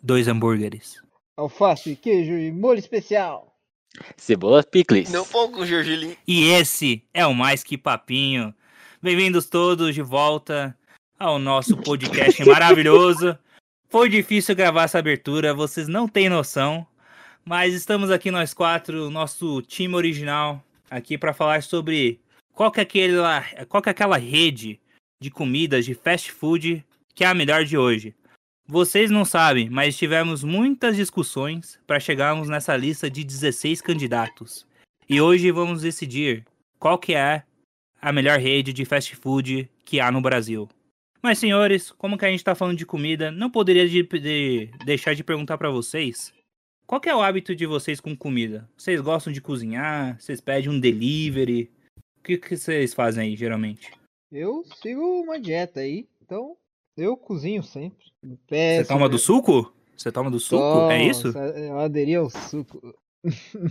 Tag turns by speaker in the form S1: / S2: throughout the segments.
S1: Dois hambúrgueres.
S2: Alface, queijo e molho especial.
S3: Cebola picles.
S4: Não pão com gergelim.
S1: E esse é o Mais Que Papinho. Bem-vindos todos de volta ao nosso podcast maravilhoso. Foi difícil gravar essa abertura, vocês não têm noção, mas estamos aqui nós quatro, nosso time original, aqui para falar sobre qual que, é aquela, qual que é aquela rede de comidas de fast food que é a melhor de hoje. Vocês não sabem, mas tivemos muitas discussões para chegarmos nessa lista de 16 candidatos. E hoje vamos decidir qual que é a melhor rede de fast food que há no Brasil. Mas senhores, como que a gente está falando de comida, não poderia de, de, deixar de perguntar para vocês qual que é o hábito de vocês com comida? Vocês gostam de cozinhar? Vocês pedem um delivery? O que, que vocês fazem aí, geralmente?
S2: Eu sigo uma dieta aí, então eu cozinho sempre.
S1: Você
S2: Peço,
S1: toma do
S2: eu-
S1: suco? Você toma do suco? é isso?
S2: Nossa, Eu aderi ao suco.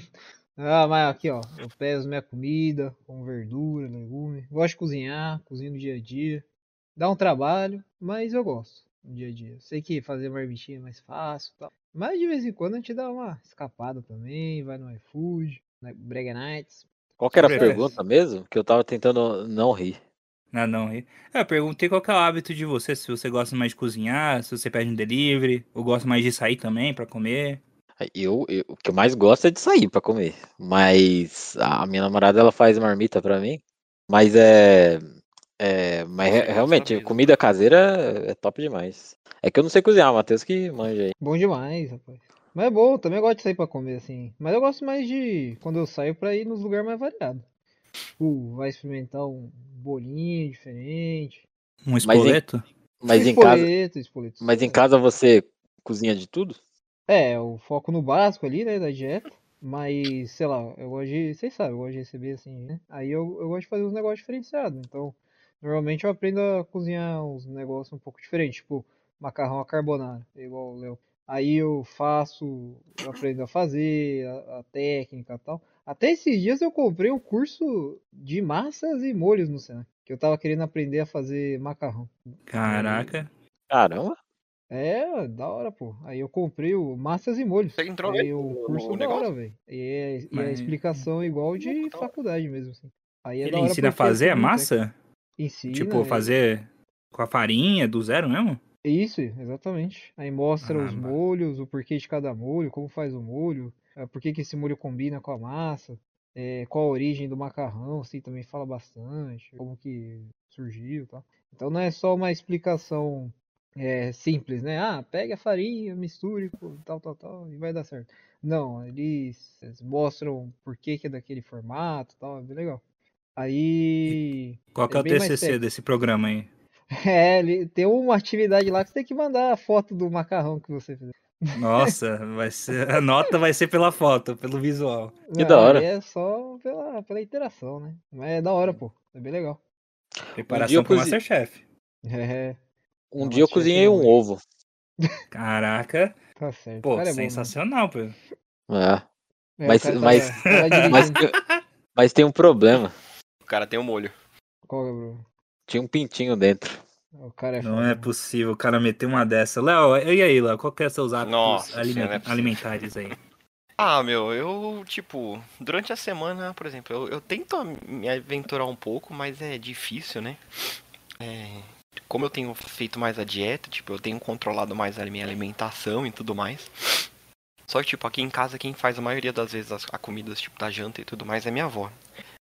S2: ah, mas aqui, ó. Eu peso minha comida com verdura, legume. Gosto de cozinhar, cozinho no dia a dia. Dá um trabalho, mas eu gosto no dia a dia. Sei que fazer marmitinha é mais fácil e tal. Mas de vez em quando a gente dá uma escapada também, vai no iFood, na Brega Nights.
S3: Qual que era a
S1: Prefere.
S3: pergunta mesmo? Que eu tava tentando não rir.
S1: Não, Ah, não. Eu eu perguntei qual que é o hábito de você, se você gosta mais de cozinhar, se você pede um delivery, ou gosta mais de sair também pra comer.
S3: Eu, eu- o que eu mais gosto é de sair pra comer. Mas a minha namorada ela faz marmita pra mim. Mas é, é mas
S5: Você
S3: re-
S5: gosta
S3: realmente
S5: mesmo.
S3: comida caseira é top demais. É que eu não sei cozinhar, o Matheus que manja aí.
S2: Bom demais, rapaz. Mas é bom, também eu gosto de sair pra comer assim. Mas eu gosto mais de quando eu saio pra ir nos lugares mais variados. Tipo, vai experimentar um bolinho diferente.
S1: Um espoleto?
S3: Mas em casa,
S2: espoleto, espoleto.
S3: mas em
S2: é.
S3: casa você cozinha de tudo?
S2: É, o foco no básico ali, né, da dieta. Mas, sei lá, eu gosto de. Vocês sabem, eu gosto de receber assim, né? Aí eu, eu gosto de fazer uns negócios diferenciados. Então, normalmente eu aprendo a cozinhar uns negócios um pouco diferentes, tipo macarrão à carbonara, igual o Léo. Aí eu faço, eu aprendo a fazer, a, a técnica e tal. Até esses dias eu comprei um curso de massas e molhos no Senac, que eu tava querendo aprender a fazer macarrão.
S1: Caraca.
S3: Caramba,
S2: É, da hora, pô. Aí eu comprei o Massas e Molhos.
S4: Você entrou
S2: Aí
S4: mesmo
S2: o
S4: no-
S2: curso
S4: no
S2: da hora,
S4: negócio? tá
S2: velho. E, é, e a
S1: Mas-
S2: explicação é igual de
S4: da hora.
S2: faculdade mesmo, assim. Aí é
S1: Ele
S2: da hora
S1: ensina a
S2: porque é
S1: fazer a
S2: tudo, né?
S1: massa?
S2: Ensina,
S1: Tipo,
S2: é.
S1: fazer com a farinha do zero mesmo?
S2: Isso, exatamente. Aí mostra os
S1: Ah, mano.
S2: molhos, o porquê de cada molho, como faz o molho, eh, por que que esse molho combina com a massa, eh, qual a origem do macarrão, assim, também fala bastante, como que surgiu, e tal. Então não é só uma explicação eh, simples, né? Ah, pegue a farinha, misture, com tal, tal, tal, e vai dar certo. Não, eles eles mostram por que que é daquele formato, e tal, é bem legal. Aí
S1: Qual que é,
S2: É
S1: o
S2: bem mais
S1: TCC
S2: técnico.
S1: desse programa aí?
S2: é, ele- tem uma atividade lá que você tem que mandar a foto do macarrão que você fez.
S1: Nossa, vai ser, a nota vai ser pela foto, pelo visual.
S3: Que da
S2: Não,
S3: hora.
S2: aí É só pela, pela interação, né? Mas é da hora, pô. É bem legal.
S1: Preparação
S3: eu
S1: pro
S3: cozi-
S1: Masterchef.
S2: É,
S3: um
S2: Não,
S3: dia eu
S2: Matheus,
S3: cozinhei
S2: não
S3: um
S2: manja.
S3: ovo.
S1: Caraca.
S2: tá certo. O
S1: Pô,
S2: cara é bom, né?
S1: sensacional, pô.
S3: É,
S2: É, o
S3: mas-
S2: cara tá-
S3: mas-
S2: tá lá
S3: Mas,
S2: dirigindo.
S3: tem- mas tem um problema.
S4: O cara tem um molho.
S2: Qual é, Bruno?
S3: Tinha um pintinho dentro.
S2: O cara é
S1: Não
S2: foda,
S1: é
S2: né?
S1: possível o cara meter uma dessa. Léo, e aí, Léo? Qual que é seus hábitos
S4: Nossa,
S1: alime-
S4: não é possível.
S1: alimentares aí?
S4: Ah, meu, eu, tipo, durante a semana, por exemplo, eu, eu tento me aventurar um pouco, mas é difícil, né? É, como eu tenho feito mais a dieta, tipo, eu tenho controlado mais a minha alimentação e tudo mais. Só que, tipo, aqui em casa quem faz a maioria das vezes as a comidas, tipo, da janta e tudo mais é minha avó.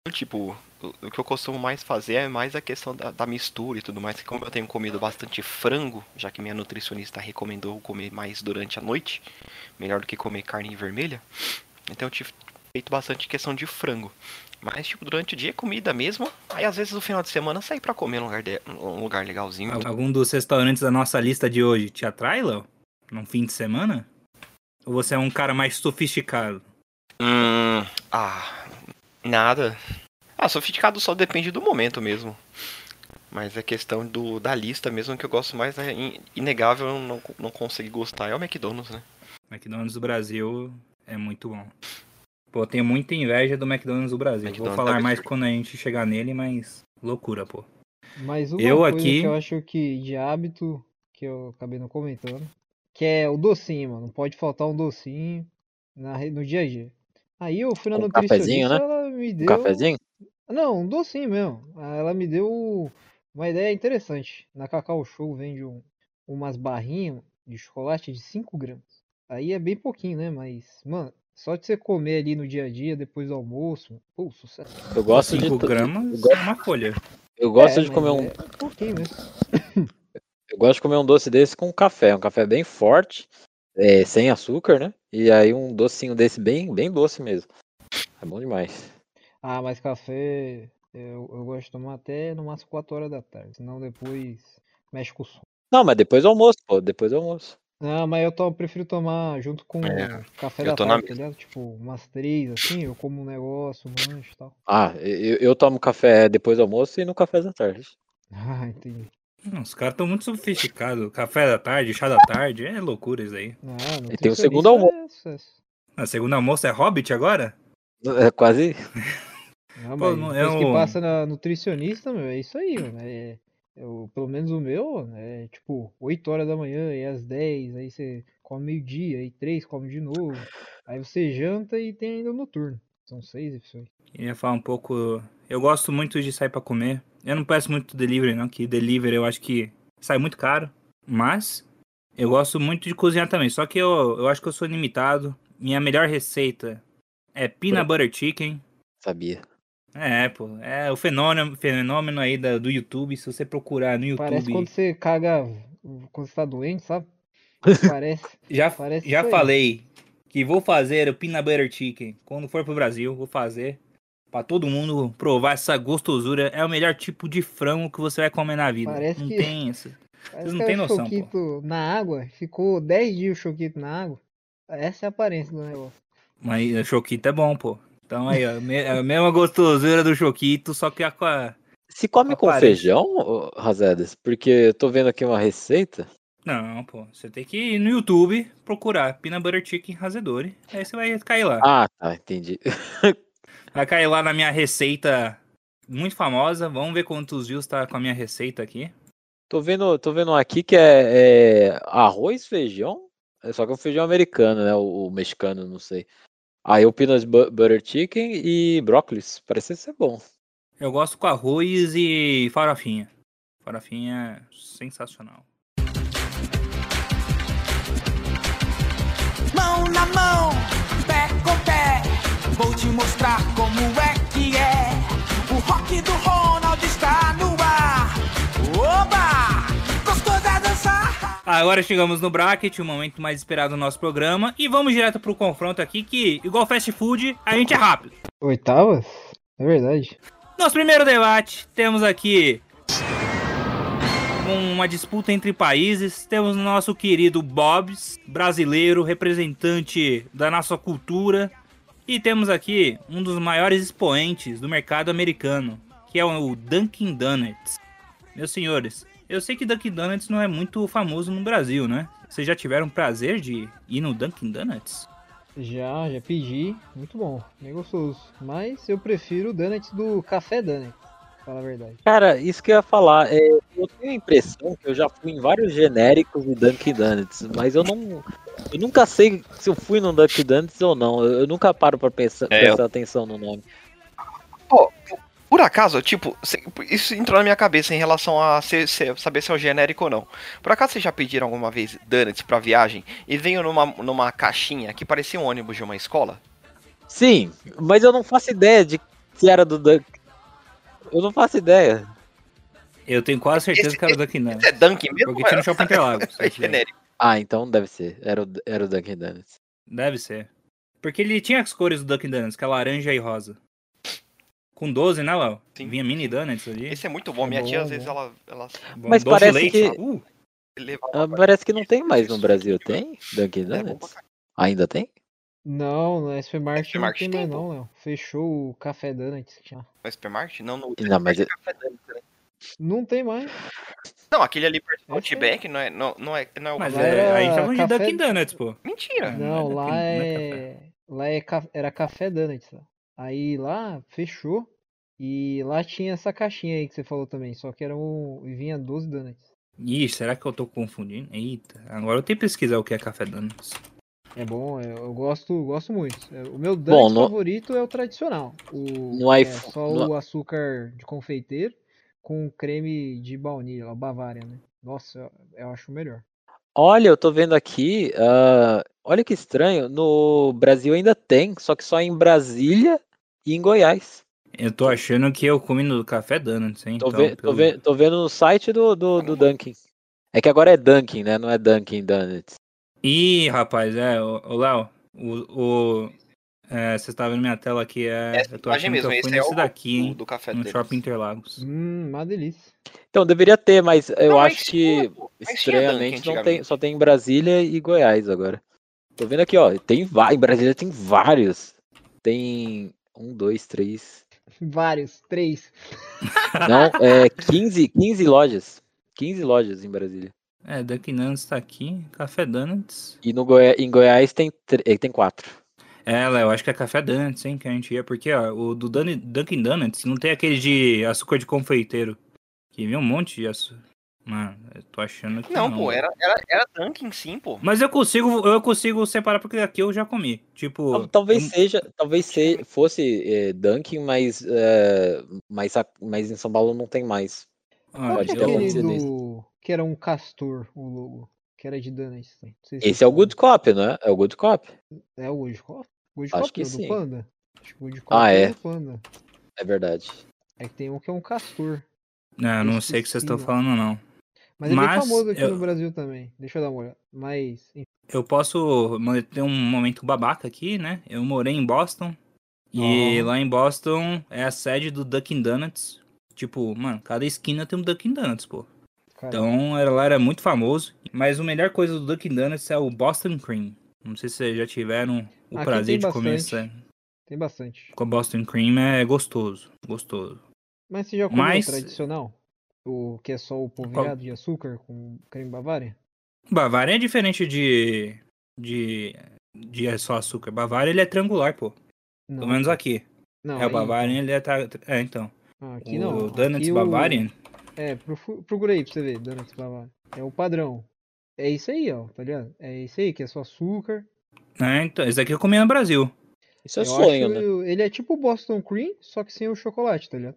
S4: Eu, tipo, o, o que eu costumo mais fazer é mais a questão da, da mistura e tudo mais. que Como eu tenho comido bastante frango, já que minha nutricionista recomendou comer mais durante a noite, melhor do que comer carne vermelha. Então eu tive feito bastante questão de frango. Mas, tipo, durante o dia é comida mesmo. Aí, às vezes, no final de semana, sair pra comer num lugar, de- num lugar legalzinho.
S1: Al- Algum dos restaurantes da nossa lista de hoje te atrai, Léo? Num fim de semana? Ou você é um cara mais sofisticado?
S4: Hum, ah, nada. Ah, sofisticado só depende do momento mesmo. Mas é questão do, da lista mesmo que eu gosto mais, né? In- Inegável eu não, não consegui gostar. É o McDonald's, né?
S1: McDonald's do Brasil é muito bom. Pô, eu tenho muita inveja do McDonald's do Brasil.
S4: McDonald's
S1: Vou falar
S4: é
S1: mais
S4: absurdo.
S1: quando a gente chegar nele, mas loucura, pô.
S2: Mas uma
S1: Eu
S2: coisa que
S1: aqui-
S2: eu acho que de hábito, que eu acabei não comentando, que é o docinho, mano. Não pode faltar um docinho na, re- no dia a dia. Aí eu fui na
S3: Um
S2: nutricionista,
S3: cafezinho, né?
S2: ela me
S3: Um
S2: deu.
S3: cafezinho?
S2: Não, um docinho mesmo. Ah, Ela me deu uma ideia interessante. Na Cacau Show vende um- umas barrinhas de chocolate de 5 gramas. Aí é bem pouquinho, né? Mas, mano, só de você comer ali no dia a dia, depois do almoço, pô, sucesso.
S3: Eu gosto de.
S1: 5
S3: to-
S1: gramas
S3: gosto-
S1: é uma folha.
S3: Eu gosto
S2: É,
S3: de
S2: mas
S3: comer um
S2: é pouquinho mesmo.
S3: Eu gosto de comer um doce desse com café, um café bem forte, é, sem açúcar, né? E aí um docinho desse bem, bem doce mesmo. É bom demais.
S2: Ah, mas café eu, eu gosto de tomar até no máximo 4 horas da tarde. Senão depois mexe com o sono.
S3: Não, mas depois do almoço, pô, depois do almoço.
S2: Não, mas eu to- prefiro tomar junto com
S4: É,
S2: café
S4: eu
S2: da
S4: tô na
S2: tarde, tá ligado? Tipo, umas três, assim, eu como um negócio, um lanche e tal.
S3: Ah, eu, eu tomo café depois do almoço e no café da tarde.
S2: Ah, entendi.
S1: Hum, os caras estão muito sofisticados. Café da tarde, chá da tarde, é loucura isso aí.
S2: Ah,
S3: E tem o segundo
S2: nutricionista
S3: almoço.
S2: é sucesso.
S1: A segunda moça é Hobbit agora?
S3: É quase.
S2: Não,
S1: Pô,
S2: mas
S1: não- é
S2: depois que
S1: um-
S2: passa na nutricionista, meu, é isso aí, mano. É, eu, pelo menos o meu, é tipo 8 horas da manhã, e às 10, aí você come meio-dia, aí 3, come de novo. Aí você janta e tem ainda o noturno. São seis opções.
S1: Queria falar um pouco. Eu gosto muito de sair pra comer. Eu não peço muito delivery, não, que delivery eu acho que sai muito caro. Mas eu gosto muito de cozinhar também. Só que eu, eu acho que eu sou limitado. Minha melhor receita é peanut butter chicken.
S3: Sabia.
S1: É, pô. É o fenômeno, fenômeno aí da- do YouTube. Se você procurar no YouTube.
S2: Parece quando você caga, quando você tá doente, sabe? Parece.
S1: Já,
S2: Parece
S1: já
S2: isso aí.
S1: falei que vou fazer o peanut butter chicken quando for pro Brasil, vou fazer pra todo mundo provar essa gostosura. É o melhor tipo de frango que você vai comer na vida.
S2: Parece
S1: não
S2: que-
S1: tem essa.
S2: Parece
S1: não
S2: que
S1: têm
S2: era
S1: noção, pô.
S2: choquito na água, ficou 10 dias o choquito na água. Essa é a aparência do negócio.
S1: Mas o choquito é bom, pô. Então aí, ó, me- a mesma gostosura do choquito, só que a com a-
S3: Se come com
S1: Aparece.
S3: feijão, ô, Razedas? Porque eu tô vendo aqui uma receita.
S1: Não, pô. Você tem que ir no YouTube procurar peanut butter chicken razedori. Aí você vai cair lá.
S3: Ah, tá, entendi.
S1: Vai cair lá na minha receita muito famosa. Vamos ver quantos views tá com a minha receita aqui.
S3: Tô vendo, tô vendo aqui que é, é arroz, feijão, é só que é um feijão americano, né? O, o mexicano, não sei. Aí o peanut bu- butter chicken e brócolis. Parece ser bom.
S1: Eu gosto com arroz e farofinha. Farofinha é sensacional.
S5: Mão na mão, pé com pé, vou te mostrar como é que é. O rock do Ronald está no ar. Oba! Gostoso é dançar.
S1: Agora chegamos no bracket, o momento mais esperado do nosso programa. E vamos direto pro confronto aqui, que, igual fast food, a gente é rápido.
S2: Oitavas? É verdade.
S1: Nosso primeiro debate, temos aqui uma disputa entre países. Temos nosso querido Bobs, brasileiro, representante da nossa cultura. E temos aqui um dos maiores expoentes do mercado americano, que é o Dunkin' Donuts. Meus senhores, eu sei que Dunkin' Donuts não é muito famoso no Brasil, né? Vocês já tiveram prazer de ir no Dunkin' Donuts?
S2: Já, já pedi. Muito bom, bem gostoso. Mas eu prefiro o Donut do Café Donut, pra falar a verdade.
S3: Cara, isso que eu ia falar. é, eu tenho a impressão que eu já fui em vários genéricos de Dunkin' Donuts, mas eu não. Eu nunca sei se eu fui no Dunkin' Donuts ou não. Eu, eu nunca paro pra pensar,
S4: É, eu-
S3: prestar atenção no nome.
S4: Por acaso, tipo, se- isso entrou na minha cabeça em relação a ser- ser- saber se é o genérico ou não. Por acaso vocês já pediram alguma vez donuts pra viagem e veio numa, numa caixinha que parecia um ônibus de uma escola?
S3: Sim, mas eu não faço ideia de se era do Dunkin'. Eu não faço ideia.
S1: Eu tenho quase certeza
S4: Esse-
S1: que era o Dunkin'
S4: É
S1: Donuts.
S4: Dunkin' mesmo?
S1: Porque tinha no Shopping Interlagos.
S4: É genérico.
S3: Ah, então deve ser. Era o, era o Dunkin' Donuts.
S1: Deve ser. Porque ele tinha as cores do Dunkin' Donuts, que é laranja e rosa. Com 12, né, Léo?
S4: Sim.
S1: Vinha mini donuts ali.
S4: Esse é muito bom.
S2: É
S4: Minha
S2: bom,
S4: tia,
S2: é
S4: às vezes,
S2: bom.
S4: ela, ela
S1: Bom,
S3: Mas
S1: doce de
S3: parece
S1: leite.
S3: que-
S1: Uh,
S4: levava
S3: Ah, parece que tipo não tem mais no Brasil, tem? Dunkin'
S4: É bom pra
S3: Donuts? Ainda tem?
S2: Não, no supermarket não
S4: Supermarket
S2: tem mais
S4: tem, pô.
S2: não, Léo. Fechou o Café Donut. que tinha.
S4: No supermarket? Não, no
S3: Não, mas
S4: supermarket é café Dunkin', né?
S2: Não tem mais.
S4: Não, aquele ali perto do
S2: Eu sei.
S4: Outback não é, não, não é, não é o
S1: mas
S2: lá
S4: café.
S1: é,
S2: era
S1: aí chamam de
S2: café-
S1: Dunkin' Donuts, pô.
S4: Mentira.
S2: Não,
S1: não é
S2: lá
S1: Dunkin', não é
S2: é. Lá é ca- era Café Donuts. lá. Aí lá fechou. E lá tinha essa caixinha aí que você falou também. Só que era um. E vinha 12 donuts.
S1: Ih, será que eu tô confundindo? Eita, agora eu tenho que pesquisar o que é café Donuts.
S2: É bom, eu, eu gosto, gosto muito. É, O meu
S3: Bom,
S2: Dunks
S3: no-
S2: favorito é o tradicional. O,
S3: No
S2: é,
S3: iPhone-
S2: só
S3: no-
S2: o açúcar de confeiteiro com creme de baunilha, a Bavária, né? Nossa, eu, eu acho o melhor.
S3: Olha, eu tô vendo aqui. ah, olha que estranho. No Brasil ainda tem, só que só em Brasília e em Goiás.
S1: Eu tô achando que eu comi no café Donuts, hein?
S3: Tô,
S1: então,
S3: ve- tô
S1: pelo-
S3: ve- tô vendo no site do, do, do Dunkin'. É que agora é Dunkin', né? Não é Dunkin' Donuts.
S1: Ih, rapaz, é, ô, ô Léo, o. o é, você tá vendo minha tela aqui, é,
S4: Essa
S1: eu tô
S4: imagem
S1: achando que
S4: mesmo,
S1: eu fui
S4: esse é
S1: nesse
S4: o-
S1: daqui,
S4: O
S1: hein?
S4: do café
S1: No
S4: deles.
S1: Shopping Interlagos.
S2: Hum, uma delícia.
S3: Então, deveria ter, mas eu
S4: Não, mas tipo,
S3: acho
S4: tinha,
S3: que
S4: mas tinha Dunkin'
S3: estranhamente não tem,
S4: antigamente.
S3: só tem em Brasília e Goiás agora. Tô vendo aqui, ó. Tem va- em Brasília tem vários. Tem um, dois, três.
S2: Vários, três.
S3: Não, é 15, 15 lojas. 15 lojas em Brasília.
S1: É, Dunkin' Donuts tá aqui, Café Donuts.
S3: E no Goi- em Goiás tem, tre- eh, tem quatro.
S1: É, Léo, acho que é Café Donuts, hein, que a gente ia, porque, ó, o do Dun- Dunkin' Donuts não tem aquele de açúcar de confeiteiro, que vem um monte de açúcar. Mano, eu tô achando que não.
S4: Não, pô, é- era, era, era Dunkin' sim, pô.
S1: Mas eu consigo, eu consigo separar porque aqui eu já comi. Tipo,
S2: Ah,
S3: Tal- Talvez
S2: um
S1: eu-
S3: seja, talvez se, fosse eh, Dunkin', mas, eh, mas, a- mas em São Paulo não tem mais.
S1: Ah,
S2: Qual
S3: Pode
S2: que é
S3: ter
S2: aquele
S3: acontecido isso.
S2: do... que era um castor, o logo? Que era de Dunnets. Não sei se
S3: Esse é o
S2: vocês
S3: Good Cop, não é? É o Good Cop.
S2: sabem. É o Good Cop? Good
S3: Acho
S2: Cop
S3: que
S2: é o do
S3: sim.
S2: Panda? Acho que o Good Cop
S3: Ah,
S2: é
S3: é.
S2: o do Panda.
S3: É verdade.
S2: É que tem um que é um castor.
S1: não, não sei o que vocês estão
S2: Esqueci, né?
S1: falando, não.
S2: Mas, ele é bem
S1: Mas
S2: famoso aqui
S1: eu-
S2: no Brasil também. Deixa eu dar uma olhada. Mas, enfim,
S1: Eu posso man- ter um momento babaca aqui, né? Eu morei em Boston. E
S2: Ó.
S1: lá em Boston é a sede do Dunkin' Donuts. Tipo, mano, cada esquina tem um Dunkin' Donuts, pô.
S2: cara,
S1: Então era, lá era muito famoso. Mas a melhor coisa do Dunkin' Donuts é o Boston Cream. Não sei se vocês já tiveram o
S2: Aqui
S1: prazer
S2: tem
S1: de comer
S2: bastante.
S1: essa.
S2: tem bastante.
S1: Com Boston Cream é gostoso. Gostoso.
S2: Mas você já comeu
S1: Mas-
S2: o tradicional? O que é só o polvilhado de açúcar com creme bavária?
S1: Bavária é diferente de. de. de é só açúcar. Bavária ele é triangular, pô.
S2: Não.
S1: Pelo menos aqui.
S2: Não,
S1: é, o
S2: aí-
S1: Bavarian ele é. Tra... É, então.
S2: Ah, aqui
S1: o
S2: não.
S1: Donuts
S2: aqui o-
S1: Bavarian.
S2: É, profu- procura aí pra você ver, Donuts Bavária. É o padrão. É isso aí, ó, tá ligado? É isso aí, que é só açúcar.
S1: É, então, esse aqui eu comi no Brasil.
S3: Isso é
S2: Eu
S3: sonho,
S2: acho
S3: né?
S2: Ele é tipo o Boston Cream, só que sem o chocolate, tá ligado?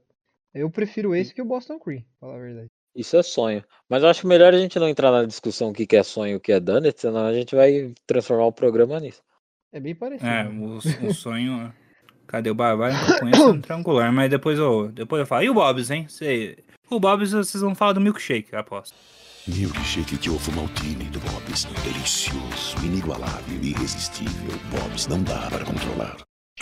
S2: Eu prefiro esse que o Boston Cream, pra falar a verdade.
S3: Isso é sonho. Mas eu acho melhor a gente não entrar na discussão o que que é sonho e o que é Dunnett, senão a gente vai transformar o programa nisso.
S2: É bem parecido.
S1: É,
S2: né?
S1: o, o sonho. Cadê o Bavarian? que Eu conheço é um triangular, mas depois eu, depois eu falo. E o Bob's, hein? Cê- O Bob's vocês vão falar do milkshake, eu aposto.
S6: Milkshake de ovo maltine do Bob's. Delicioso, inigualável, irresistível. Bob's não dá para controlar.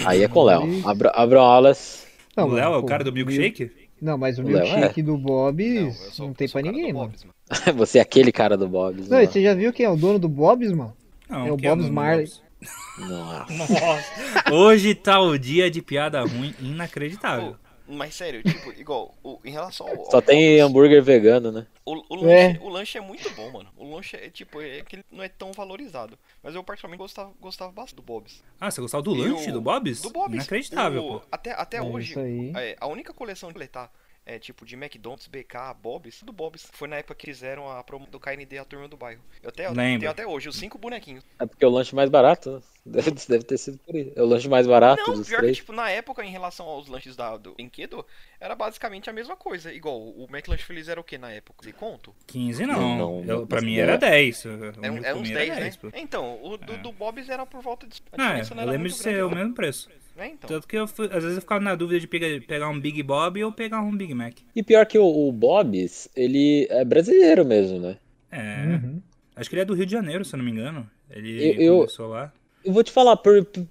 S3: Aí é com o
S2: Ih.
S3: Léo. Abra, abram aulas.
S2: Não,
S1: o
S2: mas,
S1: Léo é o
S2: pô,
S1: cara do
S2: mil-
S1: milkshake?
S2: Não, mas o
S3: O Léo é.
S2: milkshake do Bob's
S4: eu
S2: não,
S4: sou- eu
S2: tem
S4: sou
S2: pra
S4: o cara do
S2: ninguém, né? mano.
S4: Bob's, mano.
S3: Você é aquele cara do Bob's.
S2: Não,
S3: né?
S2: e você já viu quem é o dono do Bob's, mano?
S1: Não,
S2: É o
S1: que nome
S2: Bob's
S1: do
S2: Marley.
S1: Bob's?
S3: Nossa.
S1: Nossa, hoje tá o dia de piada ruim inacreditável.
S4: Mas sério, tipo, igual, o- em relação ao.
S3: Só
S4: ao
S3: tem
S4: Bob's,
S3: hambúrguer vegano, né?
S4: O, o
S2: É.
S4: lanche, o lanche é muito bom, mano. O lanche é, tipo, é que ele não é tão valorizado. Mas eu particularmente gostava, gostava bastante do Bob's.
S1: Ah, você gostava do
S4: E
S1: lanche
S4: o-
S1: do Bob's?
S4: Do Bob's.
S1: Inacreditável,
S4: O-
S1: pô.
S4: Até, até
S2: É
S4: hoje,
S3: Tipo,
S2: isso aí.
S4: é, a única coleção de completar é tipo de McDonald's, BK, Bob's, do Bob's. Foi na época que fizeram a promo do KND, a turma do bairro. Eu até, eu
S1: Lembro.
S4: tenho até hoje os cinco bonequinhos.
S3: É porque é o lanche mais barato, né? Deve, deve ter sido por isso. É o lanche mais barato
S4: Não,
S3: dos
S4: pior
S3: três.
S4: que, tipo, na época, em relação aos lanches da, do brinquedo, era basicamente a mesma coisa. Igual, o McLanche Feliz era o que na época? De conto?
S1: 15
S3: Não,
S1: não.
S3: não,
S1: Eu-
S3: não
S1: pra mim
S3: considero.
S4: é.
S1: era 10.
S4: Era,
S1: Onde eu
S4: era uns
S1: comia
S4: 10,
S1: pô.
S4: né? Então, o do,
S1: É.
S4: do Bob's era por volta de... a
S1: Ah,
S4: diferença não
S1: eu
S4: era
S1: lembro de
S4: muito
S1: ser o
S4: grande,
S1: mesmo preço.
S4: não, né? Então,
S1: Tanto que eu fui- às vezes eu ficava na dúvida de pegar, pegar um Big Bob ou pegar um Big Mac.
S3: E pior que o, o Bob's, ele é brasileiro mesmo, né?
S1: É.
S2: Uhum.
S1: Acho que ele é do Rio de Janeiro, se eu não me engano. Ele
S3: Eu- eu-
S1: começou lá.
S3: Eu vou te falar, por- por-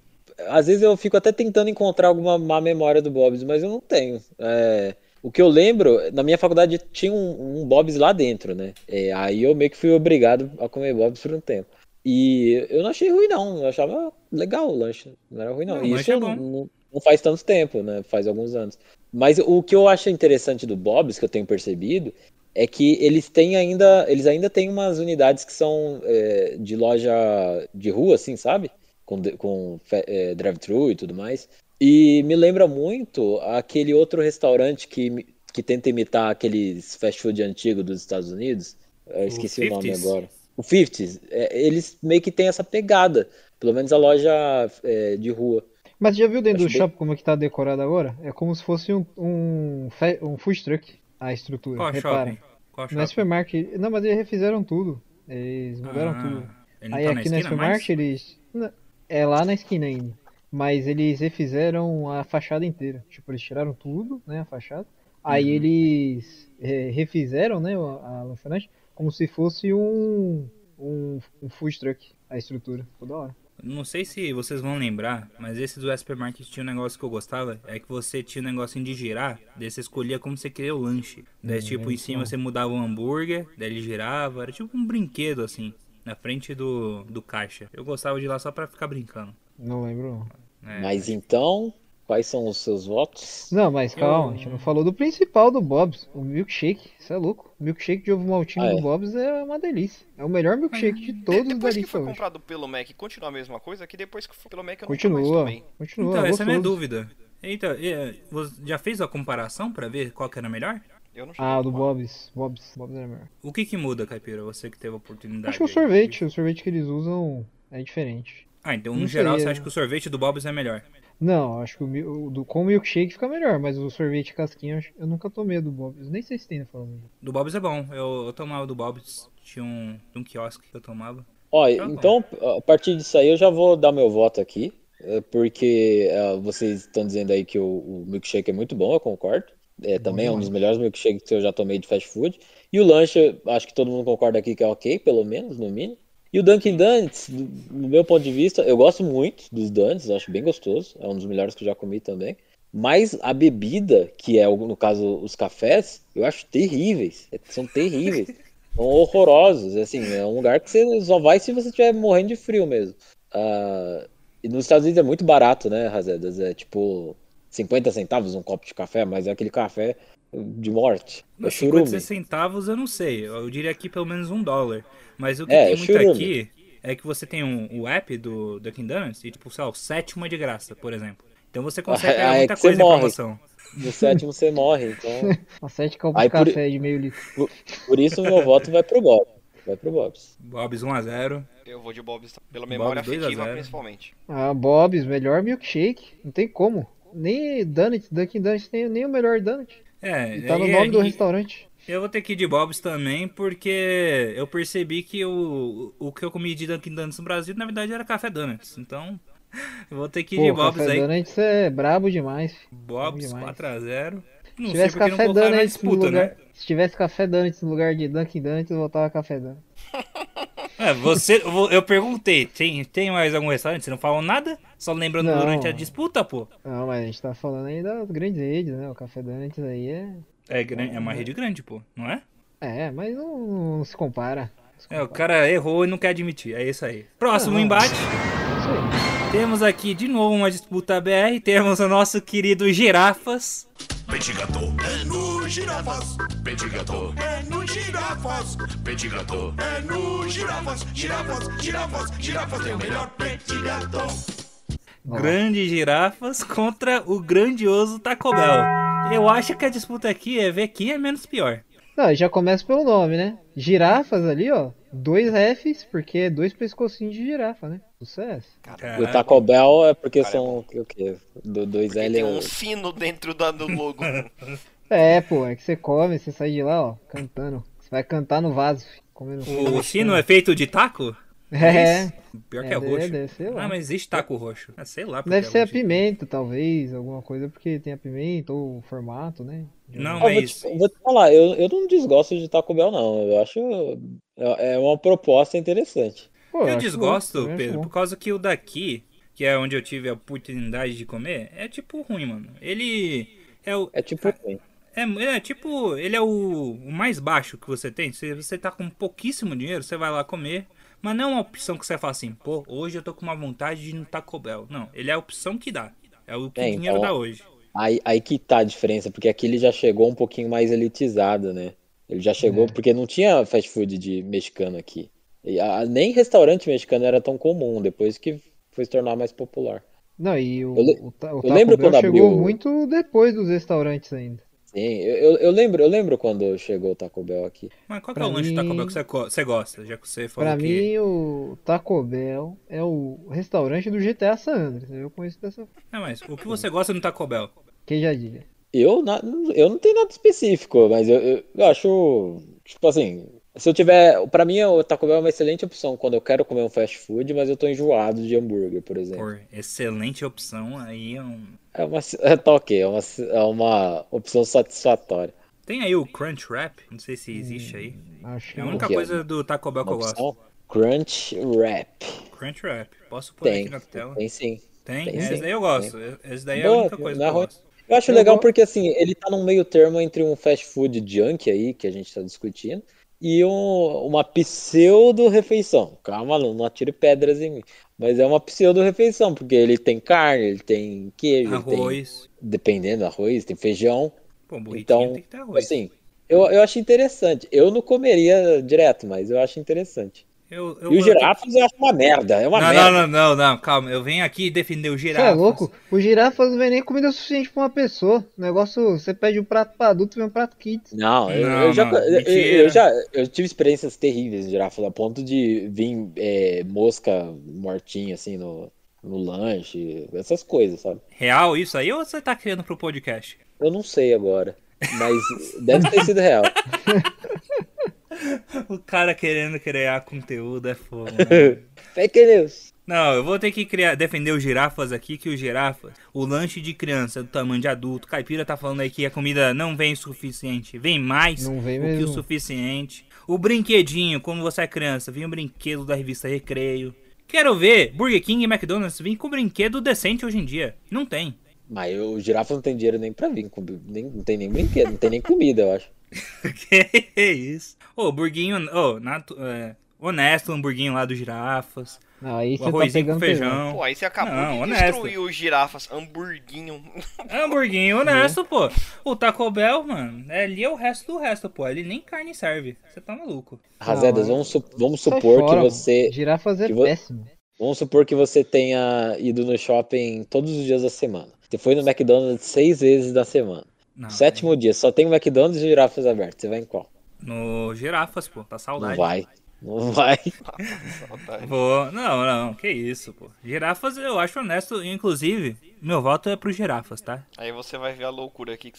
S3: às vezes eu fico até tentando encontrar alguma má memória do Bob's, mas eu não tenho. É, o que eu lembro, na minha faculdade tinha um, um Bob's lá dentro, né? É, aí eu meio que fui obrigado a comer Bob's por um tempo. E eu não achei ruim, não. Eu achava legal o lanche. Não era ruim, não.
S1: Não,
S3: E
S1: o
S3: isso
S1: lanche é bom.
S3: não, não- não faz tanto tempo, né? Faz alguns anos. Mas o que eu acho interessante do Bob's, que eu tenho percebido, é que eles têm ainda, eles ainda têm umas unidades que são é, de loja de rua, assim, sabe? Com, de- com fe- é, drive-thru e tudo mais. E me lembra muito aquele outro restaurante que, que tenta imitar aqueles fast food antigo dos Estados Unidos, Eu esqueci o, nome
S1: 50s?
S3: agora. O 50s, é, eles meio que têm essa pegada. Pelo menos a loja é, de rua.
S2: Mas você já viu dentro do
S3: Acho bem-
S2: shopping como é que tá decorado agora? É como se fosse um, um, fe- um food truck a estrutura.
S1: Qual
S2: Repara.
S1: shopping? Qual
S2: Não é
S1: shopping?
S2: supermarket. Não, mas eles refizeram tudo. Eles mudaram
S1: Ah,
S2: tudo.
S1: ele não
S2: Aí
S1: tá
S2: aqui na
S1: esquina mais?
S2: supermarket eles. na- É lá na esquina ainda. Mas eles refizeram a fachada inteira. Tipo, eles tiraram tudo, né? A fachada. Aí
S1: Uhum.
S2: eles é, refizeram, né? A, a lanchonete como se fosse um, um, um food truck. A estrutura. Toda hora.
S1: Não sei se vocês vão lembrar, mas esse do supermarket tinha um negócio que eu gostava, é que você tinha um negocinho de girar, daí você escolhia como você queria o lanche.
S2: Hum,
S1: Daí, tipo, em
S2: então.
S1: cima você mudava o hambúrguer, daí ele girava, era tipo um brinquedo, assim, na frente do, do caixa. Eu gostava de ir lá só pra ficar brincando.
S2: Não lembro não.
S1: né?
S3: Mas então, quais são os seus votos?
S2: Não, mas calma,
S1: Eu-
S2: a gente não falou do principal do Bob's, o milkshake. Isso é louco. O milkshake de ovo maltinho
S3: Ah, é.
S2: do Bob's é uma delícia. É o melhor milkshake de todos
S4: De-
S2: da
S4: depois que
S2: lista
S4: foi
S2: hoje.
S4: comprado pelo Mac, continua a mesma coisa? Que depois que foi pelo Mac eu nunca mais
S2: Continua,
S4: tomei.
S2: continua.
S1: Então, essa é a minha
S2: gostoso.
S1: dúvida. Então, é, você já fez a comparação pra ver qual que era melhor?
S4: Eu não cheguei
S2: Ah,
S4: a
S2: o do
S4: tomar.
S2: Bob's. Bob's, Bob's é melhor.
S1: O que que muda, Caipira? Você que teve a oportunidade.
S2: Acho que o
S1: aí.
S2: sorvete, o sorvete que eles usam é diferente.
S1: Ah, então
S2: Não
S1: no geral
S2: sei,
S1: você
S2: é.
S1: acha que o sorvete do Bob's é melhor?
S2: Não, acho que o, mi- o do, com o milkshake fica melhor, mas o sorvete casquinha eu acho- eu nunca tomei do Bob's. Nem sei se tem um. na falando.
S1: Do Bob's é bom. Eu, eu tomava do Bob's. Tinha um, um quiosque que eu
S3: É
S1: tomava.
S3: Ó,
S1: bom.
S3: então, a partir disso aí, eu já vou dar meu voto aqui, eh, porque ah, vocês estão dizendo aí que o, o milkshake é muito bom, eu concordo. É, também é um dos melhores milkshakes que eu já tomei de fast food. E o lanche, acho que todo mundo concorda aqui que é ok, pelo menos, no mínimo. E o Dunkin' Donuts, do, do meu ponto de vista, eu gosto muito dos donuts, acho bem gostoso, é um dos melhores que eu já comi também. Mas a bebida, que é, o- no caso, os cafés, eu acho terríveis, é- são terríveis. são horrorosos. Assim, é um lugar que você só vai se você estiver morrendo de frio mesmo. Ah, e nos Estados Unidos é muito barato, né, Razedas? É tipo 50 centavos um copo de café, mas é aquele café de morte. É
S1: Mas
S3: churume.
S1: 56 centavos eu não sei. Eu diria aqui pelo menos um dólar. Mas o que
S3: É,
S1: tem muito
S3: churume.
S1: aqui é que você tem um, o app do Dunkin' Donuts e, tipo, sei lá, o sétimo é de graça, por exemplo. Então você consegue
S3: Ah,
S1: pegar
S3: é
S1: muita
S3: que você
S1: coisa em
S3: morre.
S1: promoção.
S3: No sétimo você morre. Então,
S2: Uma sete copos
S3: Aí
S2: de
S3: por-
S2: café de meio litro.
S3: por isso meu voto vai pro Bob. Vai pro Bob's.
S1: Bob's 1x0.
S4: Eu vou de Bob's, pela memória
S1: dois a
S4: afetiva
S1: zero.
S4: principalmente.
S2: Ah, Bob's, melhor milkshake. Não tem como. Nem Donut, Dunkin' Donuts, tem nem o melhor Donut.
S1: É,
S2: E tá no
S1: aí-
S2: nome do
S1: e-
S2: restaurante.
S1: Eu vou ter que ir de Bob's também, porque eu percebi que o, o que eu comi de Dunkin' Donuts no Brasil, na verdade, era café Donuts. Então, eu vou ter que ir de
S2: Pô,
S1: Bob's
S2: café
S1: aí.
S2: Donuts é brabo demais.
S1: Bob's
S2: Bom demais.
S1: 4x0. Não
S2: Se
S1: sei
S2: tivesse
S1: porque não
S2: café
S1: colocaram na
S2: Donuts no
S1: disputa, né?
S2: lugar, se tivesse café Donuts no lugar de Dunkin' Donuts, eu votava café Donuts.
S1: É, você, eu vou- eu perguntei, tem, tem mais algum restaurante? Você não falou nada? Só lembrando
S2: Não.
S1: durante a disputa, pô.
S2: Não, mas a gente tá falando aí das grandes redes, né? O café Donuts aí é,
S1: É, gran- é uma rede grande, pô, não é?
S2: é, mas não, não se compara. Não se
S1: É, o
S2: compara.
S1: cara errou e não quer admitir, é isso aí. Próximo
S2: Não.
S1: embate,
S2: É Isso aí.
S1: temos aqui de novo uma disputa BR, temos o nosso querido Girafas
S6: Petit gâteau. É no girafas. Petit gâteau. É no girafas. Petit gâteau. É no girafas. Girafas, girafas, girafas. É o melhor petit gâteau.
S1: Grande Girafas contra o grandioso Taco Bell. Eu acho que a disputa aqui é ver quem é menos pior.
S2: Não, já começa pelo nome, né? Girafas ali, ó. Dois Fs, porque é dois pescocinhos de girafa, né? Sucesso.
S3: E o
S1: Cara,
S3: Taco Bell é porque
S4: então, Cara, é
S3: são o quê? Do- Dois
S4: Porque
S3: L
S4: tem
S3: é
S4: um
S3: um.
S4: sino dentro da, do logo.
S2: É, pô, é que você come, você sai de lá, ó, cantando. Você vai cantar no vaso, filho, comendo.
S1: o sino é feito de taco?
S2: É,
S1: Pior
S2: É,
S1: que é
S2: deve-
S1: roxo.
S2: deve ser lá.
S1: Ah, mas existe taco roxo. Ah, sei lá. porque
S2: Deve
S1: é
S2: ser a
S1: roxo.
S2: pimenta, talvez, alguma coisa, porque tem a pimenta ou o formato, né? De
S1: Não, é
S3: Ah, vou,
S1: mas.
S3: te, vou te falar, eu, eu não desgosto de Taco Bell, não. Eu acho. É é uma proposta interessante.
S2: Pô,
S1: Eu
S2: acho bom,
S1: desgosto,
S2: também acho
S1: Pedro,
S2: bom.
S1: por causa que o daqui, que é onde eu tive a oportunidade de comer, é tipo ruim, mano. Ele. É, o,
S3: É tipo.
S1: é, é tipo. Ele é o, o mais baixo que você tem. Se você tá com pouquíssimo dinheiro, você vai lá comer. Mas não é uma opção que você fala assim, pô, hoje eu tô com uma vontade de ir no Taco Bell. Não, ele é a opção que dá. É o que
S3: É,
S1: o dinheiro
S3: então-
S1: dá hoje.
S3: Aí, aí que tá a diferença, porque aqui ele já chegou um pouquinho mais elitizado, né? Ele já chegou, porque não tinha fast food de mexicano aqui. E a- nem restaurante mexicano era tão comum, depois que foi se tornar mais popular.
S2: Não, e o,
S3: Eu le-
S2: o, ta- o
S3: eu
S2: Taco
S3: lembro
S2: Bell
S3: quando
S2: chegou
S3: abriu o-
S2: muito depois dos restaurantes ainda.
S3: Sim, eu, eu- eu lembro, eu lembro quando chegou o Taco Bell aqui.
S1: Mas qual que
S2: Pra
S1: é o lanche do Taco Bell que
S2: mim-
S1: você co- você gosta? Já que você falou
S2: Pra
S1: que...
S2: mim, o Taco Bell é o restaurante do GTA San Andreas. Eu conheço dessa
S1: Não, É, mas o que você gosta no Taco Bell?
S2: queijadilha.
S3: Eu, na- eu não tenho nada específico, mas eu, eu- eu acho, tipo assim, se eu tiver, pra mim o Taco Bell é uma excelente opção quando eu quero comer um fast food, mas eu tô enjoado de hambúrguer, por exemplo.
S1: Por excelente opção aí. é um-
S3: É uma, é, tá ok, é uma, é uma opção satisfatória.
S1: Tem aí o Crunch Wrap, não sei se existe aí.
S2: Acho que
S1: É a
S2: não.
S1: única
S3: que é?
S1: coisa do Taco Bell que
S3: Uma
S1: eu gosto.
S3: opção crunch wrap.
S1: Crunch Wrap. Posso pôr
S3: Tem,
S1: aqui na tela?
S3: tem sim.
S1: Tem?
S3: Tem
S1: esse
S3: sim.
S1: daí eu gosto. Esse daí é a
S3: Boa,
S1: única coisa que
S3: não é
S1: eu
S3: ruim.
S1: gosto.
S3: Eu acho
S2: Eu
S3: legal
S2: vou-
S3: porque assim, ele tá num meio termo entre um fast food junk aí, que a gente tá discutindo, e um- uma pseudo refeição. Calma, não, não atire pedras em mim. Mas é uma pseudo refeição, porque ele tem carne, ele tem queijo, ele tem-
S1: Arroz.
S3: dependendo, arroz, tem feijão.
S1: Pô, burritinho
S3: Então,
S1: tem que ter arroz.
S3: Assim, eu, eu acho interessante. Eu não comeria direto, mas eu acho interessante.
S1: eu, eu,
S3: E
S1: Então, eu-
S3: o girafas eu acho uma merda, é uma
S1: Não,
S3: merda.
S1: não, não, não, não, calma. Eu venho aqui defender o
S2: Você
S1: girafa.
S2: é louco? O girafas não vem nem comida suficiente pra uma pessoa. O negócio, você pede um prato pra adulto, vem um prato kids.
S3: Não, eu,
S1: Não,
S3: eu já,
S1: não,
S3: eu-
S1: mentira.
S3: eu, já eu tive experiências terríveis de girafa, a ponto de vir é, mosca mortinha assim no, no lanche, essas coisas, sabe?
S1: Real isso aí ou você tá criando pro podcast?
S3: Eu não sei agora, mas deve ter sido real.
S1: O cara querendo criar conteúdo é fogo. né?
S3: Fake news.
S1: Não, eu vou ter que criar, defender os girafas aqui, que o girafa, o lanche de criança do tamanho de adulto, caipira tá falando aí que a comida não vem suficiente, vem mais
S2: Não vem
S1: do que o
S2: mesmo.
S1: suficiente. O brinquedinho, quando você é criança, vem um brinquedo da revista Recreio. Quero ver Burger King e McDonald's vêm com brinquedo decente hoje em dia. Não tem.
S3: Mas eu- o girafa não tem dinheiro nem pra vir, com- nem, não tem nem brinquedo, não tem nem comida, eu acho.
S1: que isso? Ô, burguinho, ô, natu- é, honesto, o hamburguinho lá dos girafas.
S2: Não, aí
S1: O
S2: você tá
S1: arrozinho
S2: pegando
S1: com
S2: pesado.
S1: feijão.
S4: Pô, aí você acabou
S1: Não,
S4: de
S1: honesto.
S4: destruir os girafas, hamburguinho.
S1: É um Hamburguinho honesto, pô. O Taco Bell, mano, é- ali é o resto do resto, pô. Ali nem carne serve. Você tá maluco.
S3: Razedas,
S1: é.
S2: Não,
S3: vamos, su- vamos
S2: Sai
S3: supor
S2: fora,
S3: que
S2: mano.
S3: você,
S2: Girafas é
S3: que vo-
S2: péssimo.
S3: Vamos supor que você tenha ido no shopping todos os dias da semana. Você foi no McDonald's seis vezes da semana.
S1: Não, né?
S3: Sétimo dia, só tem o McDonald's e girafas abertas. Você vai em qual?
S1: No girafas, pô. Tá
S3: Não
S1: saudade.
S3: vai. Não vai.
S4: Saudade.
S1: Pô, não, não. Que isso, pô. Girafas eu acho honesto. Inclusive, meu voto é pro girafas, tá?
S4: Aí você vai ver a loucura aqui que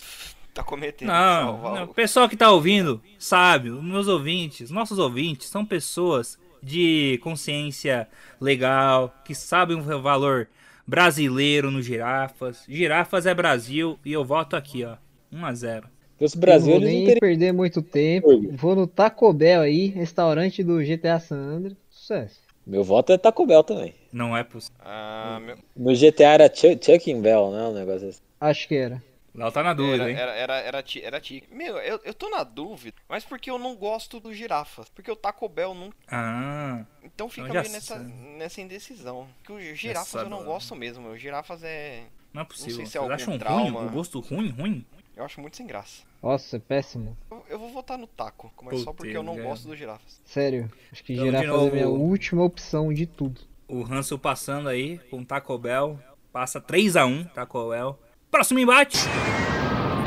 S4: tá cometendo.
S1: Não,
S4: Salva
S1: não, o
S4: o-
S1: pessoal que tá ouvindo sabe, os meus ouvintes, nossos ouvintes são pessoas de consciência legal, que sabem o valor brasileiro no girafas. Girafas é Brasil e eu voto aqui, ó. 1 a 0.
S3: Porque Os
S2: Eu não vou
S3: brasileiros não
S2: nem
S3: teriam.
S2: perder muito tempo. Vou no Taco Bell aí, restaurante do GTA San Andreas. Sucesso.
S3: Meu voto é Taco Bell também.
S1: Não é possível.
S4: Ah, meu...
S3: No GTA era Chuck Chucking Bell, né? Um negócio assim.
S2: Acho que era.
S1: Lá tá na dúvida,
S4: Era,
S1: hein?
S4: era, era, era, ti- era ti. Meu, eu, eu tô na dúvida, mas porque eu não gosto do girafa. Porque o Taco Bell não.
S1: Ah,
S4: Então fica
S1: Eu já
S4: meio nessa,
S1: sei.
S4: nessa indecisão. Que o girafas
S1: Essa
S4: eu não
S1: não.
S4: gosto mesmo. meu. girafas é.
S1: não é possível.
S4: Não sei se é
S1: Vocês
S4: algum
S1: acham ruim?
S4: trauma.
S1: O gosto ruim, ruim?
S4: Eu acho muito sem graça.
S2: Nossa, é péssimo.
S4: Eu, eu vou votar no taco, mas só
S1: Puta,
S4: porque eu não
S1: eu-
S4: gosto dos girafas.
S2: Sério. Acho que
S1: Então, de
S2: girafas é a
S1: novo-
S2: minha última opção de tudo.
S1: O Hansel passando aí com o Taco Bell. Passa 3 a 1 Taco Bell. Próximo embate.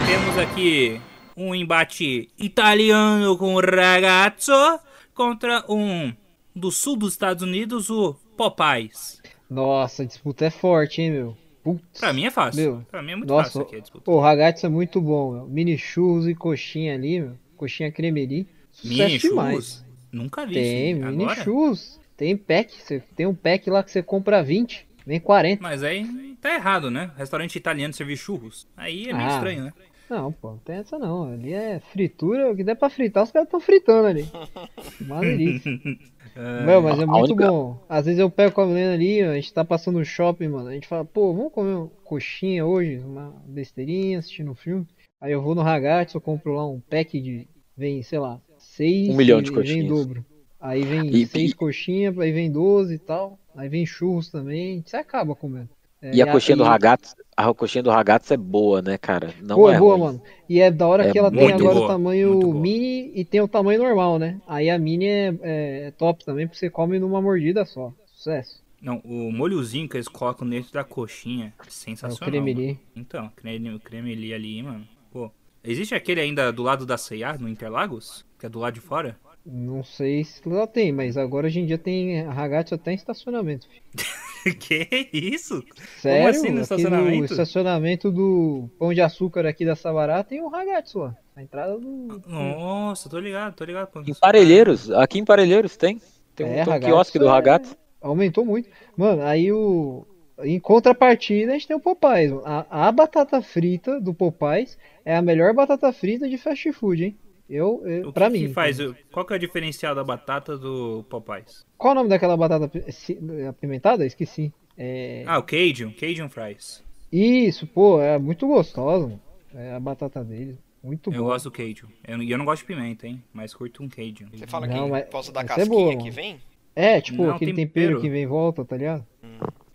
S1: Temos aqui um embate italiano com o Ragazzo contra um do sul dos Estados Unidos, o Popeyes.
S2: Nossa, a disputa é forte, hein, meu? Putz.
S1: Pra mim é fácil.
S2: Meu,
S1: pra mim é muito
S2: nossa,
S1: fácil aqui a disputa.
S2: O ragazzo é muito bom, meu. Mini churros e coxinha ali, meu. Coxinha cremeri. Sucesso
S1: Mini
S2: é demais.
S1: churros? Nunca vi
S2: Tem,
S1: isso.
S2: mini
S1: Agora?
S2: churros. Tem pack. Você tem um pack lá que você compra 20, vem 40.
S1: Mas aí tá errado, né? Restaurante italiano servir churros. Aí é meio
S2: Ah.
S1: estranho, né?
S2: Não, pô, não tem essa não. Ali é fritura, o que der pra fritar, os caras estão fritando ali. Uma delícia. Meu, mas é
S3: A
S2: muito
S3: única-
S2: bom. Às vezes eu pego com a Milena ali, a gente tá passando no shopping, mano. A gente fala, pô, vamos comer uma coxinha hoje, uma besteirinha, assistindo um filme. Aí eu vou no Ragazzo, eu compro lá um pack de. Vem, sei lá, seis.
S3: Um milhão
S2: e
S3: de
S2: Vem
S3: coxinhas.
S2: dobro. Aí vem
S3: E-
S2: seis
S3: e-
S2: coxinhas, aí vem doze e tal. Aí vem churros também. Você acaba comendo. É,
S3: E a coxinha do
S2: e-
S3: ragato, a coxinha do ragato é boa, né, cara? Não
S2: boa,
S3: é
S2: boa,
S3: ruim.
S2: mano. E é da hora
S3: É
S2: que ela tem
S1: muito
S2: agora
S1: boa,
S2: o tamanho
S1: muito boa.
S2: mini e tem o tamanho normal, né? Aí a mini é, é top também, porque você come numa mordida só. Sucesso.
S1: Não, o molhozinho que eles colocam dentro da coxinha,
S2: É o
S1: sensacional.
S2: creme ali.
S1: Então, creme, o creme ali, ali, mano. Pô, Existe aquele ainda do lado da C&A, no Interlagos? Que é do lado de fora?
S2: Não sei se lá tem, mas agora hoje em dia tem ragazzo até em estacionamento. filho.
S1: que isso?
S2: Sério?
S1: assim, no
S2: Aqui
S1: estacionamento?
S2: no estacionamento do Pão de Açúcar aqui da Sabará tem um ragazzo lá. Na entrada do.
S1: Nossa, tô ligado, tô ligado.
S3: Em Parelheiros, aqui em Parelheiros tem. Tem um,
S2: É,
S3: tem um
S2: ragazzo
S3: quiosque do
S2: é-
S3: Ragato.
S2: Aumentou muito. Mano, aí o. Em contrapartida, a gente tem o Popeyes. mano. A, a batata frita do Popeyes é a melhor batata frita de fast food, hein? Eu, eu
S1: O que,
S2: pra
S1: que
S2: mim. então.
S1: faz? Qual que é o diferencial da batata do Popeyes?
S2: Qual o nome daquela batata pi- se- apimentada? Esqueci. É...
S1: Ah, o Cajun, Cajun Fries.
S2: Isso, pô, é muito gostosa, mano. É a batata deles. Muito
S1: Eu
S2: boa.
S1: gosto do Cajun. Eu, não- e eu não gosto de pimenta, hein? Mas curto um Cajun.
S4: Você fala
S2: Não,
S4: que
S2: mas
S4: por causa da
S2: essa é
S4: casquinha
S2: boa,
S4: que
S2: mano.
S4: vem?
S2: É, tipo,
S1: Não,
S2: aquele
S1: tempero.
S2: tempero. que vem em volta, tá ligado?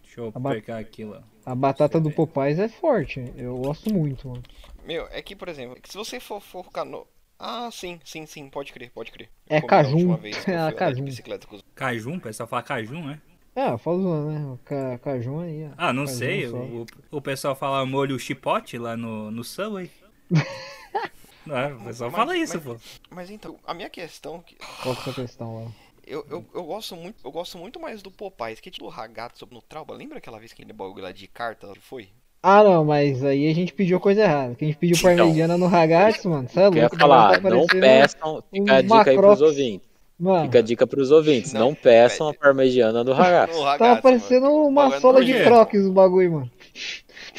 S1: Deixa eu
S2: A ba-
S1: pegar aquilo.
S2: A batata do
S1: Sei.
S2: Popeyes é forte. Eu gosto muito, mano.
S4: Meu, é que, por exemplo, que se você for for focar no. Ah, sim, sim, sim, pode crer, pode crer.
S2: É
S4: Como da
S2: caju.
S4: última vez que eu
S2: É,
S4: fui andar de
S2: caju.
S4: bicicleta com os-
S1: Cajun, o pessoal fala cajun, né?
S2: É, fala zoando, né? O ca- cajun aí, ó.
S1: Ah, não
S2: Cajun
S1: sei.
S2: só.
S1: O, o pessoal fala molho chipote lá no, no Subway. Não, é, o pessoal
S4: Mas-
S1: fala isso,
S4: mas-
S1: pô.
S4: Mas então, a minha questão. que-
S2: Qual que é a questão lá?
S4: Eu, eu, eu gosto muito, eu gosto muito mais do Popeyes, que é tipo o Ragato sobre no Trauba. Lembra aquela vez que ele bagulho lá de carta que foi?
S2: Ah, não, mas aí a gente pediu coisa errada. Que a gente pediu parmegiana no ragazzo, mano. Você é louco.
S3: Quer
S2: o
S3: Então,
S2: negócio
S3: falar,
S2: tá
S3: não
S2: parecendo-
S3: peçam. Fica a
S2: um
S3: dica aí pros
S2: macrox.
S3: ouvintes.
S2: Mano,
S3: Fica a dica pros ouvintes. Não peçam a parmegiana do
S4: No
S3: Ragato.
S4: Ragazzo,
S2: tava parecendo
S4: mano.
S2: uma
S4: Bagulho é
S2: sola de
S4: nojento.
S2: croques o bagulho, mano.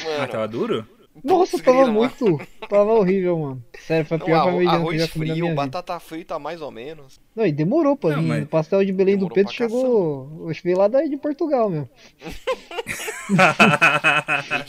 S1: Ah,
S4: Mano,
S1: tava duro?
S2: Nossa,
S4: putz,
S2: tava
S4: grila, mano.
S2: muito. Tava horrível, mano. Sério, foi a
S4: Não,
S2: pior
S4: arro-
S2: parmegiana que eu
S4: arroz
S2: já comi na
S4: frio,
S2: minha vida.
S4: batata frita mais ou menos.
S2: Não, e demorou pra
S1: Não,
S2: vir.
S1: mas-
S2: O pastel de Belém do
S4: Demorou
S2: Pedro
S4: pra caçar.
S2: chegou. Eu cheguei lá daí de Portugal mesmo.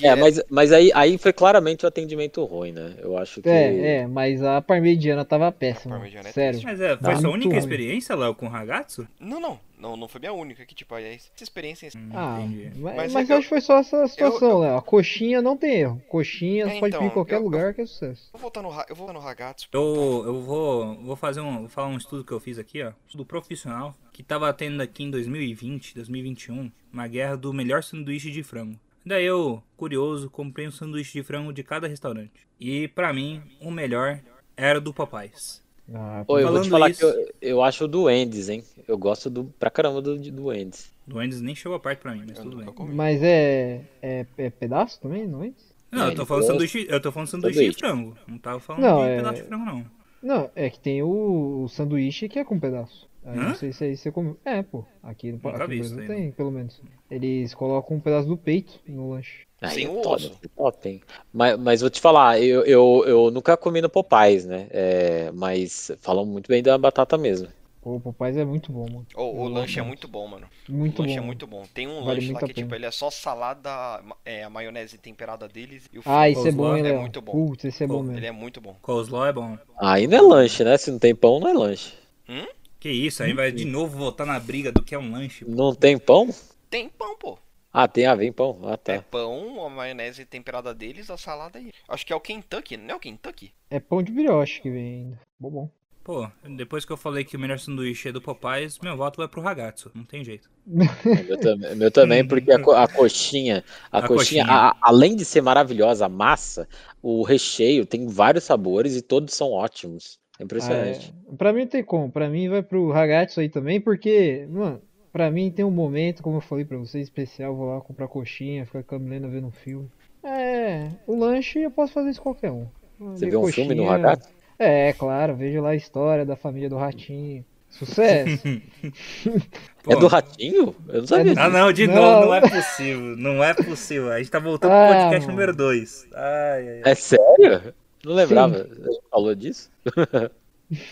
S3: É, mas, mas aí, aí foi claramente o atendimento ruim, né? Eu acho que.
S2: É, é, mas a parmegiana tava péssima.
S4: parmegiana é
S2: sério.
S1: Mas é, foi
S2: Tá
S1: sua
S2: muito
S1: única
S2: ruim.
S1: experiência, Léo, com ragazzo?
S4: Não, não, não, não foi minha única que tipo, aí essa experiência em si.
S2: Ah,
S1: Entendi.
S2: mas,
S4: Mas é
S2: mas,
S4: eu-
S2: acho que foi só essa situação, Léo. A coxinha não tem erro. Coxinha,
S4: É,
S2: você pode
S4: então,
S2: pedir em qualquer
S4: eu-
S2: lugar que é sucesso.
S4: Eu vou voltar no, Ra- eu vou no Ragazzo.
S1: Eu, eu vou, vou fazer um, vou falar um estudo que eu fiz aqui, ó, estudo profissional, que tava tendo aqui em 2020, 2021, uma guerra do melhor sanduíche de frango. Daí eu, curioso, comprei um sanduíche de frango de cada restaurante. E pra mim, o melhor era o do Popeyes.
S2: Ah,
S3: Pô, eu vou
S1: Falando
S3: te falar
S1: isso-
S3: que eu, eu acho do Endes, hein? Eu gosto do, pra caramba do, do Endes.
S1: Do Andes nem chegou a parte pra mim, mas
S4: Eu
S1: tudo
S4: nunca
S1: bem.
S4: comi.
S2: mas é, é, é pedaço também, não é isso?
S1: Não, eu tô falando
S3: Ele-
S1: sanduíche, eu tô falando sanduíche, de
S3: Sanduíche.
S1: frango. Não tava falando
S2: Não,
S1: de
S2: é-
S1: pedaço de frango, não.
S2: Não, é que tem o, o sanduíche que é com pedaço. Aí
S1: Hã?
S2: não sei se aí você comeu. É, pô. Aqui no, aqui
S1: Nunca
S2: no
S1: vi isso
S2: Brasil
S1: aí,
S2: tem, pelo menos. Eles colocam um pedaço do peito no lanche.
S3: Aí
S4: Sem
S3: é
S4: o
S3: top,
S4: osso.
S3: é top, hein? Mas, mas vou te falar, eu, eu, eu nunca comi no Popeyes, né? É, mas falam muito bem da batata mesmo.
S2: Pô, o Popeyes é muito bom, mano.
S4: Ô, o
S2: Eu
S4: lanche é
S2: gosto
S4: muito bom, mano.
S2: Muito
S4: o lanche
S2: bom.
S4: é muito bom. Tem um
S2: Vale
S4: lanche lá
S2: muito a
S4: que tipo,
S2: pena.
S4: ele é só salada, ma- é, a maionese temperada deles e o
S2: Ah,
S4: frango.
S2: isso é bom, hein,
S4: é
S2: Léo?
S4: muito bom.
S2: Putz, esse é
S1: Pô,
S2: bom mesmo.
S4: Ele é muito bom.
S1: Coleslaw é bom.
S3: Aí não é lanche, né? Se não tem pão, não é lanche.
S1: Que isso, aí vai de novo voltar na briga do que é um lanche.
S3: Não tem pão?
S4: Tem pão, pô.
S3: Ah, tem, ah, vem pão. Ah,
S4: É
S3: tá.
S4: pão, a maionese temperada deles, a salada aí. Acho que é o Kentucky, não é o Kentucky?
S2: É pão de brioche que vem ainda. Bom, bom.
S1: Pô, depois que eu falei que o melhor sanduíche é do Popeyes, meu voto vai pro ragazzo. Não tem jeito.
S3: É, Meu, também- meu também, porque a, co- a coxinha, a,
S1: A
S3: coxinha,
S1: coxinha.
S3: a- a- além de ser maravilhosa, a massa, o recheio tem vários sabores e todos são ótimos. É impressionante.
S2: Ah, é. Pra mim não tem como. Pra mim vai pro ragazzo aí também, porque, mano, pra mim tem um momento, como eu falei pra vocês, especial. Vou lá comprar coxinha, ficar caminhando vendo um filme. É, o lanche eu posso fazer isso com qualquer um.
S3: Você
S2: Ver
S3: vê um filme no
S2: coxinha,
S3: Ragazzo?
S2: É, claro. Vejo lá a história da família do Ratinho. Sucesso.
S1: Pô,
S3: É do Ratinho? Eu não sabia
S1: Ah,
S3: disso.
S1: não, de
S2: Não.
S1: novo, não é possível. Não é possível. A gente tá voltando
S2: Ah,
S1: pro podcast
S2: mano.
S1: número 2. Ai, ai,
S3: É sério? Não lembrava. Você falou disso?
S1: ai.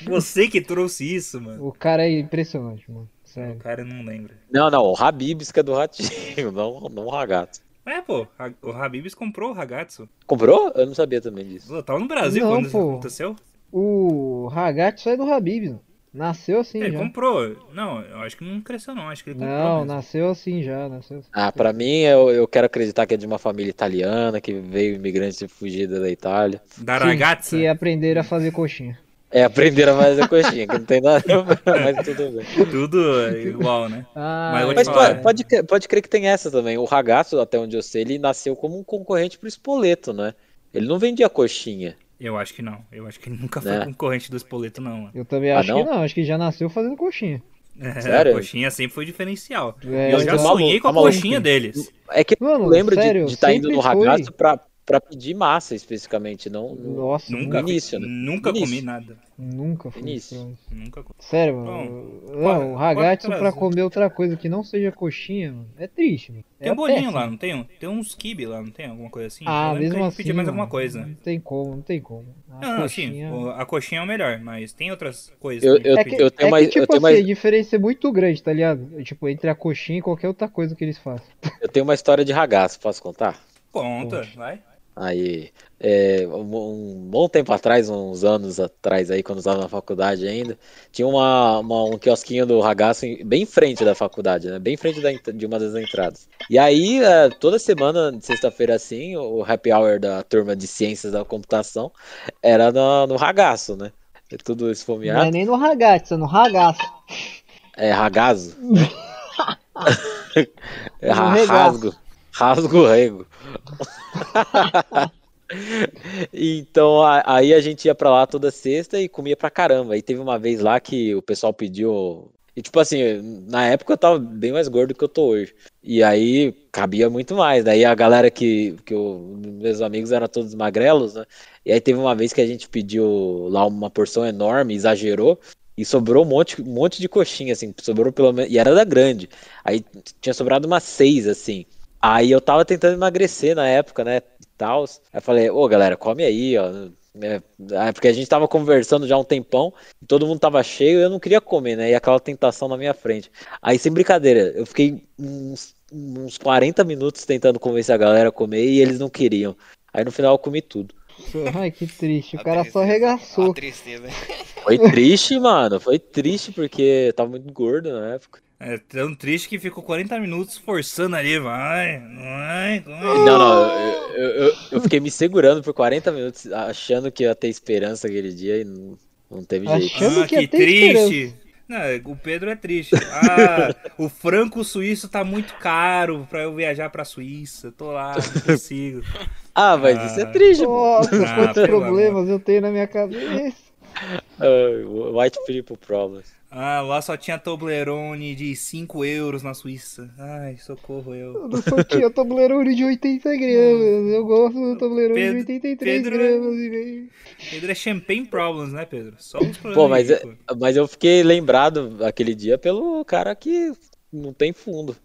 S1: Você que trouxe isso, mano.
S2: o cara é impressionante, mano.
S1: O
S2: Sério.
S1: cara não lembra.
S3: Não, não, o Habibs que é do Ratinho, não, não o Ragazzo.
S1: É, pô, a- o Habibs comprou o ragazzo.
S3: Comprou? Eu não sabia também disso.
S1: Eu tava no Brasil
S2: Não,
S1: quando isso
S2: pô.
S1: aconteceu.
S2: O ragazzo é do Habib, mano. Nasceu assim
S1: Ele
S2: já.
S1: comprou. Não, eu acho que não cresceu, não. Acho que É, ele comprou.
S2: Não,
S1: mesmo.
S2: nasceu assim já, nasceu assim.
S3: Ah, pra mim, eu, eu quero acreditar que é de uma família italiana, que veio imigrante fugida da Itália.
S1: Da
S2: Que-
S1: ragazza.
S2: Que é. aprenderam a fazer coxinha.
S3: É, aprenderam mais a coxinha, que não tem nada, mas tudo bem.
S1: Tudo é igual, né?
S2: Ah,
S1: Mas eu vou te
S3: Mas
S1: falar,
S3: pode, pode, crer- pode crer que tem essa também. O ragazzo, até onde eu sei, ele nasceu como um concorrente pro Spoleto, né? Ele não vendia coxinha.
S1: Eu acho que não. Eu acho que ele nunca foi
S3: É.
S1: concorrente do Espoleto, não, mano.
S2: Eu também
S3: Ah,
S2: acho
S3: não?
S2: que não, acho que já nasceu fazendo coxinha.
S1: É,
S3: Sério?
S1: A coxinha sempre foi diferencial.
S2: É,
S1: eu já
S2: então-
S1: sonhei com a
S3: tá maluco.
S1: coxinha deles.
S3: É que eu
S2: Mano,
S3: não lembro
S2: sério,
S3: de estar indo no
S2: sempre foi.
S3: ragazzo pra, pra pedir massa especificamente, não no
S2: Nossa,
S1: Nunca,
S2: nunca,
S3: início, né?
S1: nunca
S3: Início.
S1: comi nada.
S2: nunca fui.
S3: Início.
S2: pronto.
S1: Nunca comi.
S2: Sério,
S1: Bom,
S2: mano.
S1: pode-
S2: não, o
S1: pode
S2: ragazzo pra
S1: trazer.
S2: comer outra coisa que não seja coxinha, mano, é triste, mano.
S1: Tem
S2: é
S1: um bolinho
S2: péssimo.
S1: lá, não tem? Tem uns kibe lá, não tem? Alguma coisa assim?
S2: Ah,
S1: Eu lembro que a
S2: mesmo
S1: gente
S2: assim.
S1: pedia mais
S2: mano,
S1: alguma coisa.
S2: Não tem como, não tem como. A
S1: Não, não, sim,
S2: coxinha-
S1: o- a coxinha é o melhor, mas tem outras coisas.
S3: Eu-
S1: também
S3: eu-
S2: É
S1: que
S2: que,
S1: pedi.
S3: eu
S2: é
S3: tenho
S2: que,
S3: mais- eu
S2: tipo
S3: tenho
S2: assim,
S3: mais-
S2: a diferença é muito grande, tá ligado? Tipo, entre a coxinha e qualquer outra coisa que eles façam.
S3: Eu tenho uma história de ragazzo, posso contar?
S1: Conta, vai.
S3: Aí, é, um, um bom tempo atrás, uns anos atrás aí, quando eu estava na faculdade ainda, tinha uma, uma- um quiosquinho do ragazzo em- bem em frente da faculdade, né? Bem em frente da ent- de uma das entradas. E aí, é, toda semana, de sexta-feira assim, o happy hour da turma de ciências da computação era no, no ragazzo, né? É Tudo
S2: Não é
S3: esfomeado.
S2: nem no ragazzo, é no ragazzo.
S3: É ragazzo. é
S2: No
S3: ra-
S2: regaço.
S3: rasgo. Rasgo rego. então a- aí a gente ia pra lá toda sexta e comia pra caramba. E teve uma vez lá que o pessoal pediu. E tipo assim, na época eu tava bem mais gordo que eu tô hoje. E aí cabia muito mais. Daí a galera que, que eu, meus amigos eram todos magrelos, né? E aí teve uma vez que a gente pediu lá uma porção enorme, exagerou, e sobrou um monte, um monte de coxinha, assim, sobrou pelo menos. E era da grande. Aí t- tinha sobrado umas seis, assim. Aí eu tava tentando emagrecer na época, né? E tal. Aí eu falei, ô galera, come aí, ó. né, aí porque a gente tava conversando já há um tempão, e todo mundo tava cheio, e eu não queria comer, né? E aquela tentação na minha frente. Aí, sem brincadeira, eu fiquei uns, uns 40 minutos tentando convencer a galera a comer e eles não queriam. Aí no final eu comi tudo.
S2: Ai, que triste. O
S4: A
S2: cara só
S4: tristeza,
S2: arregaçou.
S4: A tristeza.
S3: Foi triste, mano. Foi triste porque eu tava muito gordo na época.
S1: É tão triste que ficou 40 minutos forçando ali, vai, vai, vai.
S3: Não, não, eu, eu- eu- eu fiquei me segurando por 40 minutos, achando que ia ter esperança aquele dia e não, não teve jeito.
S2: Achando
S1: Ah,
S2: que é ia
S1: que
S2: ter
S1: triste. Não, o Pedro é triste. Ah, o franco suíço tá muito caro pra eu viajar pra Suíça. Tô lá, não consigo.
S3: Ah, mas isso é triste, pô.
S2: Nossa,
S1: Ah,
S2: quantos
S1: pelo
S2: problemas eu tenho na minha cabeça.
S3: Ah, White people problems.
S1: Ah, lá só tinha Toblerone de 5 euros na Suíça. Ai, socorro eu.
S2: Eu não sou tinha Toblerone de 80 gramas. Eu gosto do Toblerone de
S1: Pedro-
S2: 83
S1: Pedro-
S2: gramas e meio.
S1: Pedro é Champagne Problems, né, Pedro? Só uns problemas.
S3: Pô, mas,
S1: de
S3: é-
S1: rico.
S3: mas eu fiquei lembrado aquele dia pelo cara que não tem fundo.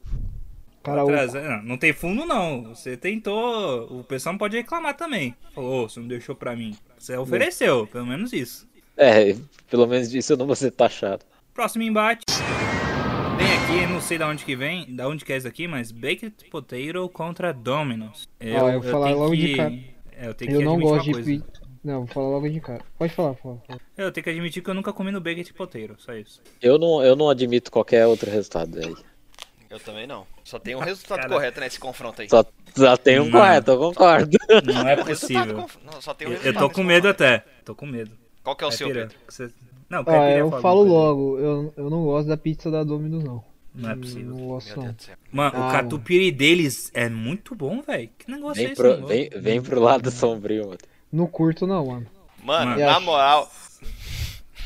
S2: Cara, o-
S1: Atrasa- Não, não tem fundo, não. Você tentou. O pessoal não pode reclamar também. Falou, "Ô, você não deixou pra mim. Você ofereceu, pelo menos isso.
S3: É, pelo menos disso eu não vou ser taxado.
S1: Próximo embate. Vem aqui, não sei da onde que vem, da onde que é isso aqui, mas Baked Potato contra Domino's.
S2: Ah, eu vou falar
S1: tenho
S2: logo de
S1: que-
S2: cara.
S1: É, eu tenho que
S2: eu não
S1: admitir uma
S2: gosto de
S1: coisa.
S2: pi- Não, vou falar logo de cara. Pode falar, fala. fala.
S1: Eu tenho que admitir que eu nunca comi no Baked Potato, só isso.
S3: Eu não, eu não admito qualquer outro resultado aí.
S4: Eu também não. Só tem um resultado
S1: Cara.
S4: correto nesse confronto aí.
S3: Só, só tem um
S1: Não.
S3: correto, eu concordo.
S1: Não é
S4: Um resultado
S1: possível.
S4: conf- não, só tem um
S1: Eu, eu
S4: resultado
S1: tô com
S4: nesse
S1: medo
S4: confronto.
S1: até. Tô com medo.
S4: Qual que é o seu,
S1: Caipira,
S4: Pedro?
S1: você- Não,
S2: Ah,
S1: Caipira
S2: eu
S1: fala
S2: falo
S1: alguma coisa.
S2: logo. Eu, eu não gosto da pizza da Domino's, não.
S1: Não é
S2: Não
S1: possível.
S4: Meu
S2: gosto, não.
S4: Deus do céu.
S1: Mano,
S2: Ah,
S1: o catupiry deles é muito bom, velho. Que negócio é
S3: Vem
S1: esse?
S3: pro,
S1: mano?
S3: vem, vem pro lado sombrio, mano.
S2: Não curto, não, mano.
S4: Mano,
S1: Mano.
S4: na moral,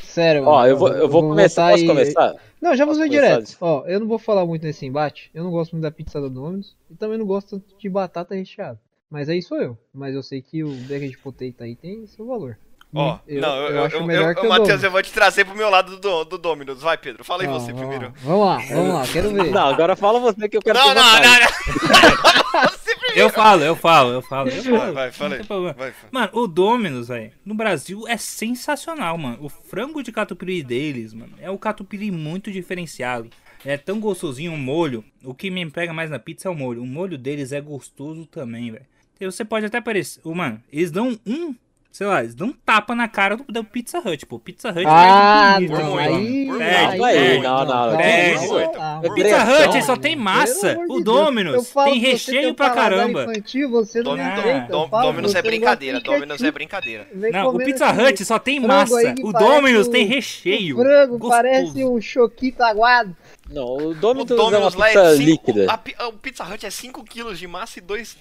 S2: Sério,
S3: Ó,
S2: mano.
S3: eu vou, eu vou começar.
S2: voltar
S3: Posso
S2: e-
S3: começar?
S2: Não, já vou
S3: Posso
S2: ser
S3: começar
S2: direto.
S3: disso?
S2: Ó, eu não vou falar muito nesse embate. Eu não gosto muito da pizza da Domino's. E também não gosto tanto de batata recheada. Mas aí sou eu. Mas eu sei que o bagel de potato aí tem seu valor.
S4: ó,
S2: Hum, eu,
S4: não,
S2: eu
S4: eu,
S2: acho
S4: eu,
S2: melhor
S4: eu,
S2: que o
S4: Matheus,
S2: Domino's.
S4: eu vou te trazer pro meu lado do, do Dominus. Vai, Pedro, fala aí
S2: Não,
S4: você
S2: vamos
S4: primeiro.
S2: lá, Vamos lá, vamos lá, quero ver.
S3: Não, agora fala você que eu quero
S4: Não, não,
S3: ter vontade.
S4: não, não. Você primeiro.
S1: Eu falo, eu falo, eu falo. Eu falo.
S4: Vai, vai, fala
S1: Não
S4: aí.
S1: tem problema.
S4: Vai, fala.
S1: Mano, o Domino's, velho, no Brasil é sensacional, mano. O frango de catupiry deles, mano, é o catupiry muito diferenciado. É tão gostosinho o molho. O que me pega mais na pizza é o molho. O molho deles é gostoso também, velho. E Você pode até parecer. Ô, Mano, eles dão um. Sei lá, eles dão um tapa na cara do, do Pizza Hut, pô. Pizza Hut é
S2: Ah,
S1: perde
S2: não,
S4: muito,
S2: aí.
S4: por
S1: muito,
S2: aí- então,
S1: por muito.
S3: Não, não,
S2: não,
S1: perde.
S2: não,
S4: Por
S2: não.
S3: muito.
S1: Pizza
S3: Pressão,
S1: Hut só tem
S2: é Pelo
S1: É massa. O
S2: amor de Deus. Eu
S1: Domino's
S2: falo
S1: tem
S2: que você
S1: recheio
S2: um
S1: pra
S2: paladar
S1: caramba.
S2: Infantil, você não
S4: Dominus,
S2: respeita, eu
S4: Dom-
S2: falo,
S4: Dominus
S2: Então você
S4: é
S2: não
S4: brincadeira,
S2: gosta de
S4: Dominus é brincadeira.
S2: ketchup. Vem
S1: Não, o
S2: comendo
S1: Pizza
S2: esse
S1: Hut só tem
S2: frango aí
S1: massa.
S2: que
S1: O
S2: parece
S1: Domino's
S2: um-
S1: tem
S2: O
S1: recheio.
S2: frango
S1: Gostoso.
S2: parece um choquito aguado.
S3: Não, o
S4: O
S3: Domino's é uma
S4: Dominus lá
S3: pizza
S4: é 5
S3: líquida.
S4: O Pizza Hut é 5 kg de massa e 2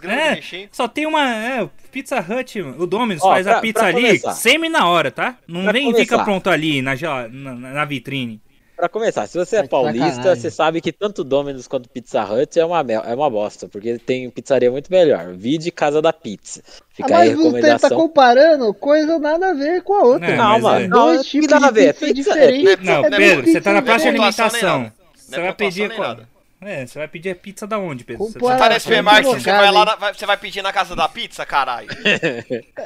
S4: gramas de
S1: É,
S4: recheio.
S1: só tem uma. É, Pizza Hut, mano. o Gomes
S3: Ó,
S1: faz
S3: pra-
S1: a pizza
S3: pra
S1: ali
S3: começar.
S1: semi na hora, tá? Não
S3: Pra
S1: nem fica
S3: começar.
S1: pronto ali na, gela- na, na- na vitrine.
S3: Pra começar, se você
S2: Tá
S3: é
S2: de
S3: paulista,
S2: sacanagem.
S3: você sabe que tanto Domino's quanto Pizza Hut é uma, mel- é uma bosta, porque tem pizzaria muito melhor. Vide Casa da Pizza. Fica aí a
S2: mas você tá
S3: recomendação.
S2: comparando coisa nada a ver com a outra.
S1: É,
S2: Não,
S1: mas
S3: Calma,
S1: é-
S2: São dois
S3: não,
S2: tipos
S3: nada a
S2: de
S3: ver. É
S2: pizza
S3: Pizza-
S2: diferentes.
S1: Não,
S2: É
S1: Pedro,
S2: muito
S1: você tá na
S2: diferente.
S1: parte de
S3: né?
S4: Não é pontuação nem
S1: alimentação.
S4: nada.
S1: Você
S4: Não é
S1: vai
S4: pontuação
S1: pedir
S4: nem
S1: qual?
S4: nada.
S1: É, você vai pedir a pizza da onde, Pedro? Você
S2: Compara-
S1: tá-
S4: Tá no supermarket, você
S2: Cara,
S4: vai
S2: é
S4: lá,
S2: hein?
S4: na- vai- você vai pedir na casa da pizza, caralho.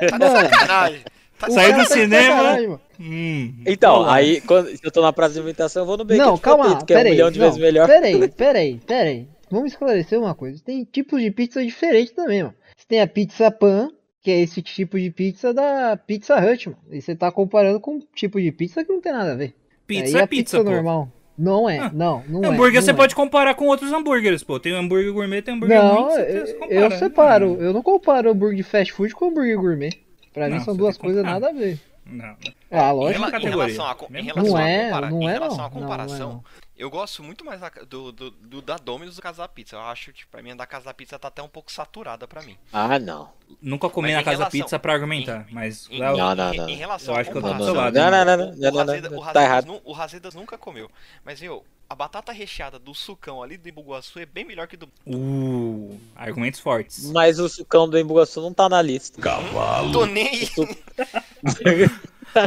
S4: Tá de sacanagem. Tá de
S1: Saiu do
S2: cara
S3: é
S2: tá de
S1: cinema.
S2: sacanagem, mano.
S1: Hum,
S3: Então,
S1: olá.
S3: aí, quando, se eu tô na praça de alimentação, eu vou no Bacon
S2: Não,
S3: de
S2: calma
S3: Frito,
S2: lá,
S3: que é um
S2: peraí.
S3: milhão de vezes
S2: não,
S3: melhor.
S2: Peraí, peraí, peraí. Vamos esclarecer uma coisa. Tem tipos de pizza diferentes também, mano. Você tem a pizza pan, que é esse tipo de pizza da Pizza Hut, mano. E você tá comparando com um tipo de pizza que não tem nada a ver.
S1: Pizza
S2: Aí
S1: é
S2: a pizza,
S1: pizza, pô.
S2: normal. Não é,
S1: Ah,
S2: não, não é.
S1: hambúrguer
S2: não
S1: você
S2: é.
S1: pode comparar com outros hambúrgueres, pô. Tem hambúrguer gourmet, tem hambúrguer
S2: Não,
S1: ruim. você-
S2: eu,
S1: você
S2: eu
S1: compara. né? Hum,
S2: separo. Eu não comparo hambúrguer de fast food com hambúrguer gourmet. Pra
S1: Não,
S2: mim são
S1: você
S2: duas
S1: tem que
S2: coisas
S1: comparar.
S2: nada a ver.
S1: Não.
S2: Ah,
S4: Em,
S2: lógico.
S4: rela- em
S1: categoria.
S4: relação à co- em
S1: Mesmo
S4: relação
S2: não
S4: à
S2: é,
S4: compara-
S2: não
S4: em
S2: é
S4: relação
S2: não.
S4: à
S2: Não, não é
S4: comparação,
S2: não.
S4: eu gosto muito mais da ca- do, do, do da Domino's do Casa da Pizza. Eu acho, tipo, pra mim, a da Casa da Pizza tá até um pouco saturada pra mim.
S3: Ah, não.
S1: Nunca comi
S4: Mas
S1: na
S4: em
S1: casa da
S4: relação-
S1: pizza pra argumentar, mas...
S4: Em,
S1: lá-
S3: Não,
S4: em-
S3: não,
S4: em- em
S3: não.
S4: relação
S1: Eu
S4: à
S1: acho que eu tô do
S4: comparação,
S1: seu lado,
S3: Não, não, não,
S4: o
S3: não, não, não,
S4: Razeda-
S3: não,
S4: o
S3: tá
S4: Razedas
S3: errado.
S4: nu- O Razedas nunca comeu. Mas, eu, a batata recheada do sucão ali do Imbuguaçu é bem melhor que do...
S1: Uh, argumentos fortes.
S3: Mas o sucão do Embugaçu não tá na lista.
S4: Tô nem aí.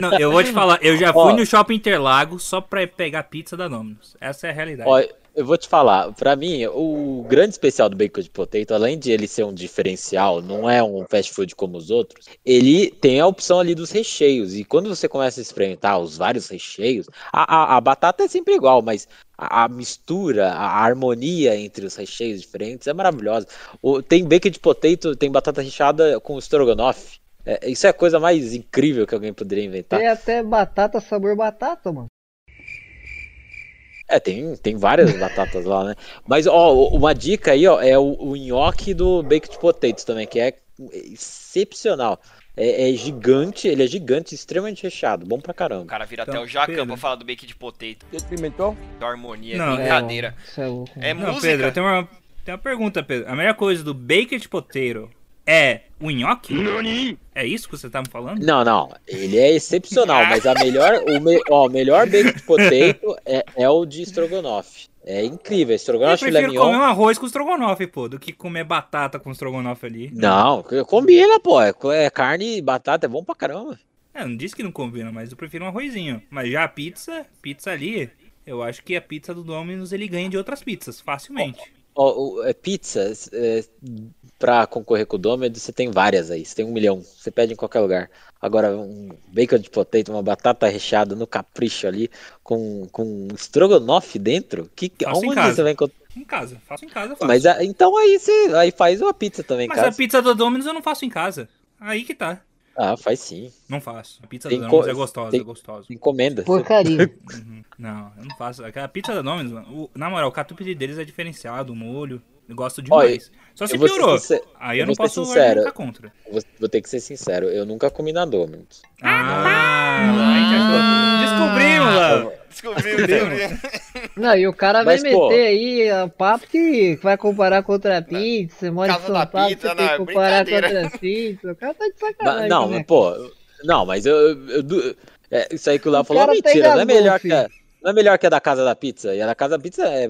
S1: Não, eu vou te falar, eu já
S3: Ó.
S1: fui no Shopping Interlago só pra pegar pizza da Domino's. Essa é a realidade.
S3: Ó, eu vou te falar, pra mim, o grande especial do Bacon de Potato, além de ele ser um diferencial, não é um fast food como os outros, ele tem a opção ali dos recheios. E quando você começa a experimentar os vários recheios, a, a- a batata é sempre igual, mas a, a mistura, a harmonia entre os recheios diferentes é maravilhosa. O- tem Bacon de Potato, tem batata recheada com estrogonofe. É, isso é a coisa mais incrível que alguém poderia
S4: tá.
S3: inventar.
S2: Tem até batata sabor batata, mano.
S3: É, tem, tem várias batatas lá, né? Mas, ó, uma dica aí, ó, é o, o nhoque do Baked Potato também, que é excepcional. É, é gigante, ele é gigante, extremamente recheado, bom pra
S4: O
S3: caramba.
S4: cara vira até
S1: Então,
S4: o Jacan
S1: Pedro.
S4: pra falar do bake de potato.
S5: Pimentou?
S4: Da harmonia,
S1: Não,
S4: é brincadeira.
S2: É, isso é louco.
S4: É,
S1: Não,
S4: música.
S1: Pedro, eu tenho uma, tenho uma pergunta, Pedro. A melhor coisa do baked potato é o nhoque? É isso que você tá me falando?
S3: Não, não, ele é excepcional, mas a melhor, o me- ó, o melhor Baked Potato é, é o de estrogonofe. É incrível,
S1: Eu
S3: estrogonofe filé
S1: prefiro comer
S3: mignon.
S1: um arroz com estrogonofe, pô, do que comer batata com estrogonofe ali.
S3: Não, combina, pô, é, é carne e batata, é bom pra caramba.
S1: É, não disse que não combina, mas eu prefiro um arrozinho. Mas já a pizza, pizza ali, eu acho que a pizza do Domino's ele ganha de outras pizzas, facilmente.
S3: Ó, o- é, pizza, é, pra concorrer com o Domino's, você tem várias aí. Você tem um milhão. Você pede em qualquer lugar. Agora, um bacon de potato, uma batata recheada no capricho ali, com, com um estrogonofe dentro. Que, que-
S1: Faço em
S3: onde
S1: casa.
S3: você vai encontrar?
S1: Em casa, faço em casa, faço.
S3: Mas, ah, então aí você aí faz uma pizza também, em
S1: Mas
S3: casa.
S1: a pizza do Domino's eu não faço em casa. Aí que tá.
S3: Ah, faz sim.
S1: Não faço. A pizza
S3: Tem
S1: do Domino's
S3: co-
S1: é gostosa,
S3: tem-
S1: é gostosa.
S3: Encomenda.
S2: Porcaria.
S1: Uhum. Não, eu não faço. Aquela pizza da Domino's, mano, o- na moral, o catupiry deles é diferenciado, o molho, eu gosto demais. Só se
S3: eu vou ser
S1: piorou.
S3: sincer-
S1: Aí eu,
S3: eu
S1: não
S3: vou ser
S1: posso
S3: sincero.
S1: argumentar contra.
S3: Vou, vou ter que ser sincero, eu nunca comi na Domino's.
S2: tá.
S1: Ah, lá a gente achou.
S2: Ah,
S1: Descobrimos,
S3: tá
S1: mano.
S4: Descobri, descobri.
S2: Não, e o cara vai
S3: Mas,
S2: meter
S3: pô-
S2: aí o papo que vai comparar com outra pizza, você mora em
S4: Casa
S2: São
S4: da
S2: Paulo,
S4: pizza,
S2: você tem que
S4: não,
S2: comparar com
S4: brincadeira.
S2: outra pizza. O cara tá de
S3: Ma-
S2: sacanagem.
S3: não,
S2: né?
S3: mas, pô, não, mas eu, eu- eu du- é, isso aí que o Léo
S2: O
S3: falou é
S2: cara tá
S3: mentira. Não é,
S2: engasgou,
S3: melhor que a,
S2: filho.
S3: não é melhor que a da Casa da Pizza. E a da Casa da Pizza é,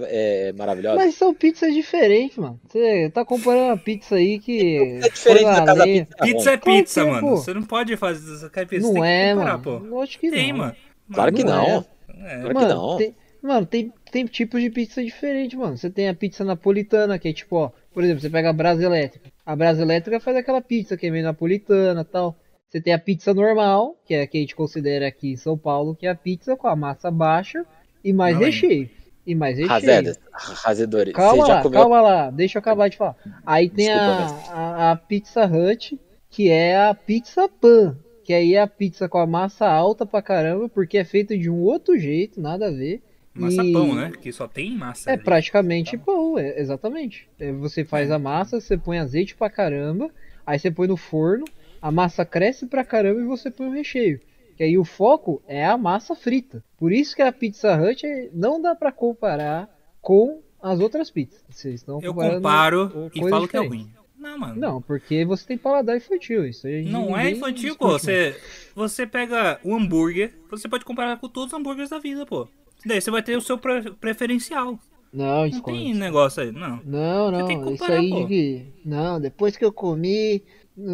S3: é maravilhosa.
S2: Mas são pizzas diferentes, mano. Você tá comparando uma pizza aí que.
S3: é diferente
S2: foi
S3: da Casa da
S2: valer.
S3: Pizza. é bom.
S1: Pizza é pizza,
S2: que,
S1: mano.
S2: pô?
S1: Você não pode fazer essa caipira. Você
S2: Não
S1: tem
S2: é,
S1: que comparar,
S2: mano.
S1: pô.
S2: Lógico que
S1: Tem,
S2: não.
S1: mano.
S3: Claro que
S2: Não
S3: não.
S2: é.
S1: É.
S3: Claro que
S2: Mano,
S3: não.
S2: Tem, mano, tem, tem tipos de pizza diferente, mano. Você tem a pizza napolitana, que é tipo, ó, por exemplo, você pega a brasa elétrica. A brasa elétrica faz aquela pizza que é meio napolitana e tal. Você tem a pizza normal, que é a que a gente considera aqui em São Paulo, que é a pizza com a massa baixa e mais
S1: Não, hein?
S2: recheio. E mais recheio.
S3: Razedas, razedores,
S2: Calma
S3: você já
S2: lá,
S3: comeu
S2: calma lá, deixa eu acabar de falar. Aí tem a,
S3: Desculpa,
S2: a, a Pizza Hut, que é a Pizza Pan, que aí é a pizza com a massa alta pra caramba, porque é feita de um outro jeito, nada a ver.
S1: Massa
S2: E-
S1: pão, né? Que só tem massa.
S2: É
S1: ali.
S2: praticamente
S1: Tá.
S2: pão, é, exatamente. É, você faz a massa, você põe azeite pra caramba, aí você põe no forno, a massa cresce pra caramba e você põe o recheio. Que aí o foco é a massa frita. Por isso que a Pizza Hut é- não dá pra comparar com as outras pizzas. Vocês estão
S1: Eu
S2: comparando
S1: comparo
S2: com
S1: e
S2: coisas
S1: falo que é
S2: diferentes.
S1: ruim. Não, mano.
S2: Não, porque você tem paladar infantil. Isso aí
S1: Não é
S2: ninguém
S1: infantil,
S2: discute,
S1: pô.
S2: não.
S1: Você, você pega o hambúrguer, você pode comparar com todos os hambúrgueres da vida, pô. Daí você vai ter o seu pre- preferencial.
S2: Não,
S1: Não
S2: discordo.
S1: tem negócio aí, não.
S2: Não,
S1: Você tem
S2: não,
S1: que
S2: isso
S1: comparar,
S2: aí
S1: pô.
S2: de que. Não, depois que eu comi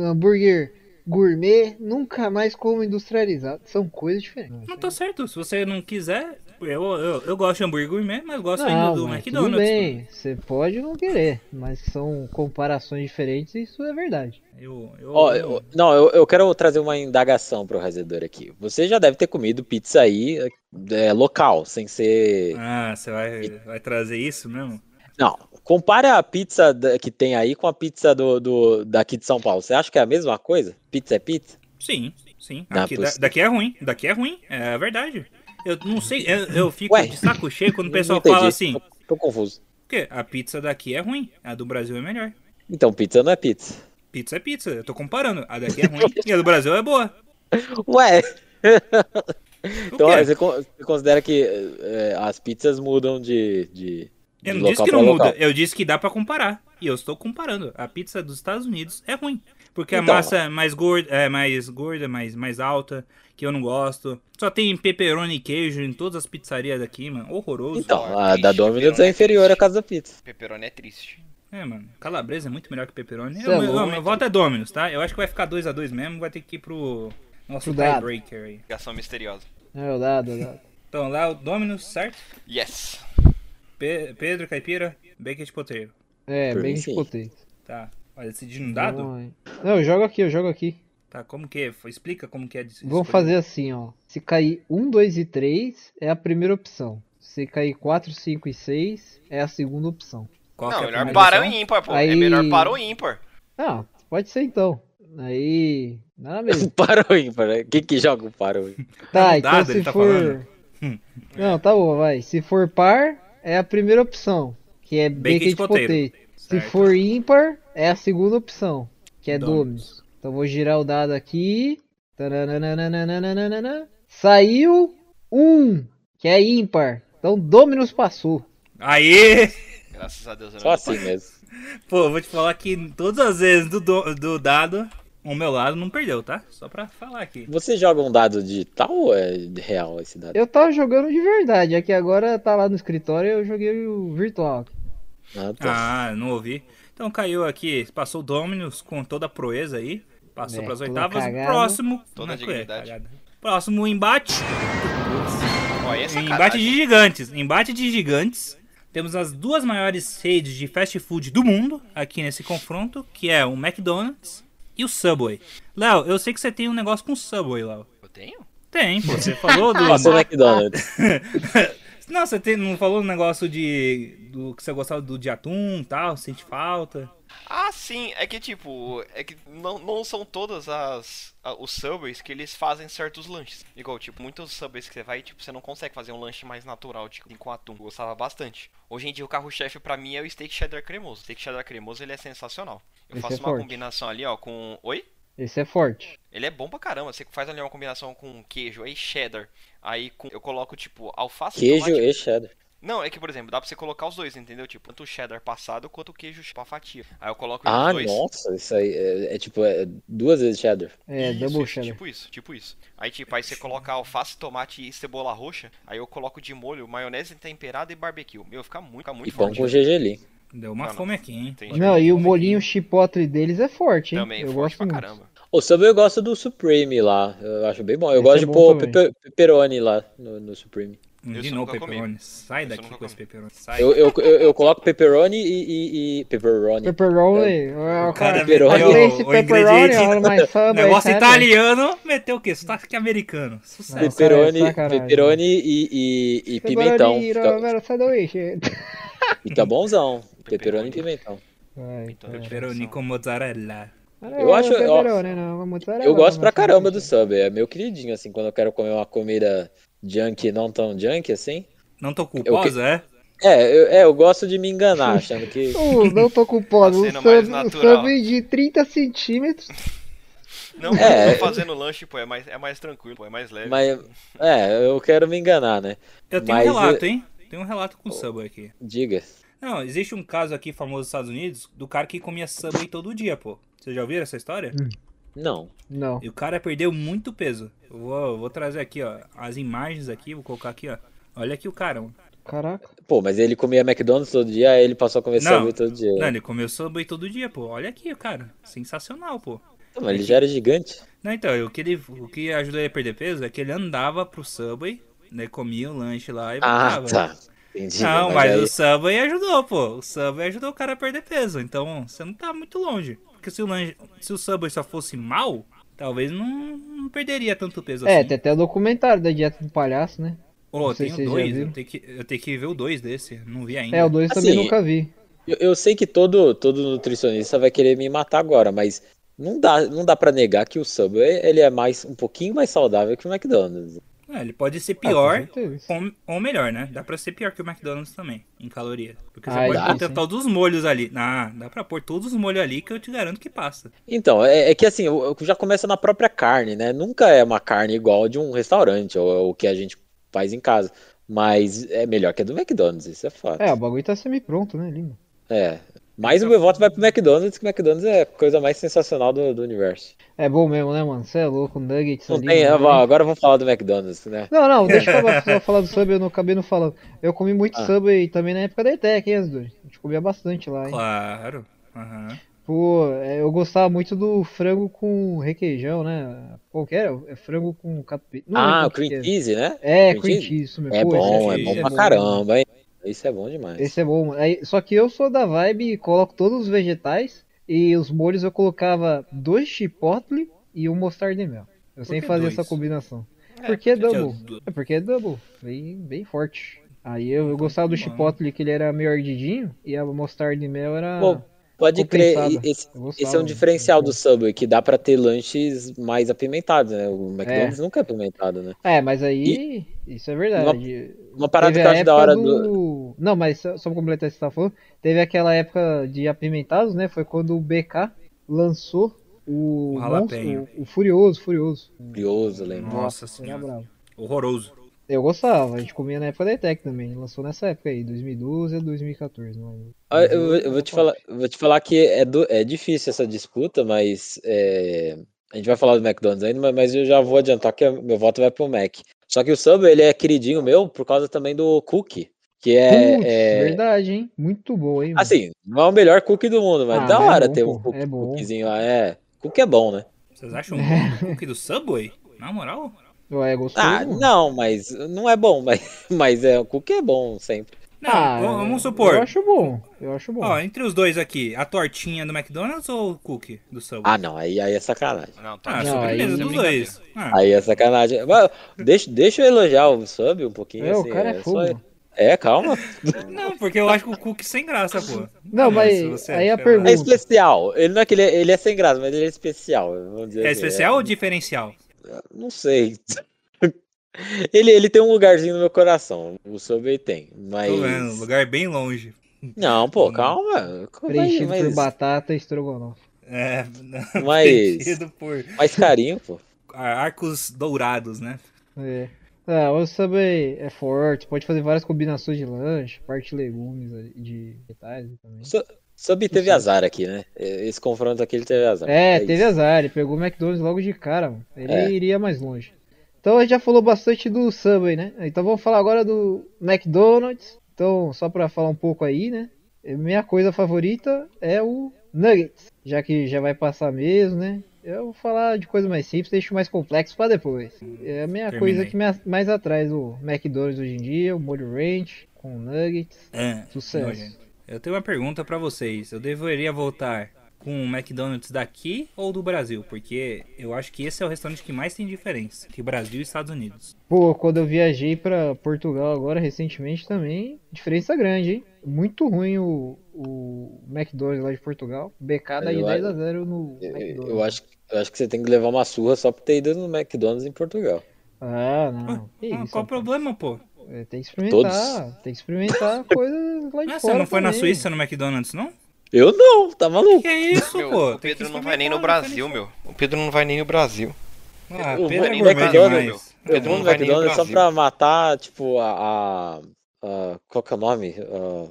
S2: hambúrguer gourmet, nunca mais como industrializado. São coisas diferentes.
S1: Não tá certo. Se você não quiser, eu, eu, eu gosto de hambúrguer gourmet, mas gosto
S2: Não,
S1: ainda do
S2: Ah, mas tudo
S1: McDonald's.
S2: bem, você pode não querer, mas são comparações diferentes e isso é verdade.
S1: Eu, eu,
S3: Ó, eu- não, eu, eu quero trazer uma indagação para o Razedor aqui. Você já deve ter comido pizza aí é, local, sem ser.
S1: Ah, você vai, vai trazer isso mesmo?
S3: Não, compara a pizza da- que tem aí com a pizza do, do- daqui de São Paulo. Você acha que é a mesma coisa? Pizza é pizza?
S1: Sim, sim.
S3: Não é
S1: Aqui, da-
S3: possível.
S1: daqui é ruim, daqui é ruim, é verdade. Eu não sei, eu, eu fico
S3: Ué,
S1: de saco cheio quando o
S3: Não
S1: pessoal
S3: entendi,
S1: fala assim,
S3: Tô, tô confuso.
S1: porque a pizza daqui é ruim, a do Brasil é melhor.
S3: Então, pizza não é pizza.
S1: Pizza é pizza, eu tô comparando. A daqui é ruim e a do Brasil é boa.
S3: Ué,
S1: O
S3: então
S1: quê?
S3: você, con- você considera que é, as pizzas mudam de. de, de
S1: Eu não
S3: local
S1: disse que
S3: pra
S1: não
S3: local?
S1: muda, eu disse que dá pra comparar. E eu estou comparando. A pizza dos Estados Unidos é ruim. Porque
S3: Então.
S1: a massa é mais gorda, é mais gorda, mais, mais alta, que eu não gosto. Só tem pepperoni e queijo em todas as pizzarias daqui, mano. Horroroso.
S3: Então,
S4: Ó,
S3: a da
S4: triste,
S3: Domino's
S4: pepperoni
S3: é
S4: é
S3: inferior à
S4: triste.
S3: casa da pizza.
S4: Pepperoni é triste.
S1: É, mano. Calabresa é muito melhor que pepperoni.
S2: Cê
S1: Eu,
S2: é
S1: eu,
S2: louco.
S1: meu voto é Dominus, tá? Eu acho que vai ficar 2x2 mesmo. Vai ter que ir pro nosso
S2: Pro dado.
S1: tiebreaker aí.
S4: Ligação misteriosa.
S2: É o dado, é o dado.
S1: Então lá o Dominus, certo?
S4: Yes.
S1: Pe- Pedro, Caipira, Bacon de Poteiro.
S2: É,
S3: Por
S2: bem
S3: mim, sim.
S2: escutei. Então, é.
S1: Tá. Vai decidir no dado?
S2: Não, eu jogo aqui, eu jogo aqui.
S1: Tá, como que é? F- Explica como que é. de-
S2: Vamos
S1: escolher.
S2: fazer assim, ó. Se cair 1, 2 e 3, é a primeira opção. Se cair 4, 5 e 6, é a segunda opção.
S1: Qual
S4: Não,
S1: que é a
S4: melhor
S1: primeira
S4: para o
S1: opção?
S4: ímpar, pô. É
S2: Aí-
S4: melhor para o ímpar.
S2: Ah, pode ser então. Aí. Nada mesmo.
S3: Para o ímpar, né? Quem que joga o para o ímpar?
S2: Tá,
S1: Não
S2: então
S1: dá, ele
S2: se
S1: tá
S2: for.
S1: falando.
S2: Não, tá bom, vai. Se for par, é a primeira opção, que é
S1: Bacon
S2: bacon
S1: de
S2: de potato.
S1: poteiro.
S2: Se
S1: Certo.
S2: for ímpar, é a segunda opção, que é
S1: Dominus.
S2: Dominus. Então vou girar o dado aqui. Tarananananananana. Saiu um, que é ímpar. Então Dominus passou.
S1: Aê!
S4: Graças a Deus. eu
S3: Só
S4: não-
S3: assim mesmo.
S1: Pô, vou te falar que todas as vezes do, do, do dado, o meu lado não perdeu, tá? Só pra falar aqui.
S3: Você joga um dado digital ou é real esse dado?
S2: Eu tava jogando de verdade, é que agora tá lá no escritório eu joguei o virtual.
S3: Ah, tá.
S1: Ah, não ouvi. Então caiu aqui, passou o Dominus com toda a proeza aí. Passou
S2: É,
S1: pras
S2: toda
S1: oitavas.
S2: cagada.
S1: Próximo.
S4: Toda
S1: não,
S4: a dignidade.
S1: é? cagada. Próximo embate.
S4: Ó, e é
S1: Embate
S4: sacanagem.
S1: de gigantes. Embate de gigantes. Temos as duas maiores redes de fast food do mundo aqui nesse confronto, que é o McDonald's e o Subway. Léo, eu sei que você tem um negócio com o Subway, Léo.
S4: Eu tenho?
S1: Tem, pô. Você falou do.
S3: Passou o McDonald's.
S1: não, você tem- não falou do negócio de. do que você gostava do de atum e tal, sente falta.
S4: Ah, sim. É que, tipo, é que não, não são todas as... a- os Subways que eles fazem certos lanches. Igual, tipo, muitos Subways que você vai, tipo, você não consegue fazer um lanche mais natural, tipo, com atum. Eu gostava bastante. Hoje em dia, o carro-chefe pra mim é o steak cheddar cremoso. O steak cheddar cremoso, ele é sensacional. Eu
S2: Esse
S4: faço
S2: é
S4: uma
S2: forte.
S4: combinação ali, ó, com... Oi?
S2: Esse é forte.
S4: Ele é bom pra caramba. Você faz ali uma combinação com queijo, aí cheddar. Aí com... eu coloco, tipo, alface
S3: Queijo
S4: tomate,
S3: e cheddar.
S4: Não, é que, por exemplo, dá pra você colocar os dois, entendeu? Tipo, tanto o cheddar passado quanto o queijo pra fatia. Aí eu coloco os
S3: Ah,
S4: dois.
S3: nossa, isso aí é, é tipo é duas vezes cheddar.
S2: É,
S4: Isso,
S2: double
S4: isso,
S2: cheddar.
S4: Tipo isso, tipo isso. Aí, tipo, aí você coloca alface, tomate e cebola roxa. Aí eu coloco de molho, maionese temperada e barbecue. Meu, fica muito, fica muito
S3: E pão
S4: forte.
S3: com gergelim.
S1: Deu uma
S4: Não, não.
S1: fome aqui, hein?
S4: Entendi.
S2: Não, e o molinho chipotle deles é forte, hein?
S4: Também,
S2: eu
S4: forte
S2: gosto
S4: pra
S2: muito.
S4: caramba.
S3: O Subway eu gosto do Supreme lá. Eu acho bem bom. Eu
S2: Esse
S3: gosto
S2: é
S3: de
S2: bom
S3: pôr
S2: também.
S3: pepe- pepperoni lá no, no Supreme.
S1: Um De
S4: Isso eu
S1: novo,
S4: nunca comi.
S1: pepperoni. Sai
S4: Isso eu
S1: daqui
S4: nunca
S1: com esse
S4: comi.
S1: pepperoni. Sai.
S3: Eu, eu, eu, eu coloco pepperoni e. e, e pepperoni.
S2: Pepperoni, é, o cara,
S3: Pepperoni.
S1: meteu
S2: Inglês de
S1: o
S2: pepperoni,
S1: ingrediente-
S2: olha mais samba,
S1: Negócio
S2: sabe?
S1: italiano, meteu o quê? Sotaque americano. Sucesso.
S2: Não, cara, é
S3: Pepperoni,
S2: sacanagem.
S3: pepperoni e, e, e pimentão.
S2: Pepperoni,
S3: Fica,
S2: Romero, sanduíche.
S3: fica bonzão. Pepperoni
S4: Pepperoni.
S3: e pimentão.
S2: Ai, cara.
S4: Então, Tipo assim,
S1: Pepperoni com mozzarella.
S2: Ah,
S3: Eu acho-
S2: não,
S3: ó,
S2: pepperoni não, é uma mozzarella,
S3: Eu gosto
S2: uma
S3: pra caramba do
S2: sanduíche.
S3: Subway. É meu queridinho, assim, quando eu quero comer uma comida junk, não tão junk, assim.
S1: Não tô culposa, é?
S3: É, eu, é, eu gosto de me enganar, achando que.
S2: Uh, não tô culpado,
S4: Tá
S2: um
S4: sendo mais
S2: sub- um
S4: natural.
S2: sanduíche de 30 centímetros.
S4: Não, mas
S3: É.
S4: eu tô fazendo lanche, pô, é mais, é mais tranquilo, pô, é mais leve.
S3: Mas, é, eu quero me enganar, né?
S1: Eu tenho um
S3: Mas,
S1: relato, hein? Tem um relato com o Subway aqui.
S3: Diga.
S1: Não, existe um caso aqui famoso nos Estados Unidos do cara que comia Subway todo dia, pô. Vocês já ouviram essa história?
S3: Não.
S2: Não.
S1: E o cara perdeu muito peso. Eu vou, vou trazer aqui, ó, as imagens aqui, vou colocar aqui, ó. Olha aqui o cara, um mano.
S2: Caraca.
S3: Pô, mas ele comia McDonald's todo dia, aí ele passou a comer
S1: Não.
S3: Subway todo dia.
S1: Não, ele comeu Subway todo dia, pô. Olha aqui o cara. Sensacional, pô.
S3: Não,
S1: é
S3: mas ele já era gigante.
S1: Não, então, o que, ele, o que ajudou ele a perder peso é que ele andava pro Subway, né? Comia o lanche lá e
S3: Ah,
S1: voltava.
S3: tá. Entendi.
S1: Não,
S3: mas
S1: mas
S3: aí-
S1: o Subway ajudou, pô. O Subway ajudou o cara a perder peso. Então, você não tá muito longe. Porque se o, lanche, se o Subway só fosse mal, talvez não, não perderia tanto peso
S2: É,
S1: assim.
S2: tem até o documentário da dieta do palhaço, né?
S1: Ô,
S2: não
S1: eu
S2: sei
S1: tenho
S2: se vocês já
S1: dois.
S2: viram.
S1: Eu tenho, que, eu tenho que ver o dois desse. Não vi ainda.
S2: É, o 2 também
S3: Assim,
S2: nunca vi.
S3: Eu, eu sei que todo, todo nutricionista vai querer me matar agora, mas não dá, não dá para negar que o Subway ele é mais um pouquinho mais saudável que o McDonald's.
S1: É, ele pode ser
S2: Ah, com
S1: pior
S2: certeza.
S1: ou, ou melhor, né? Dá pra ser pior que o McDonald's também, em caloria. Porque você
S2: Ah,
S1: pode
S3: dá,
S1: botar
S2: sim.
S1: todos os molhos ali. Ah, dá pra pôr todos os molhos ali que eu te garanto que passa.
S3: Então, é, é que assim, eu, eu já começa na própria carne, né? Nunca é uma carne igual de um restaurante ou o que a gente faz em casa, mas é melhor que a do McDonald's, isso é fato.
S2: É, o bagulho tá semi-pronto, né, lindo?
S3: É. Mas o meu voto vai pro McDonald's, que o McDonald's é a coisa mais sensacional do, do universo.
S2: É bom mesmo, né, mano? Você é louco, nuggets
S3: Não
S2: ali,
S3: tem,
S2: né?
S3: eu vou- agora eu vou falar do McDonald's, né?
S2: Não, não, deixa eu falar, só falar do Subway, eu não acabei não falando. Eu comi muito
S3: Ah.
S2: Subway também na época da ETEC, hein, as duas? A gente comia bastante lá, hein?
S1: Claro. Aham.
S2: Pô, é, eu gostava muito do frango com requeijão, né? Qual que era? É frango com cape... Não é
S3: Ah,
S2: lembro
S3: o
S2: que que
S3: cream
S2: era.
S3: cheese, né?
S2: É,
S3: cream
S2: cream
S3: cheese?
S2: cheese, isso mesmo.
S3: É
S2: Pô,
S3: bom,
S1: esse
S3: é
S1: é
S3: bom pra
S2: mano.
S3: caramba, hein? Isso é bom demais.
S2: Esse é bom. Aí, só que eu sou da vibe, coloco todos os vegetais e os molhos eu colocava dois chipotle e um mostarda e mel. Eu sempre
S1: que
S2: fazia
S1: dois?
S2: essa combinação. porque é
S1: Tinha
S2: double.
S1: du-
S2: É porque é double. Bem, bem forte. Aí eu, eu gostava do
S1: tá bom.
S2: chipotle que ele era meio ardidinho e a mostarda e mel era.
S3: Pô, Pode crer,
S2: compensada.
S3: e- esse,
S2: eu gostava,
S3: esse é um
S2: mano.
S3: diferencial do
S2: Muito
S3: Subway, que dá pra ter lanches mais apimentados, né? O McDonald's nunca é apimentado, né?
S2: bom. É, mas aí. Isso é verdade.
S3: Uma parada
S2: Teve
S3: que eu
S2: a
S3: acho da
S2: época
S3: hora do...
S2: Não, mas só só pra completar isso que você tá falando, teve aquela época de apimentados, né? Foi quando o BK lançou o,
S1: O jalapeño.
S2: Monstro- o, o Furioso, Furioso.
S3: Curioso, lembra?
S1: Nossa
S2: Era
S1: senhora.
S2: bravo.
S1: Horroroso.
S2: Eu gostava, a gente comia na época da ETEC também, lançou nessa época aí, 2012 a 2014. Não.
S3: Ah, Eu, vou- eu vou te falar, eu vou te falar que é, do- é difícil essa disputa, mas é, a gente vai falar do McDonald's ainda, mas- mas eu já vou adiantar que meu voto vai pro Mac. Só que o Subway, ele é queridinho meu por causa também do cookie, que é-
S2: Putz,
S3: é,
S2: verdade, hein? Muito boa, hein? mano?
S3: Assim, não é o melhor cookie do mundo, mas
S2: Ah,
S3: da
S2: mas é
S3: hora
S2: bom,
S3: ter
S2: pô,
S3: um cookie,
S2: é bom.
S3: cookiezinho lá. É, cookie é bom, né?
S1: Vocês acham um cookie do Subway? Na moral?
S2: Ué, gostoso.
S3: Ah,
S2: mano.
S3: não, mas não é bom, mas, mas é, o cookie é bom sempre.
S1: Não,
S2: Ah,
S1: v- vamos supor.
S2: Eu acho bom, eu acho bom.
S1: Ó, entre os dois aqui, a tortinha do McDonald's ou o cookie do Subway?
S3: Ah, não, aí, aí é sacanagem.
S4: Não, tá.
S1: Ah,
S2: não,
S1: sobremesa
S2: aí-
S1: dos dois. Ah,
S3: Aí é sacanagem. Mas deixa, deixa eu elogiar o sub um pouquinho.
S2: é,
S3: assim,
S2: o cara é
S3: só-
S2: fogo. mano.
S3: É, calma.
S1: não, porque eu acho que o cookie sem graça, pô.
S2: Não,
S1: Ah,
S2: mas
S1: se você
S2: aí a
S1: achar-
S3: É
S2: pergunta-
S3: especial. Ele não é que ele é, ele é sem graça, mas ele é especial. Vamos dizer
S1: É
S3: assim,
S1: especial ou diferencial?
S3: Não sei. Ele, ele tem um lugarzinho no meu coração. O Subway tem. Mas.
S1: Tô vendo, lugar bem longe.
S3: Não, pô, calma. Calma aí,
S2: Preenchido por
S3: mas-
S2: batata e estrogonofe.
S1: É, não,
S3: Mas-
S1: preenchido por
S3: Mais carinho, pô.
S1: ar- arcos dourados, né?
S2: É. Ah, o Subway é forte, pode fazer várias combinações de lanche, parte de legumes ali, de vegetais também.
S3: Sub teve azar aqui, né? Esse confronto aqui ele teve azar.
S2: É,
S3: isso.
S2: teve azar, ele pegou o McDonald's logo de cara, mano. Ele
S3: É.
S2: iria mais longe. Então a gente já falou bastante do Subway, né? Então vamos falar agora do McDonald's. Então, só pra falar um pouco aí, né? Minha coisa favorita é o Nuggets, já que já vai passar mesmo, né? Eu vou falar de coisa mais simples, deixo mais complexo pra depois. É a minha
S1: Terminei.
S2: coisa que me a- mais atrai do McDonald's hoje em dia, o molho ranch com Nuggets,
S1: Ah,
S2: sucesso.
S1: nojento. eu tenho uma pergunta pra vocês. Eu deveria voltar com o McDonald's daqui ou do Brasil? Porque eu acho que esse é o restaurante que mais tem diferença entre Brasil e Estados Unidos.
S2: Pô, quando eu viajei pra Portugal agora recentemente também, diferença grande, hein? Muito ruim o, o McDonald's lá de Portugal. BK dá de
S3: Eu
S2: 10 a
S3: acho-
S2: 0 no
S3: Eu,
S2: McDonald's.
S3: eu acho, eu acho que você tem que levar uma surra só por ter ido no McDonald's em Portugal.
S2: Ah, não. Que
S1: Ah,
S2: isso,
S1: qual o
S2: rapaz.
S1: problema, pô?
S2: É, Tem que experimentar,
S3: Todos.
S2: tem que experimentar coisas lá de
S1: Ah, você
S2: fora
S1: não foi na
S2: também.
S1: Suíça no McDonald's, não?
S3: Eu não, tá maluco?
S1: Que isso,
S4: Meu,
S1: pô?
S4: o
S1: Tem que
S4: Pedro não vai nem no
S1: experimentar, né,
S4: Brasil, meu. O Pedro não vai nem no Brasil.
S1: Ah,
S3: Eu
S1: Pedro é
S3: vou-
S1: gourmet
S3: McDonald's,
S1: demais.
S3: Eu
S4: Pedro
S3: vou no
S4: não vai nem no
S3: McDonald's só
S4: Brasil.
S3: pra matar, tipo, a. a- a- qual que é o nome? A-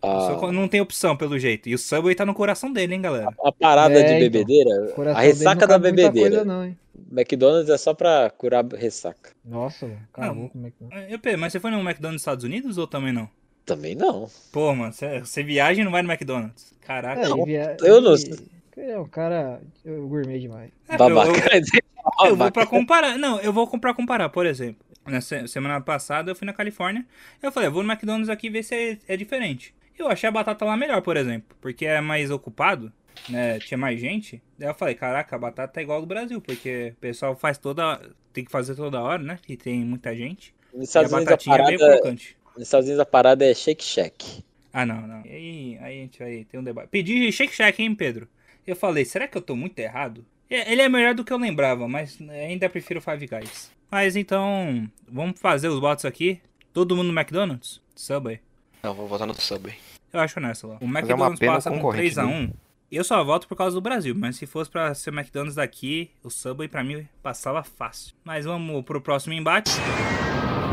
S1: Ah, Só que não tem opção, pelo jeito. E o Subway tá no coração dele, hein, galera?
S3: a parada
S2: É,
S3: de
S2: então.
S3: bebedeira,
S2: Coração
S3: a
S2: dele não
S3: ressaca da
S2: cabe muita
S3: bebedeira.
S2: Coisa, não, hein?
S3: McDonald's é só pra curar ressaca.
S2: Nossa, mano, acabou como é que não.
S3: Ah.
S1: É, EP, mas você foi no McDonald's dos Estados Unidos ou também não?
S3: Também não.
S1: Pô, mano, você- você viaja e não vai no McDonald's. Caraca.
S2: É,
S3: não,
S2: ele via-
S3: eu não
S2: ele-
S3: sei.
S2: ele é um cara eu, gourmet demais.
S1: É,
S3: Babaca.
S1: eu- Eu, vou
S3: Babaca.
S1: pra comparar. Não, eu vou comprar comparar, por exemplo. Na se- semana passada eu fui na Califórnia. Eu falei, eu vou no McDonald's aqui ver se é, é diferente. Eu achei a batata lá melhor, por exemplo, porque é mais ocupado, né? Tinha mais gente. Daí eu falei, caraca, a batata é igual ao do Brasil, porque o pessoal faz toda. Tem que fazer toda hora, né? Que tem muita gente. E
S3: Nos
S1: a
S3: Estados, Unidos a
S1: batatinha é bem
S3: parada,
S1: crocante.
S3: nos Estados Unidos a parada é shake shack.
S1: Ah, não, não. E Aí, aí a gente vai ter um debate. Pedi shake shack, hein, Pedro? Eu falei, será que eu tô muito errado? É, Ele é melhor do que eu lembrava, mas ainda prefiro Five Guys. Mas então, vamos fazer os votos aqui. Todo mundo no McDonald's? Subway.
S4: Não, vou votar no Subway.
S1: Eu acho nessa lá. O
S4: é uma
S1: McDonald's
S4: pena o
S1: passa com
S4: concorrente,
S1: 3x1. Eu só voto por causa do Brasil, mas se fosse pra ser McDonald's daqui, o Subway pra mim passava fácil. Mas vamos pro próximo embate.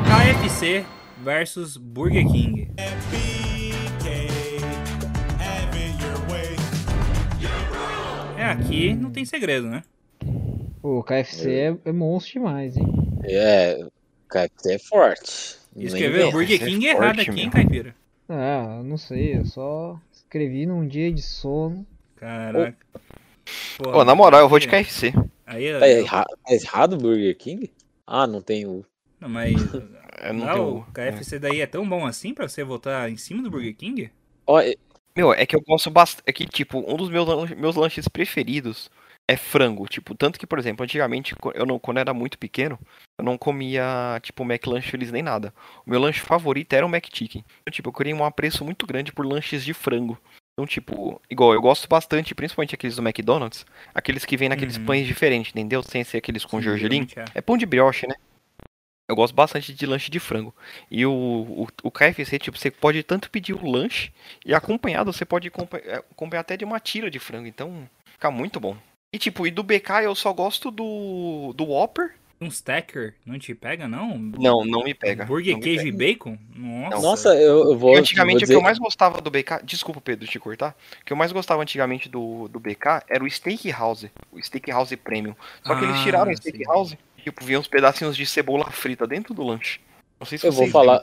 S1: KFC versus Burger King. É aqui, não tem segredo, né?
S2: Pô, o KFC é, é monstro demais, hein?
S3: É, KFC é forte.
S1: Escreveu
S3: Nem-
S1: Burger
S4: KFC é
S1: King errado
S4: forte
S1: aqui, hein,
S4: mesmo.
S1: Caipira?
S2: Ah, eu não sei, eu só escrevi num dia de sono.
S1: Caraca. Pô, É.
S4: Ô, na moral, eu vou de KFC.
S1: Aí,
S3: Tá erra- tá errado o Burger King? Ah, não tem o.
S1: não, mas
S4: Eu não
S1: Ah,
S4: tenho-
S1: o KFC daí é tão bom assim pra você votar em cima do Burger King?
S3: Ó, é-
S4: Meu, é que eu gosto bastante. É que, tipo, um dos meus, lan- meus lanches preferidos é frango. Tipo, tanto que, por exemplo, antigamente, co- eu não, quando eu era muito pequeno, eu não comia, tipo, McLanche feliz nem nada. O meu lanche favorito era o McChicken. Então, tipo, eu criei um apreço muito grande por lanches de frango. Então, tipo, igual, eu gosto bastante, principalmente aqueles do McDonald's, aqueles que vêm naqueles
S1: Uhum.
S4: pães diferentes, entendeu? Sem ser aqueles com gergelim.
S1: Geralmente é.
S4: É pão de brioche, né? Eu gosto bastante de lanche de frango. E o, o, o KFC, tipo, você pode tanto pedir o lanche e acompanhado, você pode acompa- é, acompanhar até de uma tira de frango. Então, fica muito bom. E tipo, e do BK eu só gosto do, do Whopper.
S1: Um stacker não te pega, não? Um
S4: Não, não me pega.
S1: Burger
S4: não me
S1: queijo
S4: pega.
S1: e bacon? Nossa.
S3: Nossa, eu, eu vou.
S4: E antigamente
S3: vou
S4: o que eu
S3: dizer-
S4: mais gostava do BK, desculpa Pedro te cortar, o que eu mais gostava antigamente do, do BK era o Steakhouse, o Steakhouse Premium. Só que eles
S1: Ah,
S4: tiraram o
S1: sim.
S4: Steakhouse, tipo, vinha uns pedacinhos de cebola frita dentro do lanche. Não sei se
S3: Eu vou
S4: vocês
S3: falar.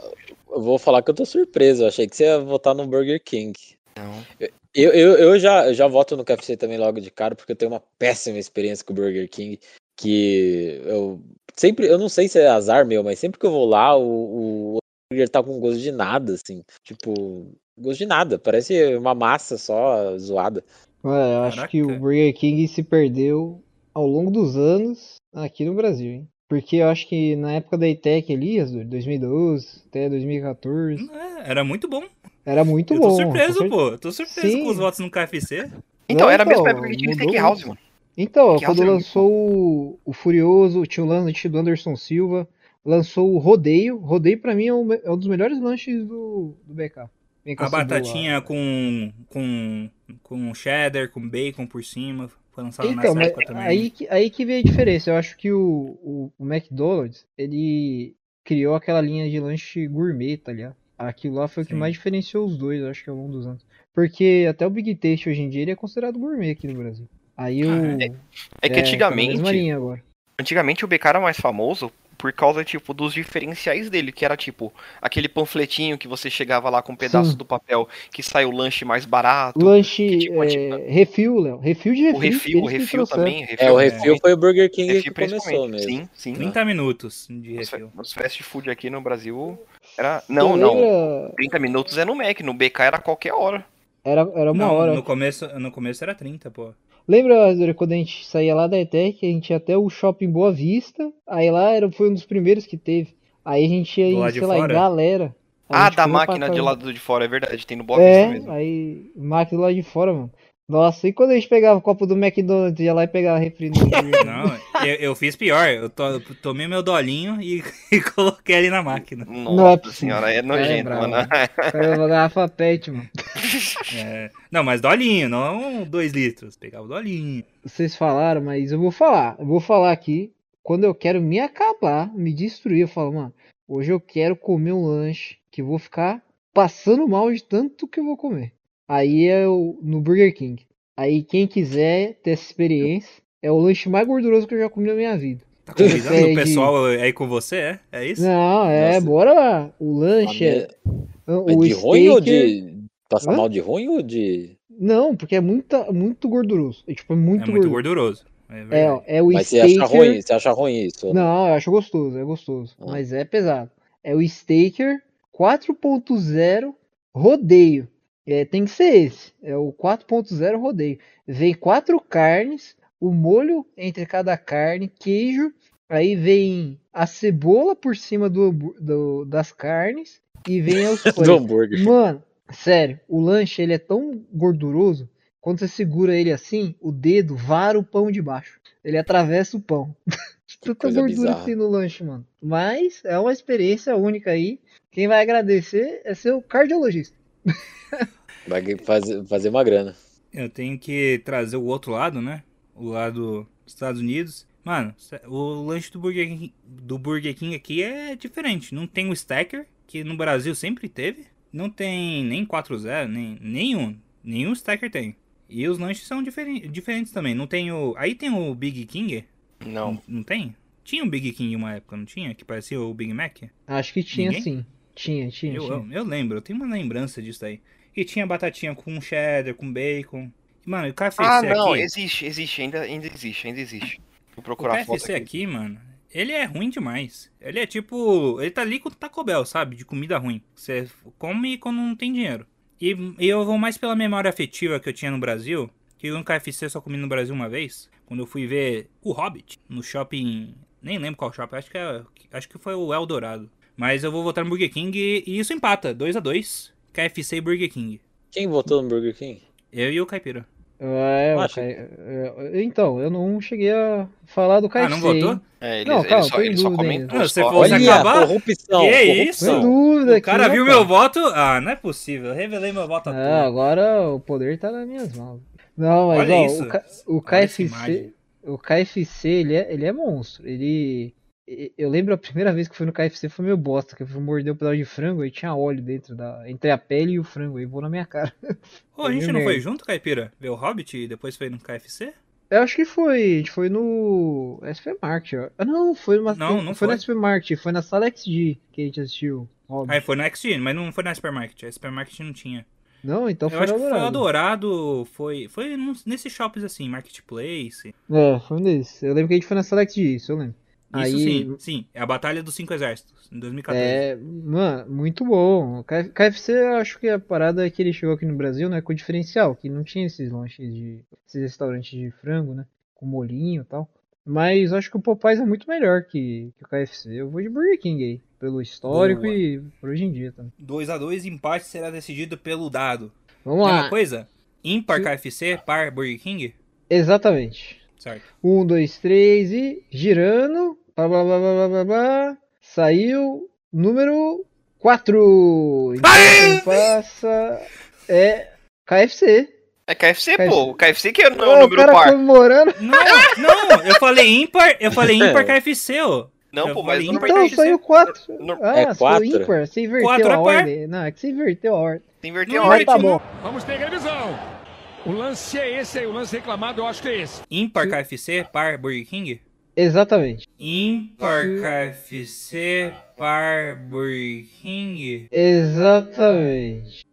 S3: Eu vou falar que eu tô surpreso. Eu achei que você ia votar no Burger King.
S4: lembram. Não.
S3: Eu, eu, eu já, eu já voto no KFC também logo de cara, porque eu tenho uma péssima experiência com o Burger King. Que eu sempre, eu não sei se é azar meu, mas sempre que eu vou lá, o, o hambúrguer tá com gosto de nada, assim. Tipo, gosto de nada. Parece uma massa só zoada.
S2: Ué, eu acho que o
S1: Caraca.
S2: Burger King se perdeu ao longo dos anos aqui no Brasil, hein? Porque eu acho que na época da ITEC ali, as do- 2012 até 2014,
S1: É, Era muito bom.
S2: era muito
S1: eu tô
S2: bom. com
S1: surpreso,
S2: certeza.
S1: pô. Eu tô surpreso
S2: Sim.
S1: com os votos no KFC.
S4: Então,
S2: Não,
S4: era a mesma
S2: então,
S4: época que tinha
S2: mudou
S4: Steakhouse,
S2: muito.
S4: mano.
S2: Então,
S4: Que
S2: quando
S4: alter-
S2: lançou o, o Furioso, tinha o lanche do Anderson Silva, lançou o Rodeio. Rodeio pra mim é um, é um dos melhores lanches do, assim do BK. Vem com
S1: A
S2: cebola.
S1: batatinha com, com, com cheddar, com bacon por cima. Foi lançado
S2: Então,
S1: tá nessa
S2: mas
S1: época também. né?
S2: aí que, aí que veio a diferença. Eu acho que o, o, o McDonald's, ele criou aquela linha de lanche gourmet, tá ligado? Aquilo lá foi o que
S1: Sim.
S2: mais diferenciou os dois, eu acho que ao longo dos anos. Porque até o Big Taste hoje em dia ele é considerado gourmet aqui no Brasil. Aí o.
S1: Ah,
S4: É que
S2: tá na mesma
S4: antigamente,
S2: linha agora.
S4: antigamente o BK era mais famoso por causa, tipo, dos diferenciais dele, que era, tipo, aquele panfletinho que você chegava lá com um pedaço
S2: Sim.
S4: do papel que sai o lanche mais barato,
S2: Lanche,
S4: que tipo,
S2: é,
S4: antiga-
S2: refil, Léo. Refil de refil.
S4: o
S2: eles
S4: refil, o
S2: Uhum, que
S4: refil
S2: trouxeram.
S4: também, refil,
S3: É, o refil foi o Burger King
S4: refil
S3: que começou
S4: principalmente,
S3: mesmo.
S4: sim, sim.
S2: tá
S1: 30 minutos de
S4: Os,
S1: refil.
S4: os fast food aqui no Brasil era...
S2: Você
S4: Não, não,
S2: lembra?
S4: 30 minutos é no Mac, no BK era a qualquer hora.
S2: Era, era Tá uma
S1: Não,
S2: hora.
S1: No começo, no começo era 30, pô.
S2: Lembra, Azura, quando a gente saía lá da ETEC, a gente ia até o shopping Boa Vista, aí lá era, foi um dos primeiros que teve. Aí a gente ia,
S1: Do
S2: em,
S1: lado de
S2: sei lá, em
S1: fora?
S2: galera. Aí a
S4: Ah,
S2: gente
S4: da
S2: comia pra
S4: máquina de
S2: caramba.
S4: lado de fora, é verdade, tem no Boa
S2: É,
S4: Vista mesmo.
S2: aí máquina do lado de fora, mano. Nossa, e quando a gente pegava o copo do McDonald's, ia lá e pegava refri no
S1: Não, eu, eu fiz pior. Eu, to- eu tomei meu dolinho e, e coloquei ali na máquina.
S2: Não é
S4: Nossa
S2: possível.
S4: senhora, é nojento,
S2: bravo,
S4: mano.
S2: né? Caramba, garrafa pet, mano.
S1: É, Não, mas dolinho, não dois litros. Pegava o dolinho.
S2: Vocês falaram, mas eu vou falar. Eu vou falar aqui. Quando eu quero me acabar, me destruir, eu falo, mano, hoje eu quero comer um lanche que eu vou ficar passando mal de tanto que eu vou comer. Aí é o- no Burger King. Aí quem quiser ter essa experiência, é o lanche mais gorduroso que eu já comi na minha vida.
S1: Tá convidando
S2: Pede-
S1: o pessoal aí com você, é? É isso?
S2: Não, é,
S3: Nossa.
S2: bora lá. O
S3: A
S2: lanche
S3: minha-
S2: é. O
S3: é de ruim ou
S2: steak é-
S3: de. Passar
S2: Hã?
S3: mal de ruim ou de.
S2: Não, porque é muita, muito gorduroso. É tipo, é muito,
S1: é muito
S2: gorduroso.
S1: gorduroso. É
S2: É,
S1: verdade.
S2: ó, é o
S3: Mas você
S2: steak.
S3: acha ruim? Você acha ruim isso? ou
S2: Não, eu acho gostoso, é gostoso.
S3: Ah.
S2: Mas é pesado. É o Staker 4.0 rodeio. É, tem que ser esse. É o 4.0 rodeio. Vem quatro carnes, o molho entre cada carne, queijo. Aí vem a cebola por cima do, hambú- do- das carnes. E vem os
S3: Do
S2: pães.
S3: hambúrguer.
S2: Mano, sério, o lanche ele é tão gorduroso. Quando você segura ele assim, o dedo vara o pão de baixo. Ele atravessa o pão. De Tanta
S3: coisa
S2: gordura
S3: bizarra.
S2: que tem no lanche, mano. Mas é uma experiência única aí. Quem vai agradecer é seu cardiologista.
S3: Vai fazer, fazer uma grana.
S1: Eu tenho que trazer o outro lado, né? O lado dos Estados Unidos. Mano, cê- o lanche do Burger King, do Burger King aqui é diferente. Não tem o stacker, que no Brasil sempre teve. Não tem nem 4-0, nem nenhum. Nenhum stacker tem. E os lanches são diferen- diferentes também. Não tem o. Aí tem o Big King?
S4: Não.
S1: Não tem? Tinha o Big King uma época, não tinha? Que parecia o Big Mac?
S2: Acho que tinha
S1: Ninguém?
S2: sim. Tinha, tinha,
S1: Eu,
S2: tinha.
S1: eu, eu lembro, eu tenho uma lembrança disso aí. E tinha batatinha com cheddar, com bacon. Mano, e o KFC
S4: Ah, não,
S1: aqui.
S4: existe, existe, ainda, ainda existe, ainda existe. Vou
S1: O
S4: procurar a foto
S1: KFC
S4: aqui.
S1: aqui. mano, ele é ruim demais. Ele é tipo. Ele tá ali com o Taco Bell, sabe? De comida ruim. Você come quando não tem dinheiro. E, e eu vou mais pela memória afetiva que eu tinha no Brasil. Que eu um no KFC só comi no Brasil uma vez. Quando eu fui ver o Hobbit no shopping. Nem lembro qual shopping, acho que, é- acho que foi o Eldorado. Mas eu vou votar no Burger King e, e isso empata. 2 a 2 KFC e Burger King.
S3: Quem votou no Burger King?
S1: Eu e o Caipira.
S2: É,
S3: Eu
S2: o
S3: acho
S2: Kai- é, é, Então, eu não cheguei a falar do
S1: Ah,
S2: KFC.
S1: não
S2: hein?
S1: votou?
S4: É, eles,
S2: Não,
S4: eles
S2: calma,
S4: só,
S2: tô em
S4: eles só
S2: dúvida
S4: comentam
S1: ainda. Ah,
S4: os
S1: você
S4: cortes.
S1: fosse
S3: Olha,
S1: acabar?
S3: corrupção.
S1: Que
S2: Sem
S1: isso?
S3: corrupção.
S2: dúvida
S1: O cara
S2: aqui,
S1: viu
S2: rapaz.
S1: meu voto? Ah, não é possível. Eu revelei meu voto à
S2: Ah,
S1: toa.
S2: agora o poder tá nas minhas mãos. Não, mas
S1: Olha
S2: ó,
S1: isso.
S2: o, K- o
S1: Olha essa
S2: KFC,
S1: imagem.
S2: o KFC, ele é, ele é monstro. Ele e- eu lembro a primeira vez que eu fui no KFC foi meu bosta, que eu fui morder um pedaço de frango e tinha óleo dentro da entre a pele e o frango e voou na minha cara.
S1: Ô, a
S2: Eu
S1: gente
S2: vi
S1: não foi
S2: mesmo.
S1: junto, Caipira? Ver o Hobbit e depois foi no KFC?
S2: Eu acho que foi, a gente foi no SP Market. ó. Ah, não, foi numa
S1: Não, não
S2: foi na
S1: foi.
S2: SP Market, foi na sala XG que a gente assistiu. Óbvio.
S1: Aí Ah, foi no XG, mas não foi na Supermarket. A Supermarket não tinha.
S2: Não, então
S1: É, Eu
S2: foi
S1: acho
S2: na
S1: que foi
S2: Dourado.
S1: adorado, foi, foi num- nesses shops assim, Marketplace.
S2: É, foi nesse. Eu lembro que a gente foi na sala XG, isso eu lembro.
S1: Isso
S2: Aí,
S1: sim, sim. É a Batalha dos Cinco Exércitos, em 2014.
S2: É, mano, muito bom. O K- KFC, eu acho que a parada é que ele chegou aqui no Brasil, né, com o diferencial, que não tinha esses lanches de, esses restaurantes de frango, né, com molhinho e tal. Mas eu acho que o Popeyes é muito melhor que, que o KFC. Eu vou de Burger King aí, pelo histórico
S1: Boa.
S2: e por hoje em dia também.
S1: 2 a 2 empate será decidido pelo dado.
S2: Vamos
S1: Tem
S2: lá.
S1: uma coisa? Ímpar
S2: Sim.
S1: KFC, par Burger King?
S2: Exatamente.
S1: Certo.
S2: Um, dois, três e girando. Blá, blá, blá, blá, blá, blá, blá. Saiu número 4. Então quem passa é KFC.
S4: É KFC,
S2: KFC.
S4: pô. O KFC que não é
S2: Ô,
S4: o
S2: o
S4: número
S2: cara
S4: par.
S2: comemorando.
S1: Não, não, eu falei ímpar, eu falei
S2: É.
S1: ímpar KFC, ô.
S4: Não,
S1: Eu
S4: pô, mas
S1: falei
S4: o número
S2: Então,
S1: KFC.
S2: saiu 4.
S4: No-
S2: Ah,
S3: É
S2: saiu
S3: quatro?
S2: ímpar. Você inverteu
S1: Quatro é
S2: a
S1: par.
S2: ordem. Não, é que você inverteu a ordem.
S4: inverteu
S1: Não
S4: a
S1: é
S4: ordem.
S2: Mas tá
S1: ótimo.
S2: bom.
S7: Vamos ter revisão. O lance é esse aí, o lance reclamado eu acho que é esse.
S1: Ímpar KFC, par Burger King?
S2: Exatamente.
S1: Ímpar KFC, par Burger King?
S2: Exatamente.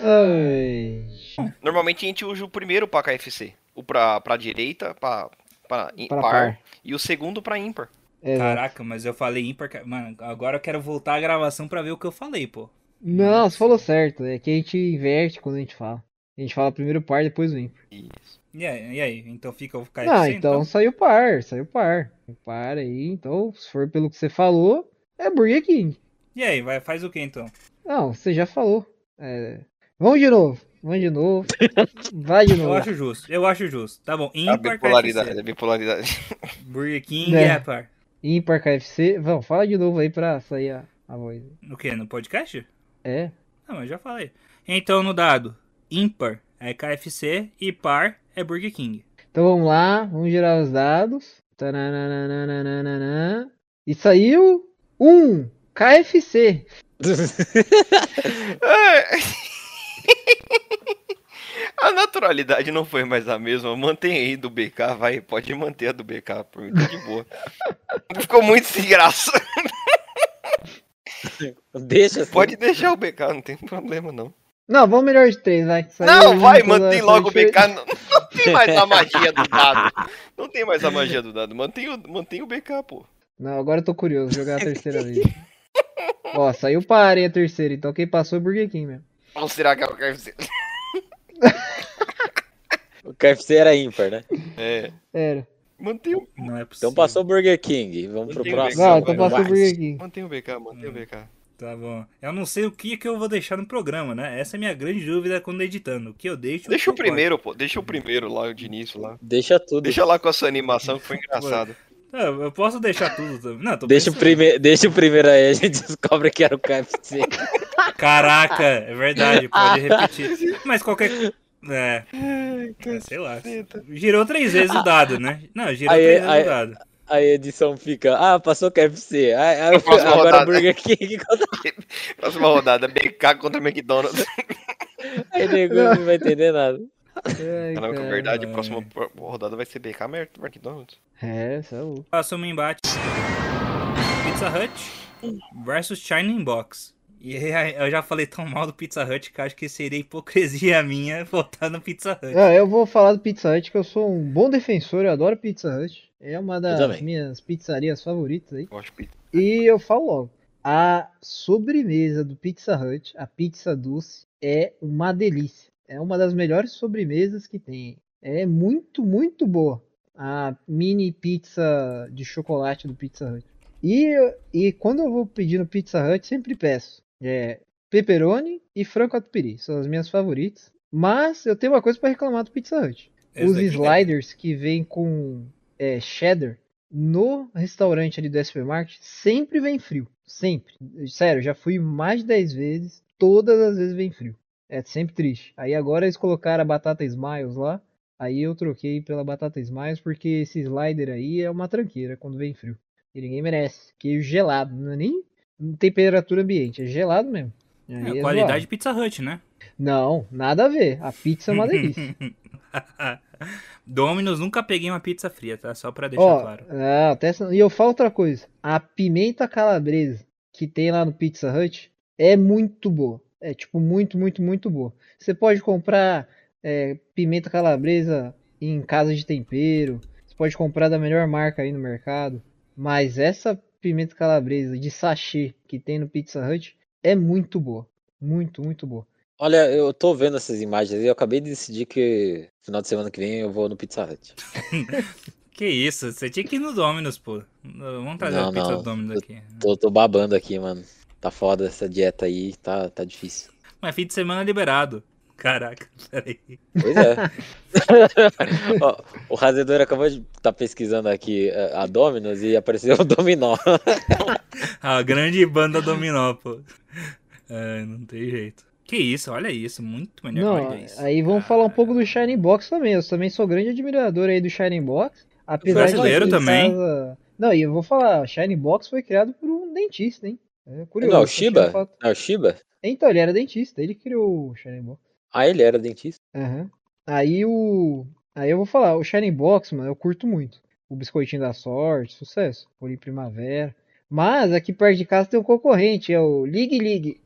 S2: Exatamente.
S4: Normalmente a gente usa o primeiro pra KFC. O pra, pra direita, pra, pra, i-
S2: Pra
S4: par,
S2: par.
S4: E o segundo pra ímpar.
S2: Exato.
S1: Caraca, mas eu falei ímpar. Ca- Mano, agora eu quero voltar à gravação pra ver o que eu falei, pô.
S2: Não, você falou certo. É que a gente inverte quando a gente fala. A gente fala primeiro par, depois o ímpar.
S1: E aí, e aí? então fica o KFC?
S2: Ah, então saiu par, saiu par. Par aí, então, se for pelo que você falou, é Burger King.
S1: E aí, vai, faz o que então?
S2: Não, você já falou. É... Vamos de novo. Vamos de novo. Vai de
S1: Eu
S2: novo.
S1: acho justo, eu acho justo. Tá bom,
S4: A
S1: ímpar
S4: bipolaridade,
S1: KFC.
S4: a bipolaridade.
S1: Burger King
S2: Né.
S1: é, par.
S2: Ímpar KFC. Vamos, fala de novo aí pra sair a, a voz.
S1: O quê? No podcast?
S2: É.
S1: Não, Ah, mas já falei. Então, no dado, ímpar é KFC e par é Burger King.
S2: Então vamos lá, vamos girar os dados. Tananana. E saiu um KFC.
S4: A naturalidade não foi mais a mesma. Mantém aí do BK, vai. Pode manter a do BK, por mim tá de boa. Ficou muito sem graça.
S3: Deixa assim.
S4: Pode deixar o BK, não tem problema não.
S2: Não, vamos melhor de três, vai. um, então Isso Tá aí tá
S4: Não,
S2: eu
S4: vai,
S2: junto toda
S4: mantém
S2: essa
S4: logo o BK.
S2: diferença.
S4: Não, não tem mais a magia do dado. Não tem mais a magia do dado. Mantém o, mantém o BK, pô.
S2: Não, agora eu tô curioso, jogar a terceira vez. Ó, saiu parei a terceira, então quem passou é o Burger King mesmo.
S4: Ou será que é o KFC?
S3: O KFC era ímpar, né?
S4: É.
S2: Era.
S4: Mantém o,
S1: Não é possível.
S3: Então passou o Burger King. Vamos pro
S4: Entendi.
S3: próximo.
S2: Não,
S4: Não,
S2: então
S4: vai,
S2: passou o
S3: Vai.
S2: Burger King.
S4: mantém o BK, mantém o BK.
S1: Tá bom. Eu não sei o que que eu vou deixar no programa, né? Essa é a minha grande dúvida quando editando. O que eu deixo?
S4: Deixa o
S1: que eu corto.
S4: primeiro, pô. Deixa o primeiro lá, o de início lá.
S3: Deixa tudo.
S4: Deixa lá com a sua animação que foi engraçado.
S1: Ah, eu posso deixar tudo também. Não, tô
S3: Deixa o,
S1: pensando.
S3: prime... Deixa o primeiro aí, a gente descobre que era o KFC.
S1: Caraca, é verdade, pode repetir. Mas qualquer. É. é, sei lá. Girou três vezes o dado, né? Não, girou
S3: Aí,
S1: três vezes
S3: aí-
S1: o dado.
S3: Aí a edição fica, ah, passou o KFC. Ah, ah,
S4: próxima
S3: agora o
S4: rodada.
S3: Burger King.
S4: Próxima rodada, BK contra McDonald's.
S3: Aí nego não vai entender nada.
S2: Ai,
S4: Caramba, que é
S2: cara.
S4: verdade,
S3: Então,
S4: a
S1: Ai.
S4: próxima pro- rodada vai ser BK Mer- McDonald's.
S2: É, saiu.
S1: Passou um embate. Pizza Hut versus Shining Box. E aí, eu já falei tão mal do Pizza Hut que acho que seria hipocrisia minha votar no Pizza Hut.
S2: Ah, eu vou falar do Pizza Hut, que eu sou um bom defensor, eu adoro Pizza Hut. É uma das
S3: também.
S2: minhas pizzarias favoritas aí.
S4: Eu acho que
S2: E eu falo logo, a sobremesa do Pizza Hut, a pizza doce, é uma delícia. É uma das melhores sobremesas que tem. É muito, muito boa. A mini pizza de chocolate do Pizza Hut. E, eu- e quando eu vou pedir no Pizza Hut, sempre peço. É, pepperoni e frango catupiry. São as minhas favoritas. Mas eu tenho uma coisa para reclamar do Pizza Hut
S1: Esse
S2: os
S1: daqui- é
S2: sliders que vêm com é, cheddar no restaurante ali do supermarket sempre vem frio. Sempre. Sério, já fui mais de 10 vezes, todas as vezes vem frio. É sempre triste. Aí agora eles colocaram a batata Smiles lá. Aí eu troquei pela batata Smiles porque esse slider aí é uma tranqueira quando vem frio. E ninguém merece. Queijo gelado, não é nem temperatura ambiente, é gelado mesmo.
S1: É,
S2: Aí é
S1: qualidade
S2: zoado.
S1: Pizza Hut, né?
S2: Não, nada a ver. A pizza é uma delícia.
S1: Domino's nunca peguei uma pizza fria, tá? Só pra deixar
S2: Ó,
S1: claro.
S2: é, até essa- E eu falo outra coisa. A pimenta calabresa que tem lá no Pizza Hut é muito boa. É tipo muito, muito, muito boa. Você pode comprar é, pimenta calabresa em casa de tempero. Você pode comprar da melhor marca aí no mercado. Mas essa pimenta calabresa de sachê que tem no Pizza Hut é muito boa. Muito, muito boa.
S3: Olha, eu tô vendo essas imagens e eu acabei de decidir que final de semana que vem eu vou no Pizza Hut.
S1: Que isso, você tinha que ir no Domino's, pô. Vamos trazer
S3: Não,
S1: a pizza
S3: não.
S1: do Domino's aqui.
S3: Tô, tô babando aqui, mano. Tá foda essa dieta aí, tá, tá difícil.
S1: Mas fim de semana é liberado. Caraca, peraí.
S3: Pois é. Ó, o Razedor acabou de tá pesquisando aqui é, a Dominos e apareceu o Dominó.
S1: A grande banda dominó, pô. É, não tem jeito. Que isso, olha isso, muito melhor. Ah.
S2: Não,
S1: olha isso.
S2: aí vamos falar um pouco do Shining Box também. Eu também sou grande admirador aí do Shining Box. Apesar
S1: é
S2: de
S1: brasileiro
S2: ser
S1: também.
S2: casa- Não, e eu vou falar, o Shining Box foi criado por um dentista, hein? É curioso.
S3: Não,
S2: eu
S3: o Shiba?
S2: tinha falado-
S3: Não, o Shiba?
S2: Então, ele era dentista, ele criou o Shining Box.
S3: Ah, ele era dentista?
S2: Aham. Aí o. Aí eu vou falar, o Shining Box, mano, eu curto muito. O Biscoitinho da Sorte, sucesso. Folha em Primavera. Mas aqui perto de casa tem um concorrente, é o Ligue Ligue.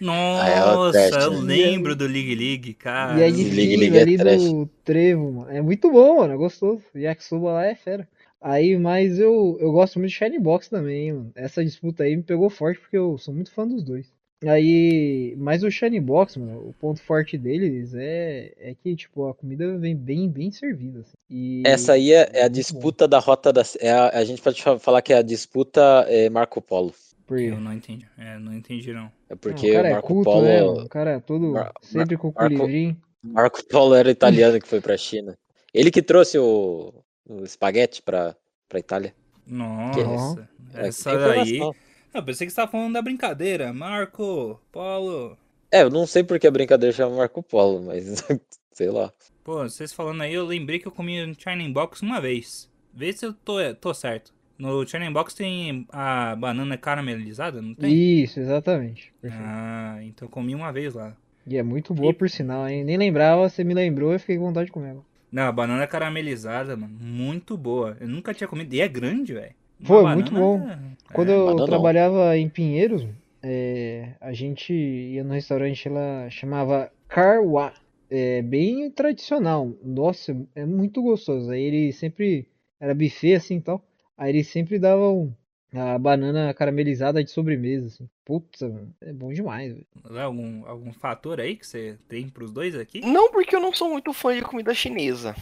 S1: Nossa,
S3: teste,
S1: eu
S3: né?
S1: lembro do League League, cara.
S2: E é
S3: Ligue
S2: difícil
S3: Ligue é
S2: ali
S3: trash.
S2: do trevo, mano. É muito bom, mano. É gostoso. Yakisoba lá é fera. Aí, mas eu, eu gosto muito de Shining Box também, mano. Essa disputa aí me pegou forte porque eu sou muito fã dos dois. Aí, mas o Shining Box, mano, o ponto forte deles é, é que, tipo, a comida vem bem, bem servida, assim. E Uhum.
S3: Essa aí é, é a
S2: muito
S3: disputa da rota da. É a, a gente pode fa- falar que é a disputa é, Marco Polo.
S2: por-
S1: Eu não entendi. É, não entendi, não.
S3: É
S2: Ah, o
S3: porque
S2: cara
S3: o
S2: é
S3: Marco
S2: culto,
S3: Polo.
S2: né, mano? O cara é todo
S3: Mar-
S2: sempre com o
S3: Marco-
S2: colivrinho.
S3: Marco Polo era italiano que foi pra China. Ele que trouxe o, o espaguete pra, pra Itália.
S1: Nossa,
S3: É,
S1: essa
S3: tem
S1: daí.
S3: informação.
S1: Eu pensei que você tava falando da brincadeira. Marco, Paulo.
S3: É, eu não sei porque a brincadeira chama Marco Polo, mas sei lá.
S1: Pô, vocês falando aí, eu lembrei que eu comi um Shining Box uma vez. Vê se eu tô, tô certo. No Churning Box tem a banana caramelizada, não tem?
S2: Isso, exatamente. Perfeito.
S1: Ah, então comi uma vez lá.
S2: E é muito boa, por sinal, hein? Nem lembrava, você me lembrou e fiquei com vontade de comer ela.
S1: Não, a banana caramelizada, mano, muito boa. Eu nunca tinha comido, e é grande, velho. Uma
S2: Pô, é muito
S1: banana-
S2: Quando
S1: É,
S2: eu
S3: bananão.
S2: trabalhava em Pinheiros, é, a gente ia num restaurante, ela chamava Carwa. É bem tradicional. Nossa, é muito gostoso. Aí ele sempre era buffet assim e tal. Aí eles sempre davam a banana caramelizada de sobremesa, assim. Puta, mano, é bom demais, velho.
S1: é Algum, algum fator aí que você tem pros dois aqui?
S4: Não porque eu não sou muito fã de comida chinesa.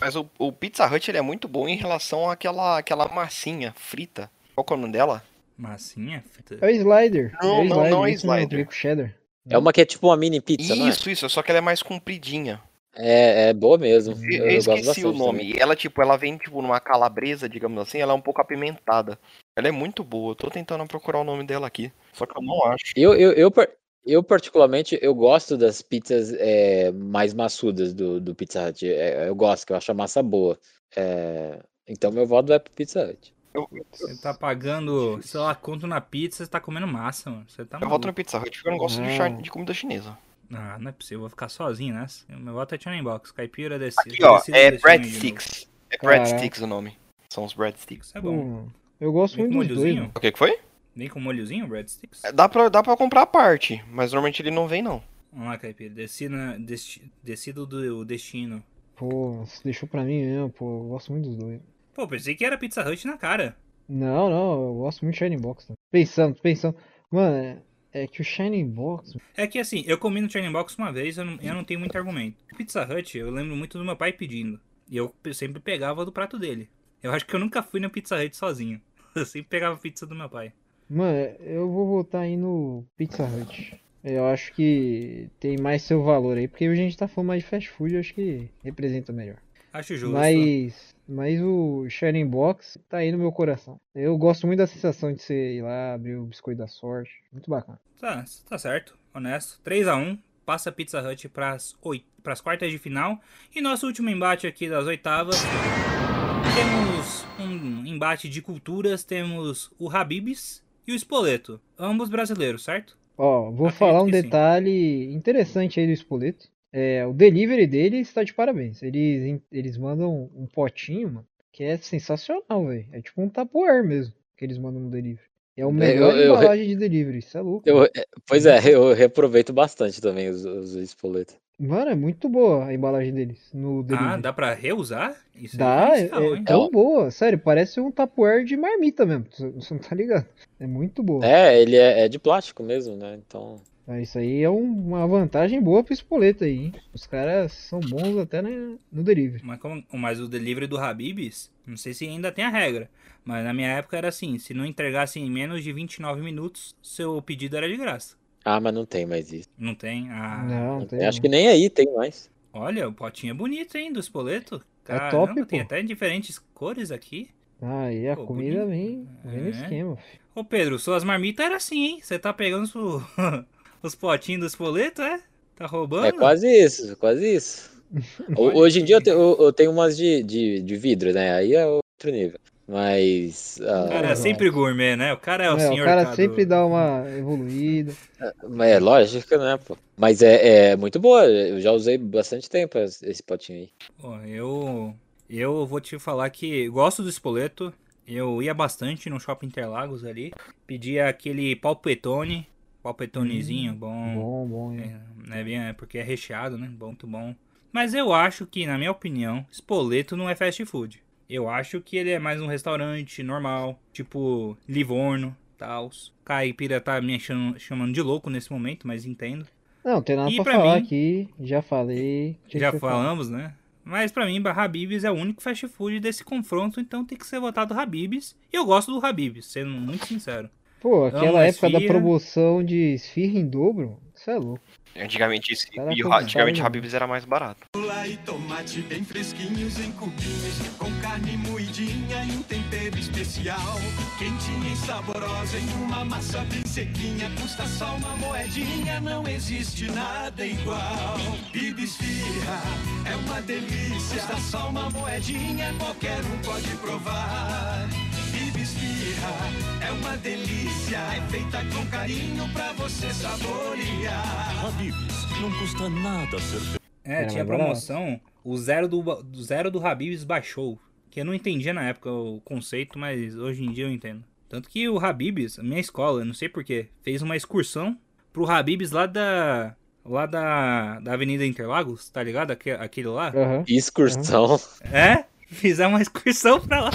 S4: Mas o, o Pizza Hut ele é muito bom em relação àquela, àquela massinha frita. Qual que é o nome dela?
S1: Massinha?
S2: É o slider.
S4: Não,
S2: é o
S4: não, não é
S2: isso mesmo,
S4: slider.
S2: com cheddar.
S3: É uma que é tipo uma mini pizza, não é?
S4: isso, isso, só que ela é mais compridinha.
S3: É, é boa mesmo.
S4: Eu, eu
S3: Eu, eu gosto
S4: esqueci
S3: bastante
S4: o nome.
S3: também.
S4: E ela, tipo, ela vem tipo numa calabresa, digamos assim, ela é um pouco apimentada. Ela é muito boa. Eu tô tentando procurar o nome dela aqui. Só que eu não acho.
S3: Eu, eu, eu, par- eu, particularmente, eu gosto das pizzas é, mais maçudas do, do Pizza Hut. É, eu gosto, que eu acho a massa boa. É, então meu voto vai pro Pizza Hut.
S4: Eu,
S1: Você tá pagando, sei lá, conto na pizza, você tá comendo massa, mano. Você tá
S4: eu
S1: maluco.
S4: voto no Pizza Hut porque eu não gosto de,
S3: Hum.
S4: char- de comida chinesa.
S1: Ah, não é possível, eu vou ficar sozinho nessa. O meu voto é China Box. Caipira desse.
S4: Aqui, ó,
S1: descida desse
S4: é
S1: meio de
S4: breadsticks. É
S2: Caraca.
S4: breadsticks o nome. São os breadsticks.
S1: novo. Isso é
S2: Pô,
S1: bom.
S2: mano, eu gosto
S1: Vem com
S2: muito dos Hum, dois, né?
S1: molhozinho?
S2: mano.
S4: O que que foi? É,
S1: Vem com molhozinho, breadsticks?
S4: Dá pra, dá pra comprar a parte, mas normalmente ele não vem, não.
S1: Vamos lá, Caipira. Descida, desti, decida o do- o destino.
S2: Pô, você deixou pra mim mesmo, pô. Eu gosto muito dos dois.
S1: Pô, pensei que era Pizza Hut na cara.
S2: Não, não, eu gosto muito de Shining Box. Né? Pensando, pensando. Mano, é- é que o Shining Box.
S1: É que assim, eu comi no China Box uma vez, eu não, eu não tenho muito argumento. Pizza Hut, eu lembro muito do meu pai pedindo. E eu pe- sempre pegava do prato dele. Eu acho que eu nunca fui no Pizza Hut sozinho. Eu sempre pegava pizza do meu pai.
S2: Mano, eu vou voltar aí no Pizza Hut. Eu acho que tem mais seu valor aí, porque hoje a gente tá falando mais de fast food, eu acho que representa melhor.
S1: Acho justo.
S2: Mas, mas o Shining Box tá aí no meu coração. Eu gosto muito da sensação de você ir lá, abrir o biscoito da sorte. Muito bacana.
S1: Tá, tá certo, honesto. 3x1, passa Pizza Hut pras, oi... pras quartas de final. E nosso último embate aqui das oitavas. Temos um embate de culturas, temos o Habibs e o Spoleto. Ambos brasileiros, certo?
S2: Ó, vou
S1: Acredito
S2: falar um
S1: que sim.
S2: detalhe interessante aí do Spoleto. É, o delivery dele está de parabéns. Eles, en- eles mandam um potinho, mano, que é sensacional, velho. É tipo um Tupperware mesmo que eles mandam no delivery. É o melhor
S3: eu- eu-
S2: embalagem de delivery, isso é louco.
S3: Eu- é, pois é, eu reaproveito bastante também os, os espoletos.
S2: Mano, é muito boa a embalagem deles no
S1: Ah,
S2: delivery.
S1: dá pra reusar? Isso
S2: Dá,
S1: aí
S2: é,
S1: é escala,
S2: é
S1: hein?
S2: tão
S3: É um-
S2: boa, sério, parece um Tupperware de marmita mesmo, tu- você não tá ligado? É muito boa.
S3: É, ele é, é de plástico mesmo, né? Então.
S2: Ah, Isso aí é um- uma vantagem boa pro Spoleto aí, hein? Os caras são bons até na- no delivery.
S1: Mas, como- mas o delivery do Habibs, não sei se ainda tem a regra. Mas na minha época era assim: se não entregasse em menos de 29 minutos, seu pedido era de graça.
S3: Ah, mas não tem mais isso.
S1: Não tem? Ah.
S2: Não,
S3: Não
S2: tem
S3: tem. Acho
S2: não.
S3: que nem aí tem mais.
S1: Olha, o potinho é bonito, hein, do espoleto.
S2: É
S1: Caramba,
S2: top,
S1: tem
S2: pô.
S1: até diferentes cores aqui.
S2: Ah, e a
S1: Pô,
S2: comida
S1: bonito.
S2: vem, vem no
S1: É.
S2: esquema. fi.
S1: Ô Pedro, suas marmitas era assim, hein? Você tá pegando os, os potinhos do espoleto, é? Tá roubando?
S3: É quase isso, quase isso. Ho- Hoje em dia eu, te- eu- eu tenho umas de, de, de vidro, né? Aí é outro nível. Mas.
S1: O
S3: ah,
S1: cara é sempre gourmet, né? O cara é o
S2: É,
S1: senhor
S2: o cara
S1: Cadu.
S2: sempre dá uma evoluída.
S3: Mas É lógico, né, pô? Mas é, é muito boa. Eu já usei bastante tempo es- esse potinho aí.
S1: Bom, eu, eu vou te falar que gosto do espoleto. Eu ia bastante no Shopping Interlagos ali. Pedia aquele palpetone. Palpetonezinho, bom.
S2: Bom, bom, hein?
S1: É, né, bem, é porque é recheado, né? Bom, muito bom. Mas eu acho que, na minha opinião, Spoleto não é fast food. Eu acho que ele é mais um restaurante normal, tipo Livorno, tal. Caipira tá me achando- chamando de louco nesse momento, mas entendo.
S2: Não, tem nada
S1: É. E
S2: pra
S1: pra
S2: falar
S1: mim-
S2: aqui. Já falei. tinha
S1: Já
S2: que ser falado.
S1: falamos, né? Mas pra mim, Habibs é o único fast food desse confronto, então tem que ser votado Habibs. E eu gosto do Habibs, sendo muito sincero. Amo
S2: Pô, aquela
S1: a
S2: época da
S1: esfirra.
S2: promoção de esfirra em dobro. Isso é louco.
S4: Antigamente, esse-
S2: Cara,
S4: e
S2: que
S4: o Ra- antigamente
S2: vontade.
S4: Habib's era mais barato.
S6: Lula e tomate bem fresquinhos em cubinhos, com carne moidinha e um tempero especial. Quentinha e saborosa em uma massa bem sequinha, custa só uma moedinha, não existe nada igual. E desfirra, é uma delícia, custa só uma moedinha, qualquer um pode provar. E esfirra é uma delícia, é feita com carinho pra você saborear.
S8: Habib's, não custa nada ser
S1: É,
S2: Cara,
S1: tinha
S2: agora-
S1: promoção, o zero do, ba- do zero do Habibs baixou. Que eu não entendia na época o conceito, mas hoje em dia eu entendo. Tanto que o Habibs, a minha escola, eu não sei porquê, fez uma excursão pro Habibs lá da. Lá da, da Avenida Interlagos, tá ligado? Aque- Aquele lá.
S2: Aham.
S3: Excursão.
S1: É? Fizeram uma excursão pra lá.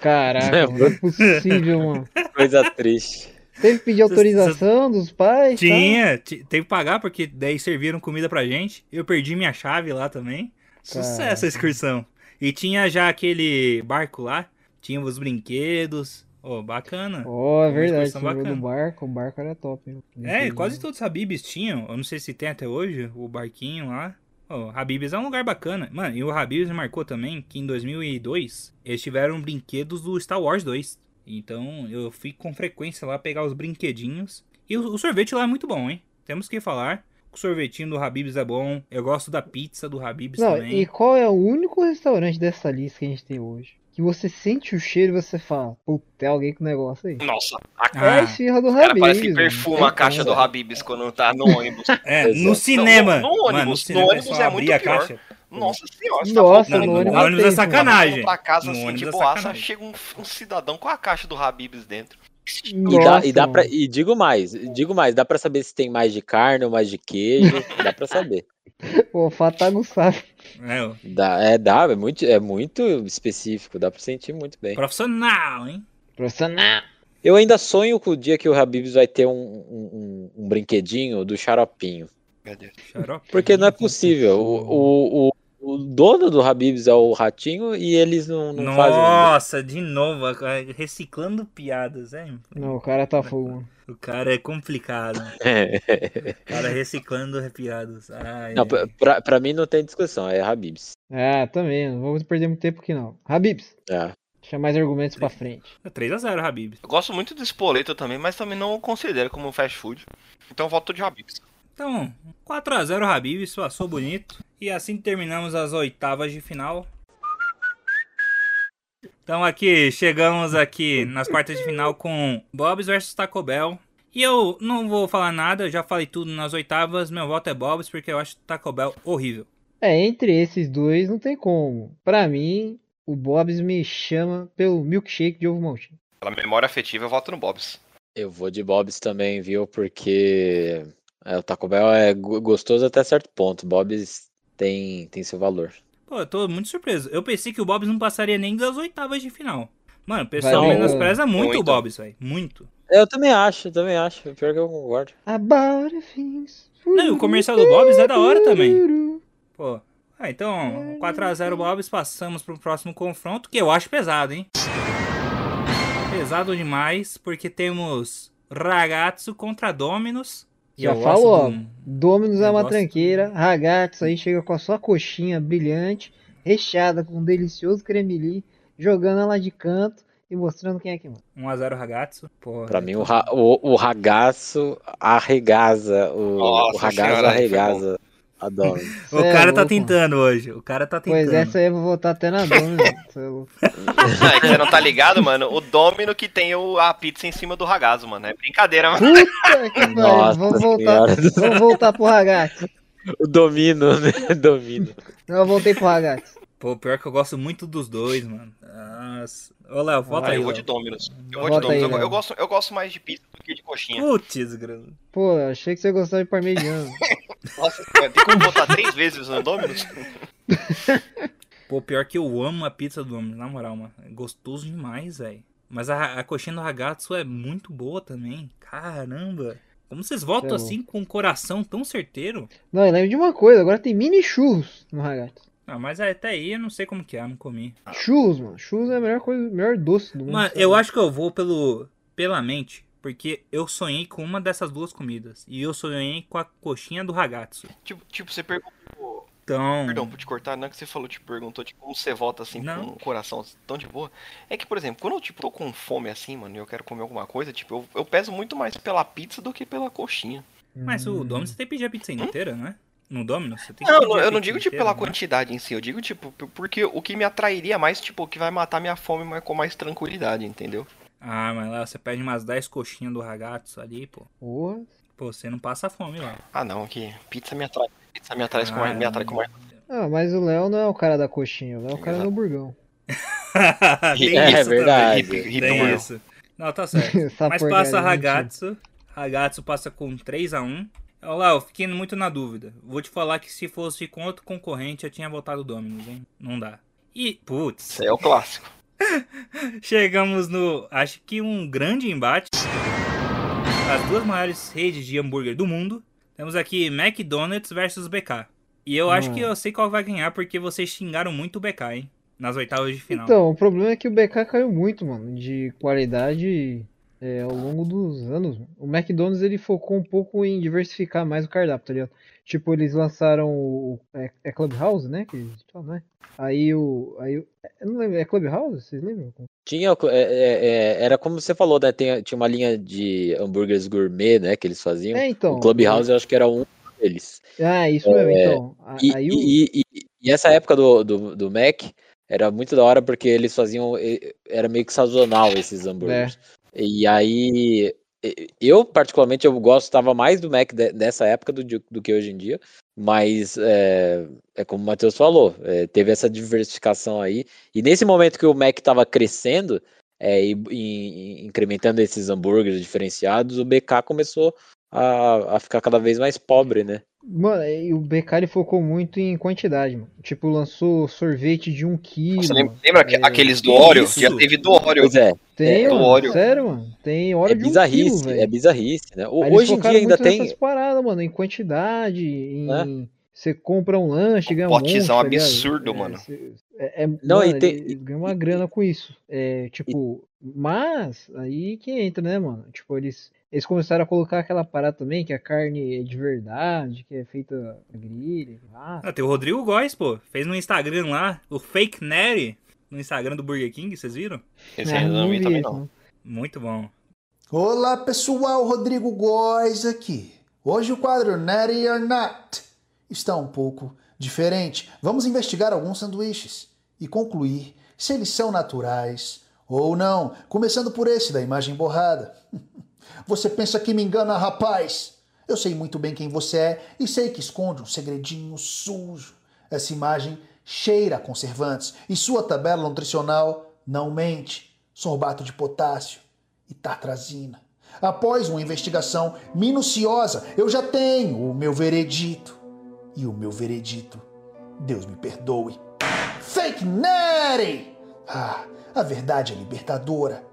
S2: Caraca, não é possível, mano.
S3: Coisa triste.
S2: Teve que pedir
S1: Vocês-
S2: autorização dos pais? tá?
S1: Tinha, ti- teve que pagar, porque daí serviram comida pra gente. Eu perdi minha chave lá também. Sucesso
S2: Caraca.
S1: a excursão. E tinha já aquele barco lá, tinha os brinquedos. Ô, bacana.
S2: Ó, é
S1: Uma
S2: verdade,
S1: excursão
S2: você lembrou do
S1: bacana.
S2: barco, o barco era top. hein?
S1: é,
S2: Inclusive.
S1: quase todos os Habibs tinham. Eu não sei se tem até hoje, o barquinho lá. Ô, Habibs é um lugar bacana. Mano, e o Habibs marcou também que em 2002 eles tiveram brinquedos do Star Wars 2. Então eu fui com frequência lá pegar os brinquedinhos. E o, o sorvete lá é muito bom, hein? Temos que falar. O sorvetinho do Habibs é bom. Eu gosto da pizza do Habibs
S2: Não,
S1: também.
S2: e qual é o único restaurante dessa lista que a gente tem hoje? Que você sente o cheiro e você fala, puta, tem alguém com negócio aí.
S4: Nossa, a
S2: É a
S1: Ah,
S2: esfirra do
S4: cara parece
S2: Habib's, né?
S4: que
S2: mano.
S4: perfuma a
S2: Tem
S4: caixa do
S2: como.
S4: Habibs quando tá no ônibus.
S1: é,
S3: Exato.
S1: no cinema.
S4: Não, no- no
S1: Mano,
S4: ônibus, no
S1: cinema,
S4: ônibus
S1: só
S4: é
S1: abrir
S4: muito
S1: a
S4: pior.
S1: caixa.
S4: Nossa senhora, você
S2: Nossa,
S4: tá
S1: Não,
S2: no
S1: no
S2: ônibus
S1: ônibus é
S2: tem, mano.
S1: sacanagem.
S4: pra casa
S1: No
S4: assim, de
S1: ônibus é
S4: boaça,
S1: sacanagem.
S4: chega um, um cidadão com a caixa do Habibs dentro.
S3: E, dá, e, dá
S2: Nossa,
S3: pra,
S2: mano.
S3: e digo mais, digo mais, dá pra saber se tem mais de carne ou mais de queijo. dá pra saber.
S2: O olfato tá aguçado.
S1: É, ó,
S3: Dá, é, dá, é muito, é muito específico, dá pra sentir muito bem.
S1: profissional, hein?
S2: Profissional.
S3: Eu ainda sonho com o dia que o Habibs vai ter um, um- um- um brinquedinho do xaropinho.
S4: Meu Deus.
S1: Xarope.
S3: Porque não é possível. O, o- o- o dono do Habibs é o ratinho e eles não, não fazem. nada.
S1: Nossa, de novo, a- reciclando piadas, hein?
S2: Não, o cara tá fogo, mano.
S1: O cara é complicado. O cara é reciclando piadas. Ai,
S3: É. Não, pra- pra, pra mim não tem discussão, é Habibs.
S2: Ah, também, não vamos perder muito tempo aqui não. Habibs,
S3: É.
S2: deixa mais argumentos pra frente.
S1: 3x0, Habib.
S4: Eu gosto muito do Spoleto também, mas também não o considero como um fast food. Então eu voto de Habibs.
S1: Então, 4x0, Habib, isso passou bonito. E assim terminamos as oitavas de final. Então aqui, chegamos aqui nas quartas de final com Bob's versus Taco Bell. E eu não vou falar nada, eu já falei tudo nas oitavas. Meu voto é Bob's porque eu acho Taco Bell horrível.
S2: É, entre esses dois não tem como. Pra mim, o Bob's me chama pelo milkshake de ovo maltinho.
S4: Pela memória afetiva, eu voto no Bob's.
S3: Eu vou de Bob's também, viu? Porque é, o Taco Bell é go- gostoso até certo ponto. Bob's tem, tem seu valor.
S1: Pô, eu tô muito surpreso. Eu pensei que o Bob's não passaria nem das oitavas de final. Mano, o pessoal
S2: Vai, um. ô,
S1: menospreza muito, o
S4: muito.
S1: Bob's, velho. Muito.
S3: Eu também acho, eu também acho. Pior que eu concordo.
S2: About the things.
S1: Não, e o comercial do Bob's é da hora também. Pô. Ah, então, 4x0 Bob's, passamos pro próximo confronto, que eu acho pesado, hein? Pesado demais, porque temos Ragazzo contra Dominus. E
S2: Já
S1: eu gosto
S2: falou, ó.
S1: do- um,
S2: Dominus é
S1: Eu
S2: uma
S1: gosto.
S2: tranqueira. Ragazzo aí chega com a sua coxinha brilhante, recheada com um delicioso cremelim, jogando ela de canto e mostrando quem é que manda.
S1: 1x0 Ragazzo. Pô,
S3: Pra mim, o,
S2: tá.
S3: ra o, o ragaço arregaça. O,
S4: Nossa
S3: o ragaço
S1: é
S4: senhora, aí foi bom.
S3: arregaça. Adoro.
S1: o
S2: Cê é
S1: cara tá
S2: louco, mano.
S1: tentando hoje. O cara tá tentando.
S2: Pois é, essa aí eu vou votar até na Dominus. cê é louco.
S4: Ah, é que você não tá ligado, mano? O Domino que tem o, a pizza em cima do ragazzo, mano. É brincadeira, mano.
S2: Puta que pariu,
S3: Nossa
S2: vamos voltar,
S3: senhora.
S2: vamos voltar pro Ragazzo.
S3: O domino, né? Domino.
S2: Não, eu voltei pro Ragazzo.
S1: Pô, pior que eu gosto muito dos dois, mano. Nossa. Ô, Léo, volta
S4: Ah,
S1: aí.
S4: eu vou
S1: Léo.
S4: de Dominos. Eu vou
S2: Bota
S4: de
S2: aí,
S4: Dominos. Eu, go- eu
S2: Léo.
S4: gosto, eu gosto mais de pizza do que de coxinha.
S1: Putz, grana.
S2: Pô, achei que você gostava de parmegiana.
S4: Nossa, senhora, tem como botar três vezes no Dominos?
S1: Pô, pior que eu amo a pizza do Domino's, na moral, mano. É gostoso demais, velho. Mas a, a coxinha do ragazzo é muito boa também. Caramba. Como vocês voltam
S2: Tá bom.
S1: assim com um coração tão certeiro?
S2: Não, eu lembro de uma coisa, agora tem mini churros no Ragazzo.
S1: Ah, mas até aí eu não sei como que é, não comi.
S2: Churros, mano. Churros é a melhor coisa, o melhor doce do mundo. é
S1: Mano, eu acho que eu vou pelo pela mente, porque eu sonhei com uma dessas duas comidas. E eu sonhei com a coxinha do ragazzo.
S4: tipo, tipo, você perguntou.
S1: Então,
S4: Perdão, por te cortar, não é que você falou, te perguntou, tipo, como você vota assim
S1: Não.
S4: com o coração tão de boa. É que, por exemplo, quando eu tipo, tô com fome assim, mano, e eu quero comer alguma coisa, tipo, eu, eu peso muito mais pela pizza do que pela coxinha.
S1: mas
S2: Hum.
S1: o Domino's você tem que pedir a pizza inteira, né? No Domino's você tem que
S4: Não,
S1: pedir
S4: não,
S1: a
S4: eu não
S1: pizza
S4: digo tipo
S1: inteira,
S4: pela
S1: né?
S4: quantidade em si, eu digo tipo p- porque o que me atrairia mais, tipo, o que vai matar minha fome mas com mais tranquilidade, entendeu?
S1: Ah, mas lá você pede umas 10 coxinhas do ragazzo ali, pô.
S2: Porra.
S1: Pô, você não passa fome lá.
S4: Ah não, que pizza me atrai. Pizza me atrai com mais. Me atrai com mais.
S2: Ah, mas o Léo não é o cara da coxinha, o Léo é o cara do hamburgão.
S1: Tem
S3: É,
S1: isso
S3: verdade.
S4: Hip- hip- hip-
S1: Tem
S4: humano.
S1: isso. Não, tá certo.
S2: Essa
S1: Mas
S2: porcaria,
S1: passa
S2: né, gente.
S1: Ragatsu. Ragatsu passa com 3x1. Olha lá, eu fiquei muito na dúvida. Vou te falar que se fosse com outro concorrente, eu tinha votado o Dominus, hein? Não dá. E, putz,
S4: Isso aí é o clássico.
S1: chegamos no. Acho que um grande embate. As duas maiores redes de hambúrguer do mundo. Temos aqui McDonald's versus BK. E eu acho
S2: Hum.
S1: que eu sei qual vai ganhar, porque vocês xingaram muito o BK, hein? Nas oitavas de final.
S2: Então, o problema é que o BK caiu muito, mano, de qualidade é, ao longo dos anos. mano. O McDonald's ele focou um pouco em diversificar mais o cardápio, tá ligado? Tipo, eles lançaram o é, é Clubhouse, né? Que eles falam, né? Aí o. Aí, o- eu não lembro, é Clubhouse? Vocês lembram?
S3: Tinha, é, é, é, era como você falou, né? Tem- tinha uma linha de hambúrgueres gourmet, né? Que eles faziam.
S2: É, então.
S3: o Clubhouse eu acho que era um deles.
S2: Ah, isso mesmo, então. A-
S3: E,
S2: Aí o.
S3: e- e- e- e essa época do, do, do Mac era muito da hora porque eles faziam. e- Era meio que sazonal
S2: É.
S3: esses hambúrgueres. E aí. e- Eu, particularmente, eu gostava mais do Mac de- dessa época do, de- do que hoje em dia. Mas é, é como o Matheus falou, é, teve essa diversificação aí. E nesse momento que o Mac estava crescendo é, e, e- e incrementando esses hambúrgueres diferenciados, o BK começou a, a ficar cada vez mais pobre, né?
S2: Mano, é, e o BK ele focou muito em quantidade, mano. Tipo, lançou sorvete de 1 kg.
S4: Você lembra, lembra que-
S2: é,
S4: aqueles do
S1: que
S4: Oreo?
S1: isso?
S4: Já teve do Oreo.
S3: Pois é,
S2: Tem,
S4: é, do
S2: mano,
S4: Oreo.
S2: sério, mano. Tem Oreo
S3: É
S2: de 1
S3: bizarrice,
S2: kg,
S3: é
S2: velho.
S3: bizarrice, né? O-
S2: Aí eles
S3: Hoje em dia
S2: focaram
S3: ainda
S2: muito
S3: tem.
S2: nessas paradas, mano, em quantidade, em
S3: Né?
S2: você compra um lanche,
S4: Um
S2: ganha um
S4: potezão
S2: monte, tá ligado?
S4: absurdo,
S2: É,
S4: mano.
S2: cê- é- é-
S3: Não, e
S2: mano,
S3: tem-
S2: eles ganham uma grana com isso. É, tipo, mas aí que entra, né, mano? Tipo, eles eles começaram a colocar aquela parada também que a carne é de verdade, que é feita na grilha, massa.
S1: Ah, tem o Rodrigo Góes, pô. Fez no Instagram lá, o Fake Nery, no Instagram do Burger King, vocês viram?
S4: Esse
S2: Ah,
S4: aí eu não vi também
S2: isso,
S4: não.
S2: não.
S1: Muito bom.
S9: Olá pessoal, Rodrigo Góes aqui. Hoje o quadro Natty or Not está um pouco diferente. Vamos investigar alguns sanduíches e concluir se eles são naturais ou não. Começando por esse da imagem borrada. Você pensa que me engana, rapaz? Eu sei muito bem quem você é e sei que esconde um segredinho sujo. Essa imagem cheira a conservantes e sua tabela nutricional não mente. Sorbato de potássio e tartrazina. Após uma investigação minuciosa, eu já tenho o meu veredito. E o meu veredito, Deus me perdoe. Fake Neri! Ah, a verdade é libertadora.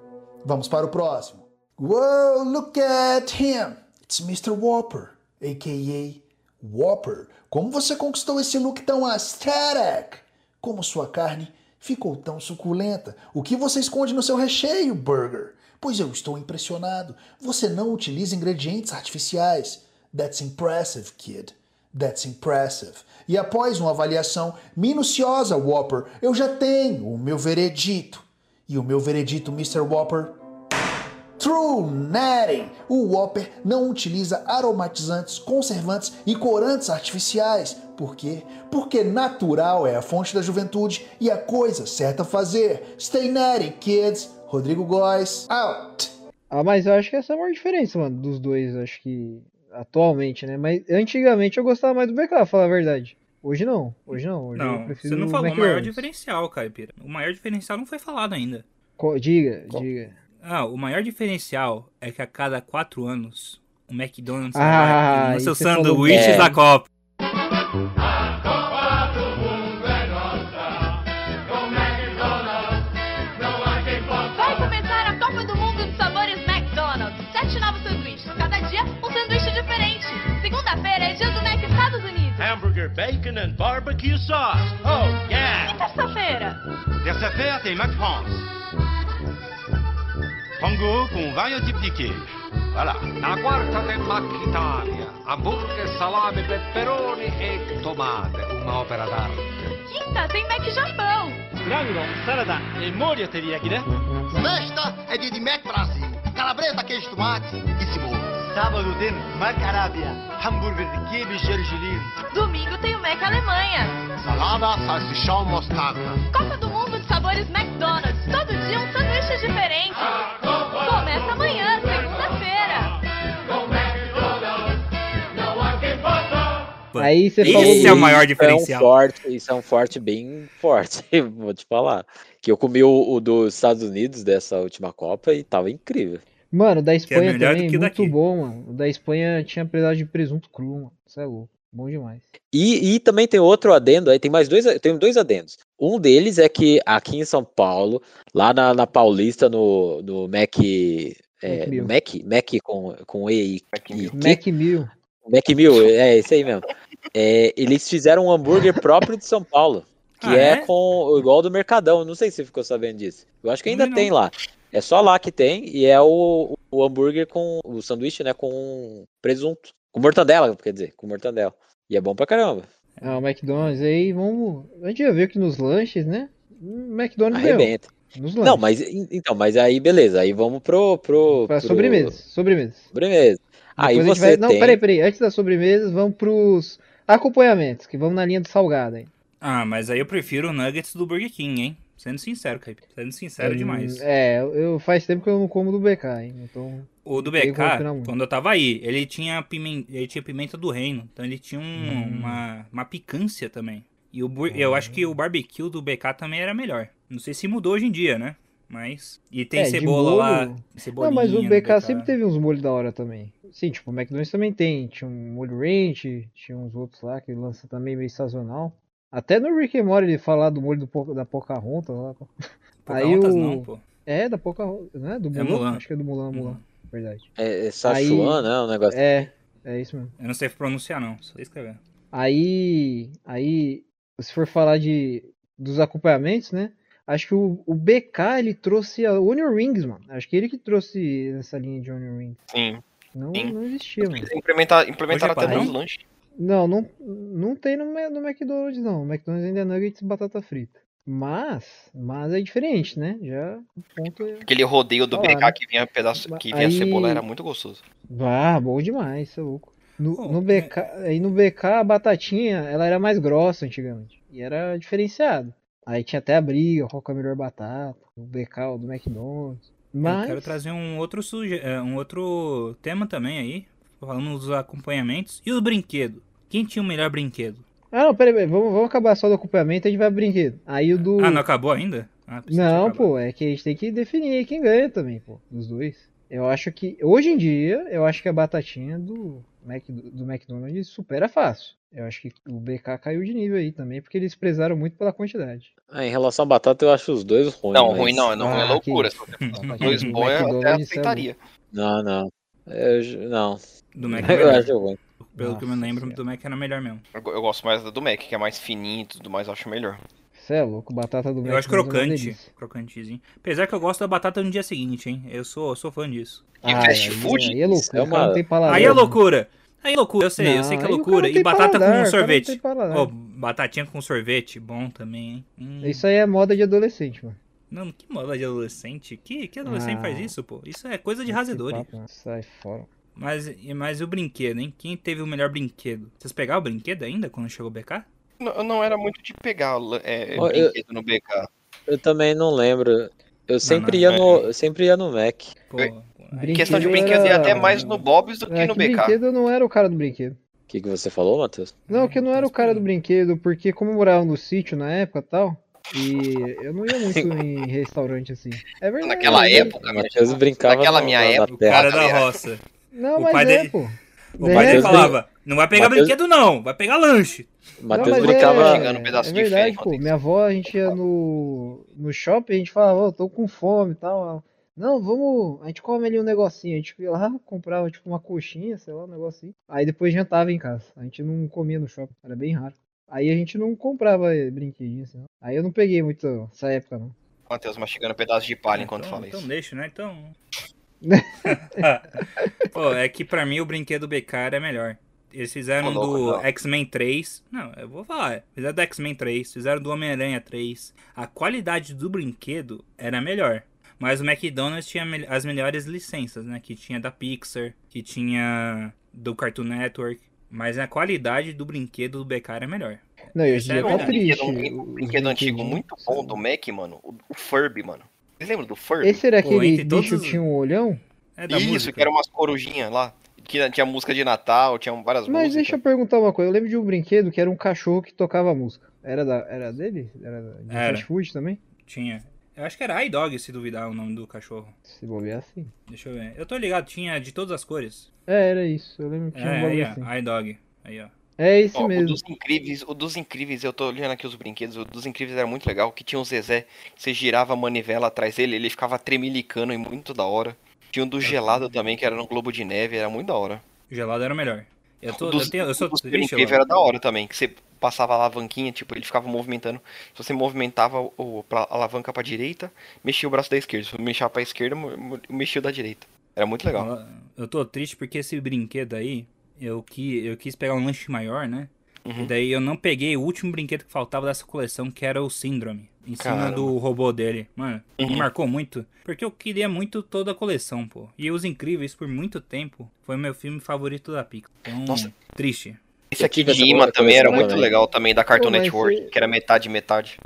S9: Vamos para o próximo. Whoa, look at him! It's Mr. Whopper, a.k.a. Whopper. Como você conquistou esse look tão aesthetic? Como sua carne ficou tão suculenta? O que você esconde no seu recheio, burger? Pois eu estou impressionado. Você não utiliza ingredientes artificiais. That's impressive, kid. That's impressive. E após uma avaliação minuciosa, Whopper, eu já tenho o meu veredito. E o meu veredito, Mr. Whopper, True Natty. O Whopper não utiliza aromatizantes, conservantes e corantes artificiais. Por quê? Porque natural é a fonte da juventude e a coisa certa a fazer. Stay Natty, kids. Rodrigo Góes, out.
S2: Ah, mas eu acho que essa é a maior diferença, mano, dos dois, acho que atualmente, né? Mas antigamente eu gostava mais do BK, falar a verdade. Hoje não, hoje não, hoje eu
S1: Não,
S2: prefiro
S1: você não
S2: o
S1: falou o maior
S2: McDonald's.
S1: diferencial, Caipira. O maior diferencial não foi falado ainda.
S2: Co- Diga, diga.
S1: Ah, o maior diferencial é que a cada quatro anos, o McDonald's
S2: Ah,
S1: lança
S2: aí
S1: seus
S2: você falou
S1: sanduíches
S3: bem.
S1: da Copa.
S10: Vai começar a Copa do Mundo de Sabores McDonald's. Sete novos sanduíches. Cada dia, um sanduíche diferente. Segunda-feira é dia do Mac Estados Unidos.
S8: Hamburger, bacon and barbecue sauce. Oh, yeah!
S10: E terça-feira?
S6: Terça-feira tem Mac France. Frango com vários tipos de queijo. Voilà. Na quarta tem Mac Italia. Hambúrguer, salame, pepperoni e tomate. Uma ópera d'arte.
S10: Quinta tem Mac Japão.
S9: Sexta é dia de Mac Brasil. Calabresa, queijo, tomate e cebola.
S6: Sábado tem Mac Arábia. Hambúrguer de queijo e gergelim.
S10: Domingo tem o Mac Alemanha.
S11: salada, salsichão, mostarda.
S10: Copa do Mundo de Sabores McDonald's. Todo dia um sanduíche diferente. Começa amanhã, segunda-feira.
S2: Aí você
S3: Esse
S2: falou
S3: é
S2: do-
S3: o maior diferencial. forte, isso é um forte bem forte, vou te falar. Que eu comi o, o dos Estados Unidos dessa última Copa e tava incrível.
S2: Mano,
S1: é
S2: da Espanha
S3: melhor do
S2: também,
S3: que
S2: muito bom, mano. O da Espanha tinha pedaço de presunto cru, mano. Isso é louco. Bom demais.
S3: E, e também tem outro adendo aí, tem mais dois, tem dois adendos. Um deles é que aqui em São Paulo, lá na, na Paulista, no, no Mac, é,
S2: Mac Mill.
S3: no Mac, Mac com, com E e
S4: é
S3: e Q,
S2: Mac Mill.
S3: Mac Mill, é isso aí mesmo. É, eles fizeram um hambúrguer próprio de São Paulo, que
S2: Ah,
S3: é,
S2: é?
S3: com igual do Mercadão. Não sei se você ficou sabendo disso. Eu acho que ainda
S2: Não vi,
S3: tem
S2: não.
S3: lá. É só lá que tem e é o, o hambúrguer com o sanduíche, né, com presunto, com mortadela, quer dizer, com mortadela. E é bom pra caramba.
S2: Ah, o McDonald's aí, vamos. A gente já viu que nos lanches, né? O McDonald's ganhou.
S3: Arrebenta.
S2: Nos lanches.
S3: Não, mas en- então, mas aí beleza, aí vamos pro pro
S2: Pra
S3: pro-
S2: sobremesas, sobremesas.
S3: Sobremesa. Aí
S2: Depois a gente
S3: você
S2: vai- Não,
S3: tem
S2: peraí, peraí. Antes das sobremesas, vamos pros acompanhamentos, que vamos na linha do salgado aí.
S1: Ah, mas aí eu prefiro o nuggets do Burger King, hein? Sendo sincero, Caip. Sendo sincero
S2: Hum,
S1: demais.
S2: É, eu faz tempo que eu não como do BK, hein? Então.
S1: O do
S2: tem que
S1: BK,
S2: confiar muito.
S1: quando eu tava aí, ele tinha, pimen... ele tinha pimenta do reino. Então ele tinha um-
S2: Hum.
S1: uma, uma picância também. E o bur- eu acho que o barbecue do BK também era melhor. Não sei se mudou hoje em dia, né? Mas. E tem
S2: É, de
S1: cebola
S2: molho-
S1: lá.
S2: Não, mas o
S1: cebolinha no
S2: BK, sempre teve uns molhos da hora também. Sim, tipo, o McDonald's também tem. Tinha um molho ranch, tinha uns outros lá que lança também meio sazonal. Até no Rick and Morty ele fala do molho do Poca- da Pocahontas lá. pô. Aí
S1: Pocahontas
S2: o...
S1: não, pô.
S2: É, da Pocahontas, né? Do
S1: É
S2: Mulan,
S1: Mulan. Hum.
S2: acho que é do Mulan, Mulan. Verdade.
S3: é, é
S2: Aí-
S3: Szechuan, né, o negócio.
S2: É, é isso mesmo.
S1: Eu não sei pronunciar, não. Só sei escrever.
S2: Aí, aí, se for falar de dos acompanhamentos, né? Acho que o, o BK ele trouxe a Onion Rings, mano. Acho que ele que trouxe essa linha de Onion Rings.
S4: Sim.
S2: Não,
S4: Sim.
S2: não existia, mano.
S4: Implementar, implementaram
S1: Hoje é
S4: até
S1: padrão?
S4: nos lanches.
S2: Não, não, não tem no, Ma- no McDonald's, não. O McDonald's ainda é nuggets e batata frita. Mas, mas é diferente, né? Já o ponto é.
S4: Aquele rodeio do
S2: Falar,
S4: BK
S2: né?
S4: que vinha pedaço, que vinha
S2: Aí-
S4: cebola era muito gostoso.
S2: Ah, bom demais, isso é louco. No, no BK,
S1: é.
S2: aí no BK a batatinha, ela era mais grossa antigamente. E era diferenciado. Aí tinha até a briga, qual que é a melhor batata, o BK o do McDonald's.
S1: Eu quero
S2: Mas,
S1: trazer um outro, suje... eh, um outro tema também aí, falando dos acompanhamentos. E os brinquedos? Quem tinha o melhor brinquedo?
S2: ah não, peraí, peraí, vamos, vamos acabar só do acompanhamento, a gente vai pro brinquedo. Aí o do...
S1: Ah, não acabou ainda? Ah, pensei que tinha
S2: Não,
S1: acabado.
S2: pô, é que a gente tem que definir aí quem ganha também, pô, dos dois. Eu acho que, hoje em dia, eu acho que a batatinha do, Mac, do McDonald's supera fácil. Eu acho que o BK caiu de nível aí também, porque eles prezaram muito pela quantidade.
S3: Ah, em relação à batata, eu acho os dois ruins.
S4: Não,
S3: mas-
S4: ruim não, não é
S2: Ah,
S4: loucura.
S2: que
S4: só
S2: isso.
S4: tem Dois
S2: Não,
S4: bons eu até
S2: McDonald's, isso é
S4: aceitaria.
S3: Não, não. Eu ju- não.
S1: Do Mac é
S3: Eu
S1: melhor.
S3: acho ruim.
S1: Pelo que eu me
S2: Nossa
S1: lembro, do Mac era melhor mesmo.
S4: Eu, go- eu gosto mais da do Mac, que é mais fininho e tudo mais, eu acho melhor.
S2: Você é louco, batata do
S1: Eu acho
S2: McDonald's é uma
S1: crocante,
S2: delícia.
S1: crocantezinho. Apesar que eu gosto da batata no dia seguinte, hein? Eu sou, sou fã disso.
S2: E Ah, fast aí- food? aí é loucura, o cara não tem paladar,
S1: Aí é
S2: né?
S1: loucura. Aí é loucura, eu sei, eu
S2: Não,
S1: sei que é
S2: aí o cara
S1: loucura.
S2: não tem
S1: E batata
S2: paladar, o cara
S1: com
S2: não tem
S1: sorvete.
S2: paladar.
S1: Ô, batatinha com sorvete, bom também, hein? Hum.
S2: Isso aí é moda de adolescente, mano.
S1: Não, que moda de adolescente? Que, que adolescente
S2: Ah.
S1: faz isso, pô? Isso é coisa de razedores.
S2: Esse papo, Sai fora.
S1: Mas, e- mas e o brinquedo, hein? Quem teve o melhor brinquedo? Vocês pegaram o brinquedo ainda quando chegou o BK?
S4: Não- Eu não era muito de pegar la- é,
S3: Ó, eu-
S4: brinquedo no BK.
S3: Eu também não lembro. Eu sempre,
S4: não,
S3: ia
S4: é.
S3: no, eu sempre ia no Mac.
S4: Em questão de brinquedo, ia até mais no Bob's do que
S2: É,
S4: no
S2: que
S4: BK.
S2: brinquedo eu não era o cara do brinquedo.
S3: O que, que você falou, Matheus?
S4: Tá,
S2: Não, que eu não era o cara do brinquedo, porque como eu morava no sítio na época e tal, e eu não ia muito em restaurante assim. É verdade.
S4: Tá Naquela
S2: né?
S4: época,
S3: Matheus brincava
S4: tipo, naquela
S3: na-
S4: minha
S3: na- na
S4: época,
S1: O
S3: terra.
S1: cara da roça.
S2: Não,
S1: o
S2: mas
S1: pai
S2: é,
S1: dele-
S2: pô.
S1: O pai
S2: É.
S1: dele falava, não vai pegar
S3: Mateus-
S1: brinquedo não, vai pegar lanche.
S3: Matheus
S2: mas
S3: brincava-
S2: é,
S3: Chegando um pedaço
S2: é
S3: de
S2: verdade,
S3: ferro,
S2: pô. Minha avó, a gente ia no, no shopping, a gente falava, "Ô, tô com fome e tal. Ela, Não, vamos, a gente come ali um negocinho. A gente ia lá, comprava tipo uma coxinha, sei lá, um negocinho. Aí depois jantava em casa. A gente não comia no shopping, era bem raro. Aí a gente não comprava eh, brinquedinho, assim. não. Aí eu não peguei muito essa época, não.
S4: Matheus mastigando um pedaço de palha enquanto
S1: Então,
S4: fala
S1: então
S4: isso.
S1: deixa, né? Então. Pô, é que pra mim o brinquedo BK era melhor. Eles fizeram um
S4: Ô, louco,
S1: do X-Men 3. Não, eu vou falar. Fizeram do X-Men 3, fizeram do Homem-Aranha 3. A qualidade do brinquedo era melhor. Mas o McDonald's tinha mel- as melhores licenças, né? Que tinha da Pixar, que tinha do Cartoon Network. Mas a qualidade do brinquedo do BK era melhor.
S2: Não, e hoje em
S4: Sabe
S2: dia
S4: um
S2: tá triste.
S4: brinquedo, um brinquedo antigo muito bom do Mac, mano. O, o Furby, mano. Vocês lembram do Furby?
S2: Esse era aquele bicho que tinha um olhão?
S4: É Isso, que era umas corujinhas lá. Que tinha música de Natal, tinha várias
S2: Mas
S4: músicas.
S2: deixa eu perguntar uma coisa. Eu lembro de um brinquedo que era um cachorro que tocava música. Era, da, era dele? Era de
S1: Era.
S2: fast food também?
S4: um
S1: Tinha. Eu acho que era iDog, se duvidar o nome do cachorro.
S2: Se bobear assim.
S1: Deixa eu ver. Eu tô ligado, tinha de todas as cores.
S2: É, era isso. Eu lembro que tinha um
S1: É, aí,
S2: bagulho assim.
S1: ó. iDog. Aí, ó. um
S2: É esse
S4: Ó, O
S2: mesmo.
S4: dos incríveis, o dos incríveis, eu tô olhando aqui os brinquedos, o dos incríveis era muito legal, que tinha o Zezé, que você girava a manivela atrás dele, ele ficava tremilicando e muito da hora. Tinha um do gelado também, que era no Globo de Neve, era muito da hora.
S1: O gelado era o melhor. Eu, tô,
S4: O dos-
S1: eu, tenho, eu sou
S4: o dos
S1: triste,
S4: incríveis
S1: Léo.
S4: era da hora também, que você passava a alavanquinha, tipo, ele ficava movimentando. Se você movimentava o- o, pra- a alavanca pra direita, mexia o braço da esquerda. Se mexia pra esquerda, mo- mo- mexia o da direita. Era muito
S1: Uhum.
S4: legal.
S1: Eu tô triste porque esse brinquedo aí, eu, qui, eu quis pegar um lanche maior, né?
S4: Uhum.
S1: E daí eu não peguei o último brinquedo que faltava dessa coleção, que era o Síndrome. Em cima
S4: Caramba.
S1: do robô dele. Mano, me
S4: Uhum.
S1: marcou muito. Porque eu queria muito toda a coleção, pô. E Os Incríveis, por muito tempo, foi meu filme favorito da Pixar. Então,
S4: Nossa.
S1: triste.
S4: Esse aqui
S3: tive
S4: de
S3: essa
S4: Lima
S3: outra
S4: também era
S3: coleção
S4: muito
S3: também.
S4: legal também, da Cartoon
S2: Pô, mas
S4: Network,
S2: você-
S4: que era metade, metade.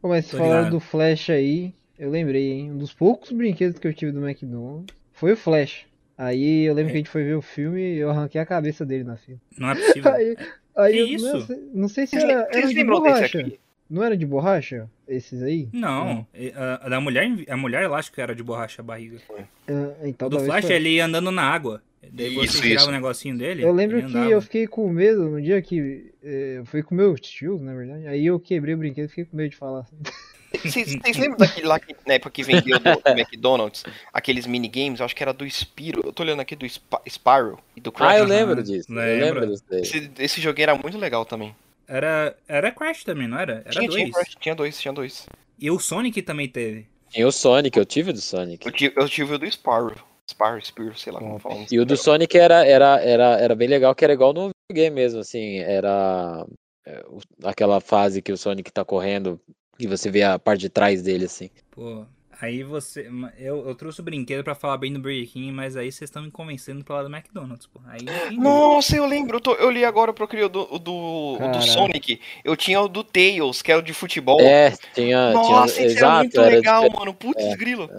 S2: Pô, mas
S1: Tô
S2: falaram
S1: ligado.
S2: do Flash aí, eu lembrei, hein? Um dos poucos brinquedos que eu tive do McDonald's foi o Flash. Aí eu lembro que a gente foi ver o filme e eu arranquei a cabeça dele na fila.
S1: Não é possível.
S2: Aí, aí
S1: Que
S2: eu
S1: isso?
S2: Não, sei, não sei se
S4: Vocês
S2: É, era,
S4: lem-
S2: era
S4: vocês
S2: de
S4: lembram desse
S2: borracha.
S4: aqui?
S2: Não era de borracha? Esses aí?
S1: Não, e- a, a da mulher, a mulher elástico era de borracha a barriga.
S2: Ah, então
S1: O do
S2: talvez
S1: Flash,
S2: foi.
S1: ele ia andando na água. Daí você
S4: Isso,
S1: tirava
S4: isso.
S1: o negocinho dele.
S2: Eu lembro
S1: ele
S2: que
S1: andava.
S2: eu fiquei com medo no dia que eh, eu fui com meus tios, na verdade. Aí eu quebrei o brinquedo e fiquei com medo de falar.
S4: Vocês vocês lembram daquele lá que na época que vendeu do, do McDonald's? Aqueles minigames? Eu acho que era do Spiro. Eu tô olhando aqui do Sp Spyro e do Crash.
S3: Ah, eu lembro
S1: Aham,
S3: disso. Eu
S1: lembro.
S3: lembro disso daí.
S4: Esse, esse jogo era muito legal também.
S1: Era, era Crash também, não era? Era
S4: tinha,
S1: dois.
S4: tinha, Crash, tinha dois, tinha dois.
S1: E o Sonic também teve.
S3: Tinha o Sonic, eu tive o do Sonic.
S4: Eu tive, eu tive o do Spyro. Spyro, Spyro, sei lá como falam.
S3: E o do Sonic era, era, era, era bem legal, que era igual no videogame mesmo, assim, era é, o- aquela fase que o Sonic tá correndo e você vê a parte de trás dele, assim.
S1: Pô, aí você. ma- Eu, eu trouxe o brinquedo pra falar bem do Burger King, mas aí vocês estão me convencendo pra lá do McDonald's, pô. Aí eu entendi.
S4: Nossa, eu lembro. Eu, tô- eu li agora pro criou do, o do, o do
S2: Caraca.
S4: Sonic. Eu tinha o do Tails, que era o de futebol.
S3: É, tinha.
S4: Nossa,
S3: tinha
S4: esse era muito legal, mano. Putz,
S3: é.
S4: grilo.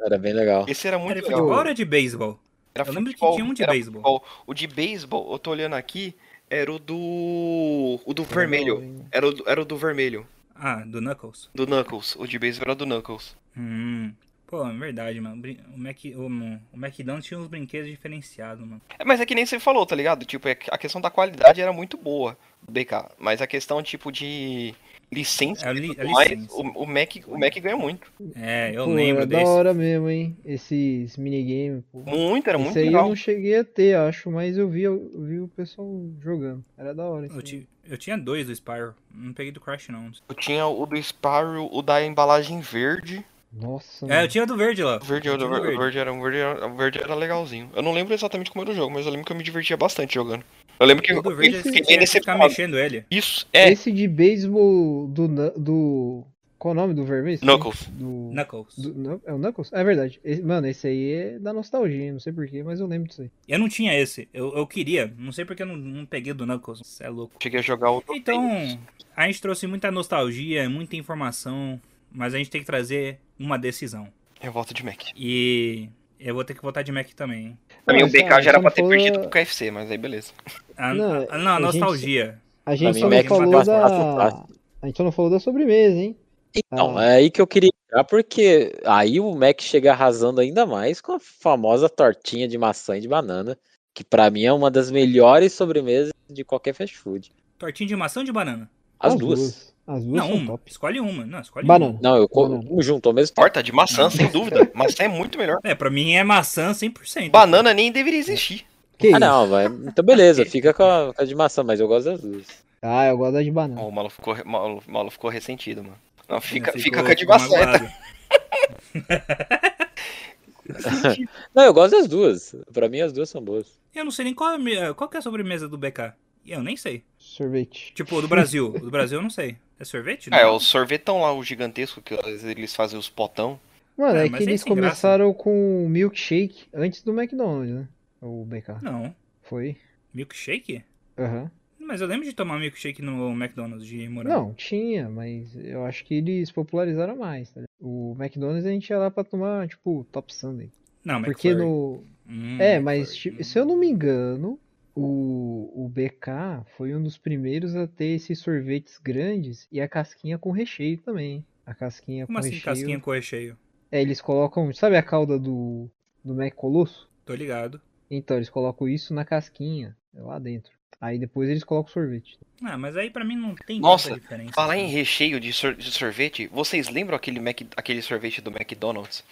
S3: Era bem legal.
S4: Esse era muito
S1: Era de
S4: legal.
S1: futebol ou era de beisebol?
S4: Era
S1: Eu lembro que
S4: futebol,
S1: tinha um de
S4: era
S1: beisebol.
S4: futebol. O de beisebol, eu tô olhando aqui, era o do. O do vermelho. Era o, do- era o do vermelho.
S1: Ah, do Knuckles.
S4: Do Knuckles. O de beisebol era do Knuckles.
S1: Hum. Pô, é verdade, mano. Brin- O, Mac, o, o McDonald's tinha uns brinquedos diferenciados, mano.
S4: É, mas é que nem você falou, tá ligado? Tipo, é que a questão da qualidade era muito boa do BK. Mas a questão, tipo, de licença.
S1: É, a
S4: e
S1: li-
S4: tudo
S1: a
S4: mais,
S1: licença.
S4: o, o Mac, o Mac ganha muito.
S1: É, eu
S2: pô,
S1: lembro
S2: era da
S1: desse.
S2: hora mesmo, hein? Esses minigames, pô.
S4: Muito,
S1: é
S4: era muito
S2: Esse aí eu
S4: legal.
S2: não cheguei a ter, acho, mas eu vi, eu vi o pessoal jogando. Era da hora.
S1: Eu,
S2: esse
S1: ti- eu tinha dois do Spyro. Não peguei do Crash, não.
S4: Eu tinha o do Sparrow, o da embalagem verde.
S2: Nossa,
S1: É, eu
S2: mano.
S1: tinha do verde lá.
S4: O verde,
S1: Eu
S4: o
S1: tinha
S4: do ver- o verde era, o verde era- o verde era legalzinho. Eu não lembro exatamente como era o jogo, mas eu lembro que eu me divertia bastante jogando. Eu lembro que
S1: O
S4: eu
S1: do verde é
S4: eu
S1: você
S4: fiquei
S1: tinha que ficar
S4: decepcionado.
S1: mexendo ele.
S4: Isso é
S2: Esse de beisebol do, Na- do. Qual o nome do vermelho? Sim,
S4: Knuckles.
S2: Do...
S1: Knuckles.
S2: do- não, é o Knuckles? É verdade. Esse- mano, esse aí é da nostalgia, não sei porquê, mas eu lembro disso aí.
S1: Eu não tinha esse. Eu, eu queria. Não sei porque eu não, não peguei do Knuckles. Você é louco.
S4: Cheguei a jogar o.
S1: Então, a gente trouxe muita nostalgia, muita informação, mas a gente tem que trazer uma decisão.
S4: Revolta de Mac.
S1: E eu vou ter que votar de Mac também. hein?
S4: Pra mim o
S2: Mas, cara,
S4: BK já era
S2: quando
S4: pra ter
S1: então
S2: for-
S4: perdido pro KFC, mas aí beleza.
S1: A,
S2: Não,
S1: a- a- não, a
S2: a gente-
S1: nostalgia.
S2: A gente
S3: mim,
S2: só não
S1: Mac é
S2: falou
S3: fácil,
S2: da.
S3: fácil,
S2: A gente só não falou da sobremesa, hein?
S3: Então,
S2: Ah.
S3: é aí que eu queria entrar, porque aí o Mac chega arrasando ainda mais com a famosa tortinha de maçã e de banana, que pra mim é uma das melhores sobremesas de qualquer fast food.
S1: Tortinha de maçã ou de banana?
S3: As, duas.
S2: As duas
S1: Não, um.
S2: são
S1: uma.
S2: top.
S1: Escolhe uma. Não, escolhe
S2: Banana.
S3: Não, eu como
S2: Banana.
S3: um junto ao mesmo tempo.
S4: Torta de maçã, sem dúvida. Maçã é muito melhor.
S1: uma. É, pra mim é maçã 100%.
S4: Banana nem deveria existir.
S2: Que
S3: Ah,
S2: isso?
S3: não, vai. Então beleza, fica com a, com a de maçã, mas eu gosto das duas.
S2: Ah, eu gosto da de banana.
S4: Ó, o Malo ficou, re- Malo, Malo ficou ressentido, mano. Não, fica,
S1: Ficou-
S2: é,
S4: fica com a de
S1: ficou
S4: maçã.
S1: magoado.
S3: Não, eu gosto das duas. Pra mim as duas são boas.
S1: Eu não sei nem qual, é a minha- qual que é a sobremesa do BK. Eu nem sei.
S2: Sorvete.
S1: Tipo, do Brasil. O do Brasil eu não sei. É sorvete? Não?
S4: É, o sorvetão lá, o gigantesco, que às vezes eles fazem os potão.
S2: Mano,
S1: Ah,
S2: é
S1: mas
S2: que
S1: aí
S2: eles
S1: sem graça.
S2: começaram com o milkshake antes do McDonald's, né? O BK.
S1: Não.
S2: Foi.
S1: Milkshake?
S2: Aham.
S1: Não Mas eu lembro de tomar milkshake no McDonald's de morango.
S2: Não, tinha, mas eu acho que eles popularizaram mais. tá ligado? O McDonald's a gente ia lá pra tomar, tipo, Top Sunday.
S1: Não,
S2: Porque
S1: McFlurry.
S2: no.
S1: é Hum,
S2: é, mas tipo, se eu não me engano, o, o BK foi um dos primeiros a ter esses sorvetes grandes e a casquinha com recheio também. A casquinha
S1: Como
S2: com
S1: assim
S2: recheio.
S1: casquinha com recheio?
S2: É, eles colocam. Sabe a calda do, do Mac Colosso?
S1: Tô ligado.
S2: Então, eles colocam isso na casquinha, é lá dentro. Aí depois eles colocam o sorvete.
S1: Ah, mas aí pra mim não tem
S4: Nossa,
S1: muita diferença.
S4: falar em recheio de, sor- de sorvete, vocês lembram aquele, Mac- aquele sorvete do McDonald's?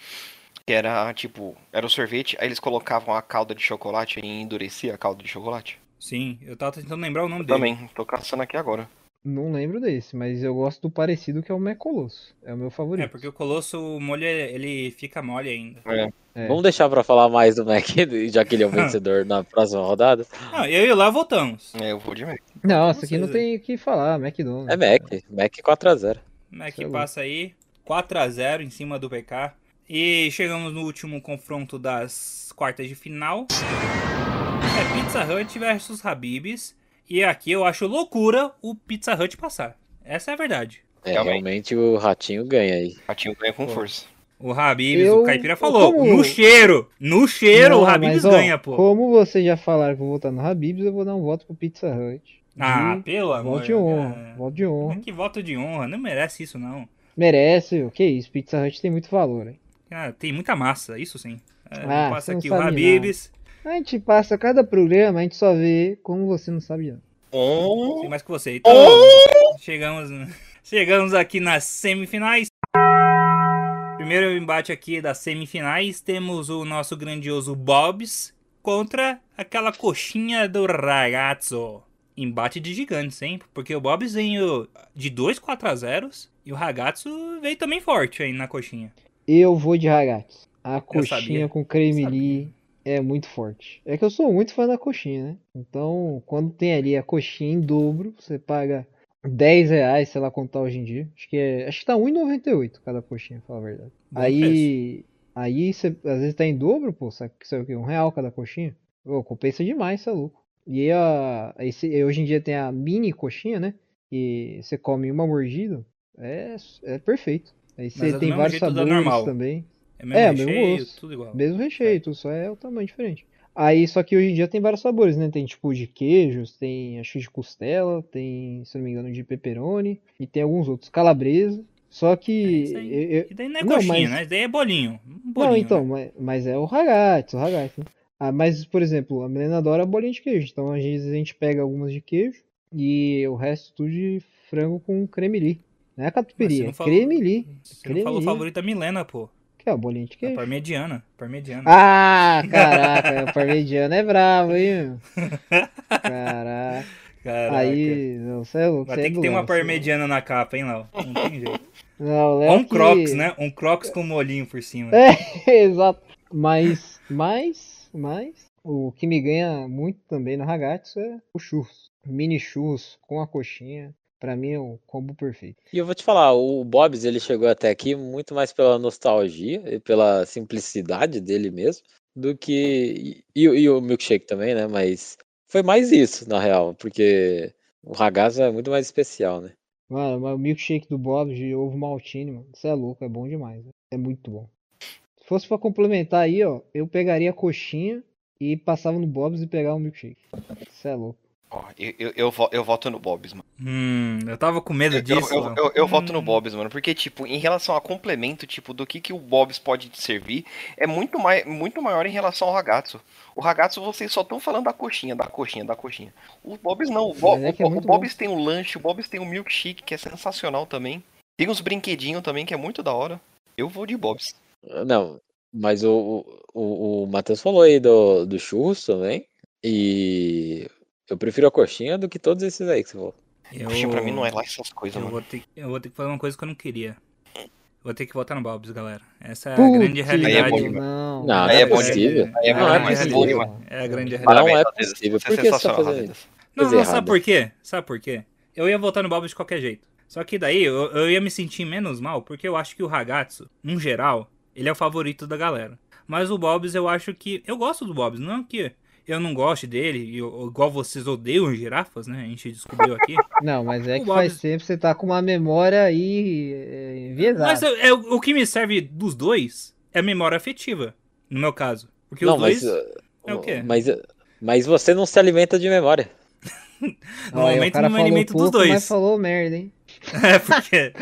S4: Que era tipo, era o sorvete, aí eles colocavam a calda de chocolate e endurecia a calda de chocolate?
S1: Sim, eu tava tentando lembrar o nome dele.
S4: Também, tô caçando aqui agora.
S2: Não lembro desse, mas eu gosto do parecido que é o Mac Colosso. É o meu favorito.
S1: É, porque o Colosso, o molho, é, ele fica mole ainda.
S3: Vamos deixar pra falar mais do Mac, já que ele é o vencedor na próxima rodada.
S1: Não, Ah, eu e o lá voltamos.
S4: É, eu vou de Mac.
S2: Nossa, aqui não tem o que falar, McDonald's.
S3: É Mac, Mac 4x0.
S1: Mac
S2: Sei lá.
S1: é passa aí, 4x0 em cima do PK. E chegamos no último confronto das quartas de final. É Pizza Hut versus Habibs. E aqui eu acho loucura o Pizza Hut passar. Essa é a verdade.
S3: É, realmente o Ratinho ganha aí.
S4: Ratinho ganha com força.
S1: O Habibs,
S2: Eu-
S1: o Caipira falou,
S2: como-
S1: no cheiro, no cheiro
S2: Não,
S1: o É Habibs
S2: mas, ó,
S1: ganha, pô.
S2: Como vocês já falaram que eu vou votar no Habibs, eu vou dar um voto pro Pizza Hut.
S1: Ah,
S2: De-
S1: pelo amor.
S2: Voto de honra, voto de
S1: Ah,
S2: honra.
S1: Que voto de honra, não merece isso não.
S2: Merece, o que é isso? Pizza Hut tem muito valor, hein?
S1: Ah, tem muita massa, isso sim. Ah,
S2: Ah,
S1: passa
S2: você não
S1: aqui o
S2: sabe
S1: Habibs.
S2: A gente passa cada programa, a gente só vê como você não sabe nada.
S1: Sei mais que você. Então, chegamos, chegamos aqui nas semifinais. Primeiro embate aqui é das semifinais, temos o nosso grandioso Bobs contra aquela coxinha do Ragazzo. Embate de gigantes, hein? Porque o Bobs veio de 2 4 a 0 e o Ragazzo veio também forte aí na coxinha.
S2: Eu vou de ragazzi. A
S1: sabia,
S2: coxinha com creme ali é muito forte. É que eu sou muito fã da coxinha, né? Então, quando tem ali a coxinha em dobro, você paga 10 reais, sei lá quanto tá hoje em dia. Acho que, é, acho que tá 1,98 cada coxinha, pra falar a verdade.
S1: Bom
S2: aí, aí você, às vezes tá em dobro, pô, sabe, sabe o quê? Um real cada coxinha. Pô, compensa demais, você é louco. E a, esse, e hoje em dia tem a mini coxinha, né? E você come uma mordida, é, é perfeito. Aí
S1: é
S2: você
S1: do
S2: tem
S1: mesmo
S2: vários
S1: jeito da
S2: sabores
S1: normal.
S2: também.
S1: É mesmo
S2: É, mesmo
S1: recheio,
S2: gosto.
S1: tudo igual.
S2: Mesmo recheio, tu só é o tamanho diferente. Aí, só que hoje em dia tem vários sabores, né? Tem tipo de queijos, tem acho que de costela, tem, se não me engano, de pepperoni e tem alguns outros, calabresa. Só que
S1: aí.
S2: eu- eu-
S1: E daí não é
S2: Não,
S1: coxinha,
S2: mas-
S1: né? Isso daí é bolinho. Um bolinho
S2: não, então,
S1: né?
S2: mas, mas é o ragazzo, o ragazzo. né? Ah, mas, por exemplo, a Milena adora bolinha de queijo. Então, às vezes a gente pega algumas de queijo e o resto tudo de frango com cremeli. Não
S1: Mas
S2: é
S1: você
S2: catupiry,
S1: não
S2: é
S1: falou-
S2: cremeli.
S1: Você não falou
S2: cremeli.
S1: favorita Milena, pô.
S2: Que é a bolinha de
S1: A
S2: queijo.
S1: parmegiana. Parmegiana.
S2: Ah, caraca, o parmegiano é bravo, hein? meu? Caraca.
S1: Caraca.
S2: Ah, Aí, não, você é louco,
S1: Vai
S2: você
S1: ter
S2: é
S1: que ter uma
S2: guloso, você é
S1: parmegiana na capa, hein, Léo? Não tem jeito.
S2: louco. Não, o Léo
S1: Ou um
S2: que-
S1: crocs, né? Um crocs com molhinho por cima.
S2: É, exato. Mas, mas, mas, o que me ganha muito também no ragazzo é o churros. Mini churros com a coxinha, pra mim é o combo perfeito.
S3: E eu vou te falar, o Bob's ele chegou até aqui muito mais pela nostalgia e pela simplicidade dele mesmo, do que. E, e o milkshake também, né? Mas foi mais isso, na real, porque o ragazzo é muito mais especial, né?
S2: Mano, mas o milkshake do Bob de ovo maltine, mano, você é louco, é bom demais, né? é muito bom. Se fosse pra complementar aí, ó, eu pegaria a coxinha e passava no Bob's e pegava o milkshake. Você é louco.
S4: Ó, eu, eu, eu, vo- eu voto no Bob's, mano.
S1: Hum, eu tava com medo
S4: Eu,
S1: disso.
S4: eu,
S1: Léo. Hum,
S4: eu- eu voto no Bob's, mano, porque, tipo, em relação a complemento, tipo, do que, que o Bob's pode te servir, é muito, mai muito maior em relação ao ragazzo. O ragazzo, vocês só estão falando da coxinha, da coxinha, da coxinha. O Bob's não, o, Bo
S2: Mas é que é
S4: o- o
S2: muito
S4: Bob's tem o lanche, o Bob's tem o milkshake, que é sensacional também. Tem uns brinquedinhos também, que é muito da hora. Eu vou de Bob's.
S3: Não, mas o, o, o Matheus falou aí do, do churros também, e eu prefiro a coxinha do que todos esses aí que você falou.
S1: Eu-
S4: Coxinha pra mim não é lá essas coisas,
S1: eu
S4: mano.
S1: vou, ter, eu vou ter que fazer uma coisa que eu não queria. Vou ter que votar no Bob's, galera. Essa é a
S2: Putz,
S1: grande realidade.
S4: bom demais.
S2: não,
S3: Não,
S4: Aí
S3: não é
S4: é bom
S3: possível.
S1: demais.
S4: Aí é
S3: Não
S4: bom
S3: é
S4: demais, é
S3: possível.
S4: bom demais.
S1: É a grande realidade.
S3: Não é
S4: Parabéns, Radeiro,
S3: possível.
S4: você
S3: Por
S4: é
S3: que você tá
S4: sensacional,
S3: fazendo
S4: Radeiro.
S3: isso?
S1: Não,
S3: Coisa
S1: não, sabe
S3: errada.
S1: por quê? Sabe por quê? Eu ia votar no Bob de qualquer jeito. Só que daí eu, eu ia me sentir menos mal, porque eu acho que o Ragazzo, em geral, ele é o favorito da galera. Mas o Bob's eu acho que. Eu gosto do Bob's, não é que eu não gosto dele, e eu- igual vocês odeiam girafas, né? A gente descobriu aqui.
S2: Não, mas é que
S1: O Bob-
S2: faz tempo que você tá com uma memória aí é, enviesada.
S1: Mas eu- é o o que me serve dos dois é a memória afetiva, no meu caso. Porque
S3: não,
S1: os dois.
S3: mas, uh,
S1: é o quê?
S3: Mas, uh, mas você não se alimenta de memória.
S1: No momento,
S2: cara
S1: no
S2: falou
S1: alimento dos
S2: pouco,
S1: dois.
S2: Mas falou merda, hein?
S1: É, porque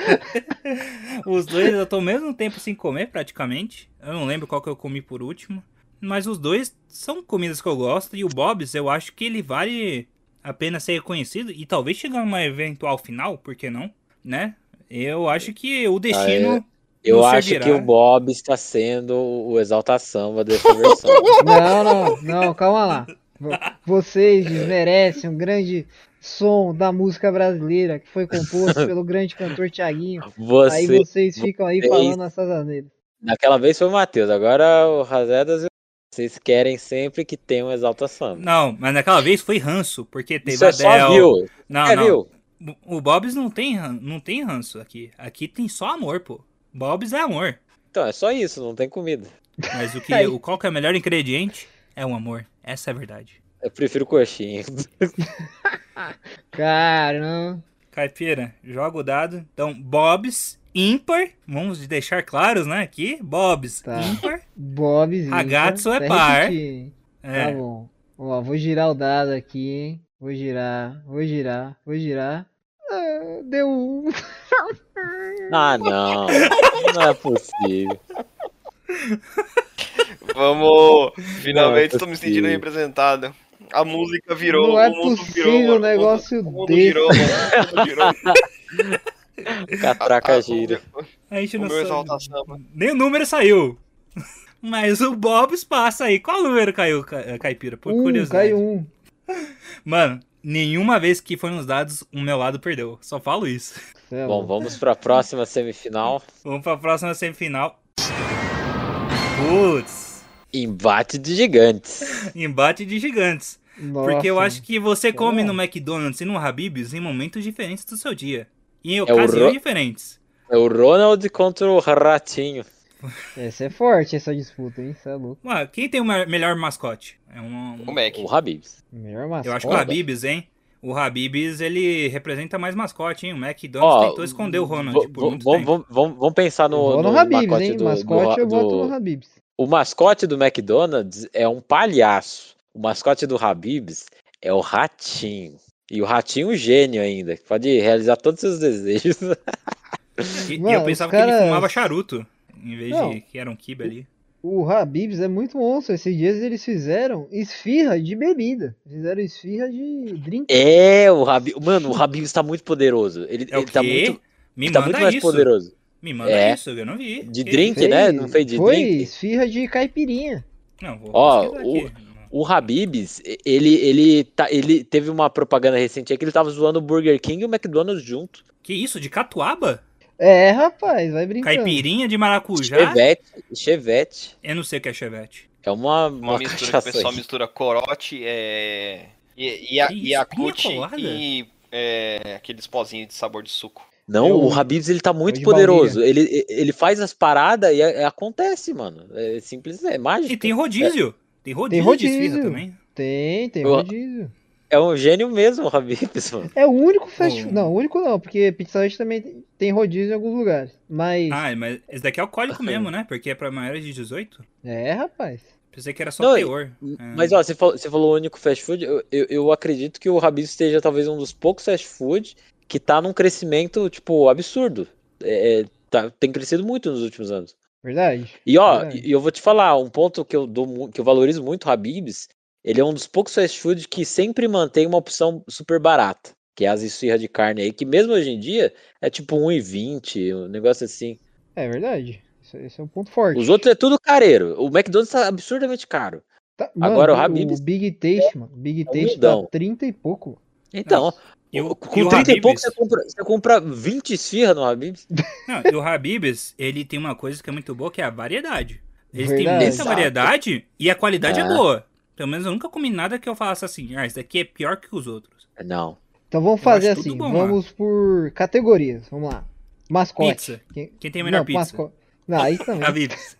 S1: os dois eu tô ao mesmo tempo sem comer, praticamente. Eu não lembro qual que eu comi por último. Mas os dois são comidas que eu gosto. E o Bob's, eu acho que ele vale a pena ser reconhecido. E talvez chegar numa eventual final, por que não? Né? Eu acho que o destino.
S3: Ah, Eu
S1: nos
S3: acho
S1: servirá.
S3: que o Bob está sendo o o exalta samba dessa versão.
S2: Não, não, não, calma lá. Vo- Vocês desmerecem um grande som da música brasileira que foi composto pelo grande cantor Tiaguinho.
S3: Você-
S2: aí vocês ficam aí
S3: vocês-
S2: falando essas asneiras.
S3: Naquela vez foi o Matheus, agora o Razedas. Vocês querem sempre que tenha um exalta samba.
S1: Não, mas naquela vez foi ranço, porque teve
S3: Isso é só
S1: Adele.
S3: viu.
S1: Não,
S3: É
S1: não.
S3: viu.
S1: O Bob's não tem, ran- não tem ranço aqui. Aqui tem só amor, pô. Bob's é amor.
S3: Então, é só isso, não tem comida.
S1: Mas o que,
S2: Tá
S3: Aí.
S1: o, qual que é o melhor ingrediente? É o amor. Essa é a verdade.
S3: Eu prefiro coxinha.
S2: Caramba.
S1: Caipira, joga o dado. Então, Bob's ímpar. Vamos deixar claros, né? Aqui, Bob's
S2: Tá.
S1: ímpar.
S2: Bobzinho.
S1: Ragazzo é
S2: até
S1: par.
S2: repetindo.
S1: É.
S2: Tá bom. Ó, vou girar o dado aqui, hein? Vou girar, vou girar, vou girar. Ah, deu um.
S3: Ah, não. Não é possível.
S4: Vamos! Finalmente
S3: Não é
S4: tô me sentindo
S3: possível.
S4: representado. A música virou,
S2: Não é
S4: o mundo
S2: possível
S4: virou,
S2: um negócio
S4: o mundo
S2: desse.
S4: girou, o mundo Tá, girou.
S3: Catraca gira.
S1: A gente
S4: O
S1: não
S4: meu é
S1: sabe.
S4: exalta samba.
S1: Nem o número saiu. Mas o Bob's passa aí. Qual número caiu, Ca- eh, Caipira? Por
S2: um,
S1: curiosidade.
S2: caiu um.
S1: Mano, nenhuma vez que foi nos dados, o meu lado perdeu. Só falo isso.
S2: Cê é
S3: Bom,
S2: louco.
S3: vamos pra próxima semifinal.
S1: Vamos pra próxima semifinal. Putz.
S3: Embate de gigantes.
S1: Embate de gigantes. Porque eu
S2: Nossa.
S1: acho que você come
S2: É.
S1: no McDonald's e no Habib's em momentos diferentes do seu dia. E em
S3: É o
S1: ocasiões
S3: ro-
S1: diferentes.
S3: É o Ronald contra o Ratinho.
S2: Essa é forte, essa disputa, hein? Você é louco.
S1: Ué, quem tem o me- melhor mascote? É um,
S4: O Mac.
S3: O Habibs.
S2: Melhor
S1: Eu
S2: mascote.
S1: acho que o Habib's, hein? O Habib's, ele representa mais mascote, hein? O McDonald's
S3: Ó,
S1: tentou esconder o Ronald
S3: v-
S1: por muito
S3: v-
S1: tempo.
S3: v- v- Vamos pensar
S2: Eu
S3: no,
S2: vou
S3: no,
S2: no, Habibs,
S3: mascote
S2: hein?
S3: do,
S2: mascote
S3: do-
S2: eu boto
S3: do-
S2: no Habibs.
S3: O mascote do McDonald's é um palhaço. O mascote do Habibs é o ratinho. E o ratinho é um gênio ainda, que pode realizar todos os seus desejos.
S1: E, e
S2: Mano,
S1: eu
S2: os
S1: pensava que
S2: caras-
S1: ele fumava charuto, em vez
S2: Não.
S1: de que era um kibe ali.
S2: O Habib's é muito monstro. Esses dias eles fizeram esfirra de bebida. Fizeram esfirra de drink.
S3: É, o Habibs. Mano, o Habibs tá muito poderoso. Ele,
S1: É o
S3: ele tá
S1: quê?
S3: muito,
S1: Me
S3: ele tá muito
S1: manda
S3: mais
S1: isso.
S3: poderoso.
S1: Me manda
S3: É.
S1: isso, eu não vi.
S3: De
S1: Que
S3: drink,
S2: Fez-
S3: né? Não fez de
S2: foi
S3: drink?
S2: esfirra de caipirinha.
S1: isso? Não, vou
S3: Ó,
S1: pesquisar aqui.
S3: O Habibs, e- ele, ele, tá, ele teve uma propaganda recente aí que ele tava zoando o Burger King e o McDonald's junto.
S1: Que isso, de catuaba?
S2: É, rapaz, vai brincando.
S1: Caipirinha de maracujá?
S3: Chevette, Chevette.
S1: Eu não sei o que é chevette.
S3: É uma, uma,
S4: Uma mistura que o
S3: cachaça
S4: pessoal
S3: aí.
S4: mistura corote, é. E, e, a,
S1: Que
S4: e
S1: espinha
S4: acute
S1: colada?
S4: e é, aqueles pozinhos de sabor de suco.
S3: Não,
S2: É
S3: o
S2: o-
S3: Habibs ele tá muito
S2: de
S3: poderoso. Ele, e- ele faz as paradas e a- é, acontece, mano. É simples, é mágico.
S1: E tem rodízio. Tem rodízio, de esfirra
S2: rodízio.
S1: também.
S2: Tem, tem
S3: Eu-
S2: rodízio.
S3: É um gênio mesmo, o Habibs, mano.
S2: É o único fast
S1: Ô.
S2: food. Não, o único não, porque Pizza Hut também tem rodízio em alguns lugares. Mas.
S1: Ah, mas esse daqui é alcoólico mesmo, né? Porque é pra maiores de 18.
S2: É, rapaz.
S1: Pensei que era só É.
S3: Não, e-
S1: teor.
S3: Mas ó, você falou, você falou o único fast food. Eu, eu, eu acredito que o Habibs seja talvez um dos poucos fast food que tá num crescimento, tipo, absurdo. É, é, tá- tem crescido muito nos últimos anos.
S2: Verdade.
S3: E
S1: É.
S3: ó,
S2: Verdade.
S3: e eu vou te falar, um ponto que eu dou, mu- que eu valorizo muito o Habib's, ele é um dos poucos fast food que sempre mantém uma opção super barata, que é as esfirras de carne aí, que mesmo hoje em dia é tipo 1,20, um negócio assim.
S2: É verdade. Isso- Esse é um ponto forte.
S3: Os outros é tudo careiro. O McDonald's tá absurdamente caro.
S2: Tá-
S3: Agora o
S2: mano,
S3: Habib's-
S2: O Big Taste, mano. Big
S3: um
S2: Taste
S3: mundão.
S2: tá 30 e pouco.
S3: Então,
S1: E o-
S3: com
S1: e o
S3: 30 e pouco
S1: Habib's?
S3: você compra, você compra 20 esfirras no Habib's.
S1: Não, e o Habib's, ele tem uma coisa que é muito boa, que é a variedade. Eles têm
S2: Verdade.
S1: muita
S3: Exato.
S1: variedade e a qualidade é.
S3: É.
S1: boa. Pelo menos eu nunca comi nada que eu falasse assim, ah, esse daqui é pior que os outros.
S3: Não.
S2: Então vamos
S1: Eu
S2: fazer
S1: acho tudo
S2: assim,
S1: bom,
S2: vamos por categorias. Vamos lá. Mascote.
S1: Pizza.
S2: Quem,
S1: Quem tem a melhor
S2: não,
S1: pizza?
S2: masco- Não, aí também.
S1: Habib's.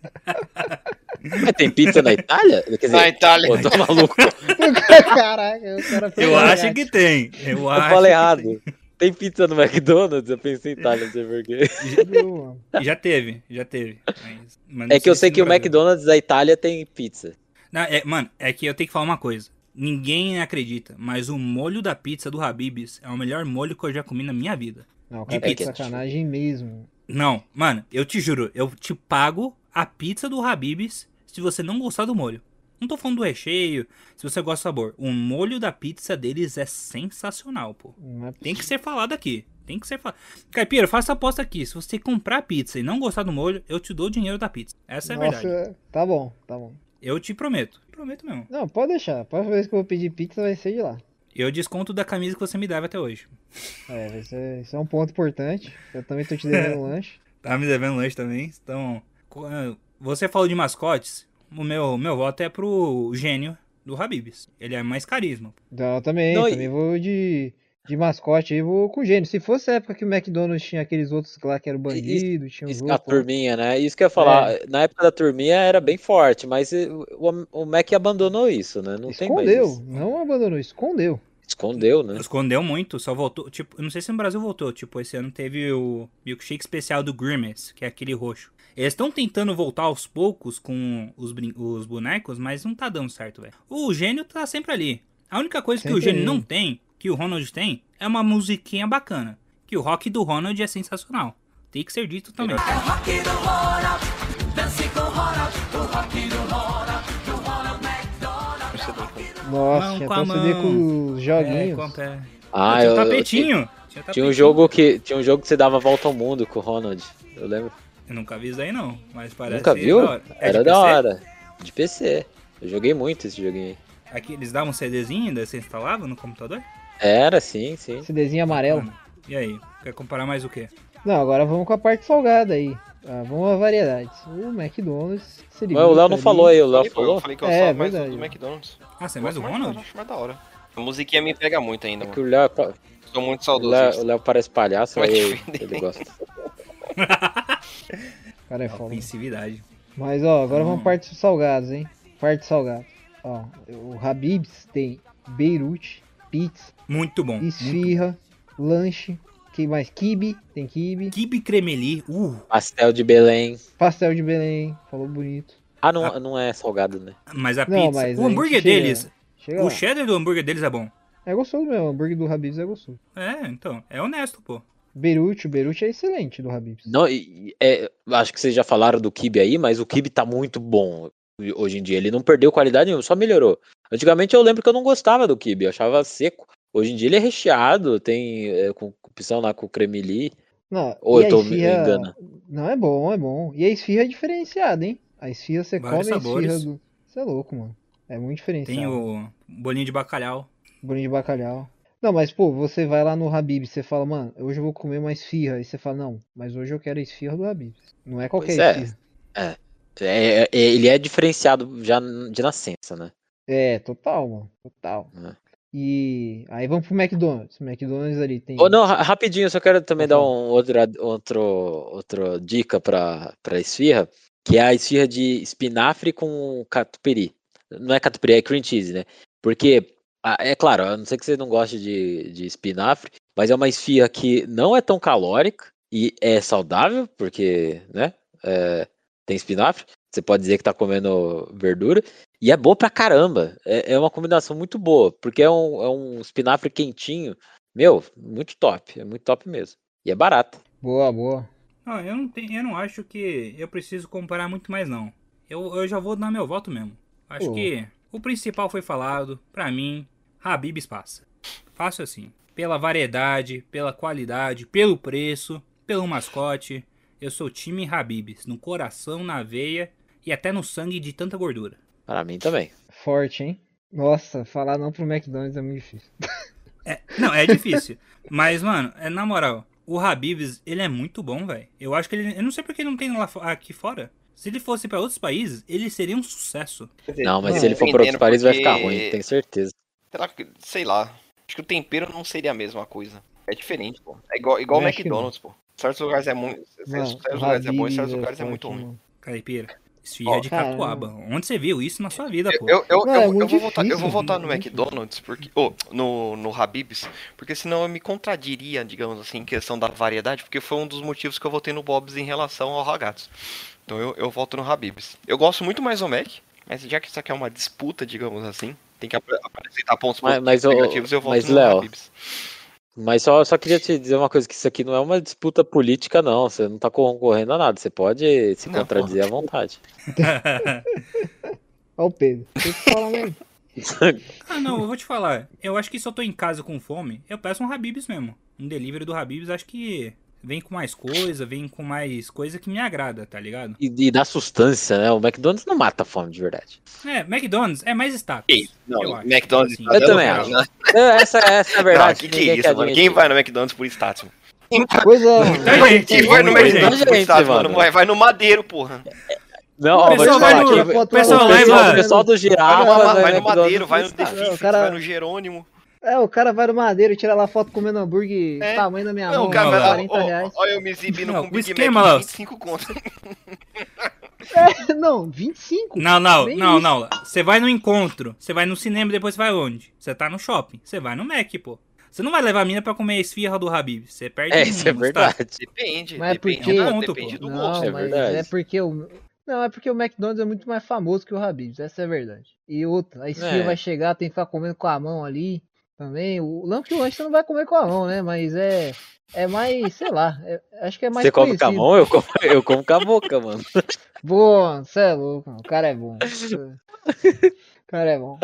S3: Mas tem pizza na Itália? Quer dizer,
S4: Na Itália.
S3: Pô, tô maluco.
S2: Caraca, o cara
S1: Eu acho que tem. Eu,
S3: Eu
S1: acho
S3: falei
S1: que
S3: errado. Tem pizza no McDonald's? Eu pensei em Itália, não sei porquê.
S1: tem. Já teve, já teve. Mas- mas não
S3: É que eu
S1: se
S3: sei
S1: no
S3: que o
S1: Brasil.
S3: McDonald's da Itália tem pizza.
S1: Não, é, mano, é que eu tenho que falar uma coisa. Ninguém acredita, mas o molho da pizza do Habib's é o melhor molho que eu já comi na minha vida.
S2: Não, o
S1: de
S2: cara tá de
S1: pizza.
S2: sacanagem mesmo.
S1: Não, mano, eu te juro, eu te pago a pizza do Habib's se você não gostar do molho. Não tô falando do recheio, se você gosta do sabor. O molho da pizza deles é sensacional, pô.
S2: Não é
S1: Tem que ser falado aqui. Tem que ser falado. Caipira, faça a aposta aqui. Se você comprar pizza e não gostar do molho, eu te dou o dinheiro da pizza. Essa é a
S2: Nossa,
S1: verdade.
S2: Tá bom, tá bom.
S1: Eu te prometo. Prometo mesmo.
S2: Não, pode deixar. A próxima vez que eu vou pedir pizza vai ser de lá.
S1: Eu desconto da camisa que você me dava até hoje.
S2: É, vai ser- isso é um ponto importante. Eu também tô te devendo um lanche.
S1: Tá me devendo lanche também. Então, co- ah, você falou de mascotes. O meu, meu voto é pro gênio do Habibs. Ele é mais carisma.
S2: Não, eu também,
S3: Não, e-
S2: também vou de, de mascote aí, vou com gênio. Se fosse a época que o McDonald's tinha aqueles outros lá que eram bandidos, tinha os
S3: Isso, a
S2: outros. um lá.
S3: turminha, né? Isso que eu ia falar. Na época da turminha era bem forte, mas eh, o, o Mac abandonou isso, né? Não tem mais.
S2: Escondeu,
S3: isso.
S2: não abandonou, escondeu.
S3: Escondeu,
S2: É.
S3: né?
S1: Escondeu muito, só voltou. Tipo, eu não sei se no Brasil voltou. Tipo, esse ano teve o milkshake especial do Grimace, que é aquele roxo. Eles estão tentando voltar aos poucos com os, brin- os bonecos, mas não tá dando certo, velho. O gênio tá sempre ali. A única coisa que o
S2: Sempre
S1: gênio
S2: ali.
S1: não tem, que o Ronald tem, é uma musiquinha bacana. Que o rock do Ronald é sensacional. Tem que ser dito também.
S5: É o rock do Ronald, dance com o Ronald, o rock do Ronald, do Ronald McDonald. É o rock do
S2: Nossa,
S1: Mão
S2: tinha
S1: com
S2: até
S1: a
S2: um CD com
S1: mão.
S2: os
S1: É,
S2: joguinhos.
S1: quanto é?
S3: Ah,
S1: tinha um
S3: eu- eu-
S1: tapetinho. tinha
S3: Tinha
S1: tapetinho.
S3: um jogo que tinha um jogo que você dava a volta ao mundo com o Ronald. Eu lembro.
S1: Eu nunca vi isso aí, não. Mas parece
S3: Nunca viu?
S1: da hora. É
S3: Era
S1: de
S3: da
S1: PC?
S3: hora. De PC. Eu joguei muito esse joguinho. aí.
S1: Aqui eles davam um CDzinho, daí você instalava no computador?
S3: Era, sim, sim.
S2: CDzinho
S1: Tá
S2: amarelo.
S1: E aí? Quer comparar mais o quê?
S2: Não, agora vamos com a parte salgada aí. Ah, vamos a variedades. O McDonald's, se
S3: Mas o Léo não
S2: ali.
S3: falou aí, o Léo
S4: Falei, pô,
S3: falou.
S4: Eu falei que eu
S2: É,
S4: gostava mais do,
S2: verdade. um
S4: do McDonald's.
S1: Ah, você é mais o
S4: Gosto
S1: Ronald?
S4: Acho mais da hora. A musiquinha me pega muito ainda,
S3: É que
S4: mano.
S3: o Léo, é pa-
S4: Sou muito
S3: o Léo, o
S4: saudoso.
S3: Léo parece palhaço,
S4: Vai
S3: aí
S4: te
S3: ele-
S4: vender.
S3: ele gosta.
S2: O cara é
S1: É
S2: foda.
S1: ofensividade.
S2: Mas ó, agora
S1: Hum.
S2: vamos parte dos salgados, hein? Parte dos salgados. Ó, o Habib's tem Beirute, pizza,
S1: Muito bom. Muito...
S2: esfirra, lanche, que mais? Kibe, tem kibe,
S1: Kibe Cremeli. Uh,
S3: Pastel de Belém.
S2: pastel de Belém, falou bonito.
S3: Ah, não, não é salgado, né?
S1: mas a
S2: Não,
S1: pizza.
S2: mas
S1: o
S2: a
S1: hambúrguer
S2: gente chega-
S1: deles.
S2: Chega
S1: O
S2: lá.
S1: cheddar do hambúrguer deles é bom.
S2: É gostoso mesmo, o hambúrguer do Habib's é gostoso.
S1: É, então. É honesto, pô.
S2: Beirute, o Beirute é excelente do Habib's.
S3: Não, e- e- é, acho que vocês já falaram do Kibe aí, mas o Kibe tá muito bom hoje em dia. Ele não perdeu qualidade nenhuma, só melhorou. Antigamente eu lembro que eu não gostava do Kibe, eu achava seco. Hoje em dia ele é recheado, tem é, com com opção lá com cremeli.
S2: Não,
S3: Ou
S2: e
S3: eu
S2: a
S3: tô me
S2: esfirra...
S3: enganando?
S2: Não, é bom, é bom. E a esfirra é diferenciada, hein? A esfirra você
S1: Vários
S2: come a esfirra
S1: sabores.
S2: do... Você é louco, mano. É muito diferenciado.
S1: Tem o bolinho de bacalhau.
S2: Bolinho de bacalhau. Não, mas pô, você vai lá no Habib, você fala, mano, hoje eu vou comer uma esfirra. E você fala, não, mas hoje eu quero a esfirra do Habib. Não é qualquer
S3: Pois é.
S2: esfirra.
S3: É, é, ele é diferenciado já de nascença, né?
S2: É, total, mano. Total.
S3: É.
S2: E aí vamos pro McDonald's. McDonald's ali tem.
S3: Ô, não, ra- rapidinho, eu só quero também
S2: Pode
S3: dar
S2: falar.
S3: um outro, ad- outro, outro dica pra, pra esfirra, que é a esfirra de espinafre com catupiry. Não é catupiry, é cream cheese, né? Porque, a- é claro, a não ser que você não goste de, de espinafre, mas é uma esfirra que não é tão calórica e é saudável, porque, né, é, tem espinafre. Você pode dizer que tá comendo verdura. E é boa pra caramba. É, é uma combinação muito boa, porque é um, é um espinafre quentinho. Meu, muito top. É muito top mesmo. E é barato.
S2: Boa, boa.
S1: Não, eu não, tenho, eu não acho que eu preciso comparar muito mais, não. Eu, eu já vou dar meu voto mesmo. Acho
S2: Pô.
S1: que o principal foi falado. Pra mim, Habibs passa. Fácil assim. Pela variedade, pela qualidade, pelo preço, pelo mascote. Eu sou time Habibs. No coração, na veia e até no sangue de tanta gordura.
S3: Para mim também.
S2: Forte, hein? Nossa, falar não pro McDonald's é muito difícil.
S1: É, não, é difícil. Mas, mano, é, na moral, o Habibs, ele é muito bom, velho. Eu acho que ele. Eu não sei porque ele não tem lá, fo- aqui fora. Se ele fosse pra outros países, ele seria um sucesso.
S3: Não, mas
S2: não,
S3: se ele for para outros
S4: dependendo,
S3: países vai ficar
S4: porque-
S3: ruim, tenho certeza.
S4: Será que, sei lá. Acho que o tempero não seria a mesma coisa. É diferente, pô. É igual, igual o
S2: Eu acho que não.
S4: McDonald's, pô. Certos lugares é muito. Certos
S2: Mano,
S4: certos
S2: o
S4: lugares é bom e
S2: Habib's
S4: certos
S2: é
S4: lugares é
S2: forte,
S4: muito ruim.
S2: mano.
S1: Caipira. Esfirra
S4: Ó,
S1: é de
S4: cara,
S1: cacoaba. Onde você viu isso na sua vida, pô?
S4: Eu, eu, eu,
S2: é
S4: eu
S1: voltar
S4: vou voltar, eu vou voltar no McDonald's, porque, ou no, no Habib's, porque senão eu me contradiria, digamos assim, em questão da variedade, porque foi um dos motivos que eu votei no Bob's em relação ao Ragatos. Então eu, eu volto no Habib's. Eu gosto muito mais do Mac, mas já que isso aqui é uma disputa, digamos assim, tem que ap- apresentar pontos
S3: Mas, mas, ô,
S4: negativos, eu volto
S3: mas
S4: no
S3: Léo,
S4: Habib's.
S3: mas só, só queria te dizer uma coisa, que isso aqui não é uma disputa política, não. Você não tá concorrendo a nada. Você pode se
S2: Não,
S3: contradizer à vontade.
S2: Olha o Pedro. Tem que falar mesmo.
S1: Ah, não, eu vou te falar. Eu acho que se eu tô em casa com fome, eu peço um Habibs mesmo. Um delivery do Habibs, acho que vem com mais coisa, vem com mais coisa que me agrada, tá ligado?
S3: E, e dá sustância, né? O McDonald's não mata a fome, de verdade.
S1: É, McDonald's é mais status.
S4: Não,
S1: eu acho.
S4: McDonald's
S1: Assim,
S4: tá
S3: Eu
S4: dando
S3: também
S4: pra-
S3: acho. É, Essa, essa é a verdade.
S4: Não, que que é
S3: ninguém
S4: isso,
S3: quer
S4: mano?
S3: admitir.
S4: Quem vai no McDonald's por status? mano?
S2: Pois é, mano.
S3: Muita gente,
S4: Quem vai no
S3: muita
S4: McDonald's por
S3: gente,
S4: status, mano?
S3: mano.
S4: Vai, vai no Madeiro, porra.
S3: Não, ó,
S4: O
S3: vou
S4: pessoal
S3: te
S4: vai
S3: falar,
S4: no-
S3: quem-
S4: o pessoal
S3: o
S4: vai
S3: pessoal,
S4: no-
S3: o pessoal do
S4: Vai
S3: Girafa.
S4: no, Ma- vai no
S3: McDonald's
S4: Madeiro, vai no
S3: por status.
S4: Defix,
S2: cara-
S4: vai no Jerônimo.
S2: É, o cara vai no madeiro e tira lá foto comendo hambúrguer tamanho da minha mão,
S4: É. Não, cara, vai lá,
S2: 40 reais.
S4: olha eu me exibindo
S1: Não,
S4: com
S1: o
S4: Big
S1: esquema,
S4: Mac
S1: Léo.
S4: 25 conto.
S2: É, não, 25.
S1: Não, não,
S2: Nem
S1: não,
S2: isso.
S1: não. Você vai no encontro, você vai no cinema e depois você vai onde? Você tá no shopping, você vai no Mac, pô. Você não vai levar a mina pra comer a esfirra do Habib. Você perde
S3: É,
S1: um
S3: isso é
S1: status.
S3: verdade.
S4: Depende,
S2: Mas é
S4: depende,
S2: porque-
S4: do-
S1: Ponto,
S4: depende
S1: pô.
S4: do
S2: Não,
S4: gosto.
S3: é
S2: mas
S3: verdade.
S2: é porque o. Não, é porque o McDonald's é muito mais famoso que o Habib's, essa é a verdade. E outra, a esfirra
S3: É.
S2: vai chegar, tem que ficar comendo com a mão ali também. O não que o lanche você não vai comer com a mão, né? Mas é. É mais, sei lá, é- acho que é mais
S3: Você come com a
S2: conhecido.
S3: mão, eu como, eu como com a boca, mano.
S2: Boa, você é louco, mano, o cara é bom. O cara é bom.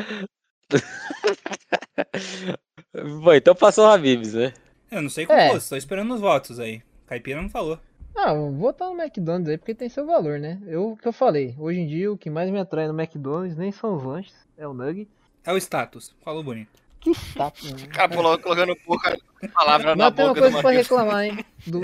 S3: Bom, então passou o Habibs, né?
S1: Eu não sei como
S2: É.
S1: você, tô esperando os votos aí. Caipira não falou.
S2: Ah, eu vou estar no McDonald's aí porque tem seu valor, né? Eu o que eu falei, hoje em dia o que mais me atrai no McDonald's nem são os lanches, é o nugget. tá?
S1: É o status. Falou bonito.
S2: Que status, mano.
S4: Cara, colo- colocando porra, palavra Tá na
S2: Mas tem uma
S4: boca do
S2: coisa pra
S4: Matheus.
S2: reclamar, hein? Do-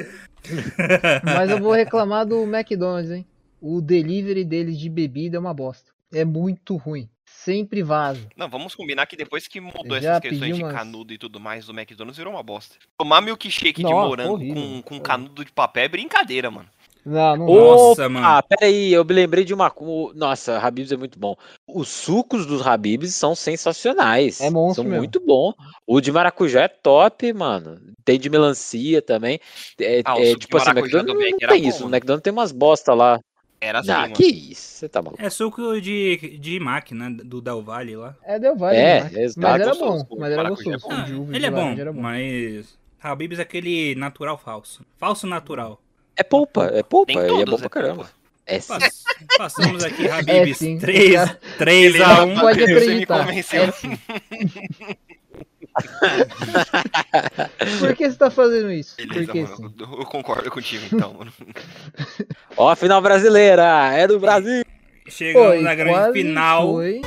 S2: Mas eu vou reclamar do McDonald's, hein? O delivery deles de bebida é uma bosta. É muito ruim. Sempre vaza.
S4: Não, vamos combinar que depois que mudou
S2: Já
S4: essas questões
S2: pedi
S4: de
S2: umas-
S4: canudo e tudo mais, o McDonald's virou uma bosta. Tomar milkshake de
S2: Nossa,
S4: morango
S2: horrível.
S4: com, com canudo de papel é brincadeira, mano.
S2: Não, não
S1: Nossa,
S3: Opa,
S4: Ah.
S1: mano.
S3: Ah, peraí, eu me lembrei de uma. co- Nossa, Habibs é muito bom. Os sucos dos Habibs são sensacionais.
S2: É monstro
S3: São
S2: mesmo.
S3: muito bom. O de maracujá é top, mano. Tem de melancia também. É,
S4: Ah, o
S3: é,
S4: suco de
S3: tipo assim, o
S4: maracujá do
S3: McDonald's
S4: Mac
S3: não
S4: era
S3: tem
S4: bom,
S3: isso. O
S4: né?
S3: McDonald's tem umas bosta lá.
S4: Era assim,
S3: ah,
S4: mano.
S3: que isso? Você tá maluco.
S1: É suco de, de máquina do Del Valle lá.
S2: É, deu vale.
S3: É,
S2: né?
S3: exato.
S2: mas era
S4: Gostoso,
S2: bom. Mas era
S4: maracujá é
S2: gostoso.
S4: bom.
S2: O de uva e
S1: Ele
S2: de
S1: é bom,
S2: laranja era
S1: mas Habibs é aquele natural falso. Falso natural.
S3: É polpa, é polpa.
S4: Nem
S3: e é
S4: todos,
S3: bom
S4: é
S3: pra caramba. É sim.
S1: Pass- passamos aqui Habibs
S2: É, sim. é
S1: 3,
S4: Beleza,
S1: 3 a 1.
S2: Pode
S4: Matheus, Você me
S2: acreditar.
S4: convenceu.
S2: É sim. Por que você tá fazendo isso?
S4: Beleza,
S2: Porque
S4: mano.
S2: sim.
S4: Eu, eu concordo contigo então, mano.
S3: Ó, a final brasileira. É do Brasil.
S1: Chegamos
S2: Foi,
S1: na grande
S2: quase
S1: final.
S2: Foi.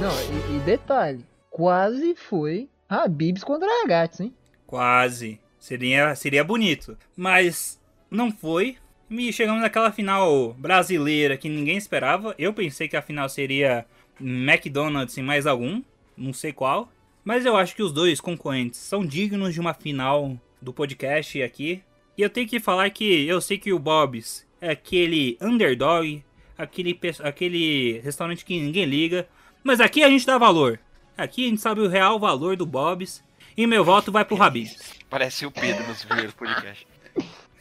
S2: Não, e, e detalhe, quase foi Habibs contra Ragazzi, hein?
S1: Quase. Seria, seria bonito. Mas não foi. E chegamos naquela final brasileira que ninguém esperava. Eu pensei que a final seria McDonald's e mais algum. Não sei qual. Mas eu acho que os dois concorrentes são dignos de uma final do podcast aqui. E eu tenho que falar que eu sei que o Bob's é aquele underdog, aquele, pe- aquele restaurante que ninguém liga. Mas aqui a gente dá valor. Aqui a gente sabe o real valor do Bob's. E meu voto vai pro Rabis.
S4: Parece o Pedro nos primeiros podcasts.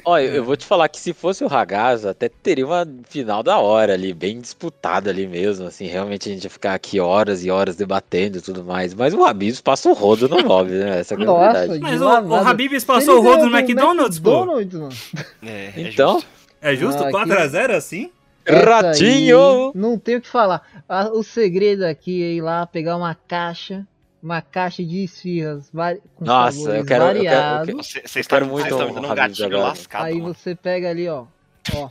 S3: Ó, eu,
S2: É.
S3: eu vou te falar que se fosse o Ragazzo, até teria uma final da hora ali, bem disputada ali mesmo, assim, realmente a gente ia ficar aqui horas e horas debatendo e tudo mais, mas o Habibs passa o rodo no Bob, né, essa que é a
S2: Nossa,
S3: verdade.
S1: Mas
S2: De
S1: o, o
S2: lavada.
S1: Habibs passou o
S2: Ele
S1: rodo
S2: ganhou
S1: no
S2: do
S1: McDonald's, pô.
S2: um McDonald's, mano.
S4: É, é
S3: Então,
S4: justo.
S1: É justo?
S2: Ah, aqui-
S1: 4x0 assim?
S2: Essa
S3: Ratinho!
S2: aí, não tem o que falar. Ah, O segredo aqui é ir lá pegar uma caixa, uma caixa de esfirras vari- com
S3: Nossa,
S2: sabores
S3: eu quero- eu quero- eu
S2: variados.
S3: quero-
S4: Você você está
S3: quero muito
S4: vocês estão me
S3: um
S4: dando um
S3: Habib's
S4: gatilho
S3: agora.
S4: lascado,
S2: Aí
S4: mano.
S2: você pega ali, ó. ó.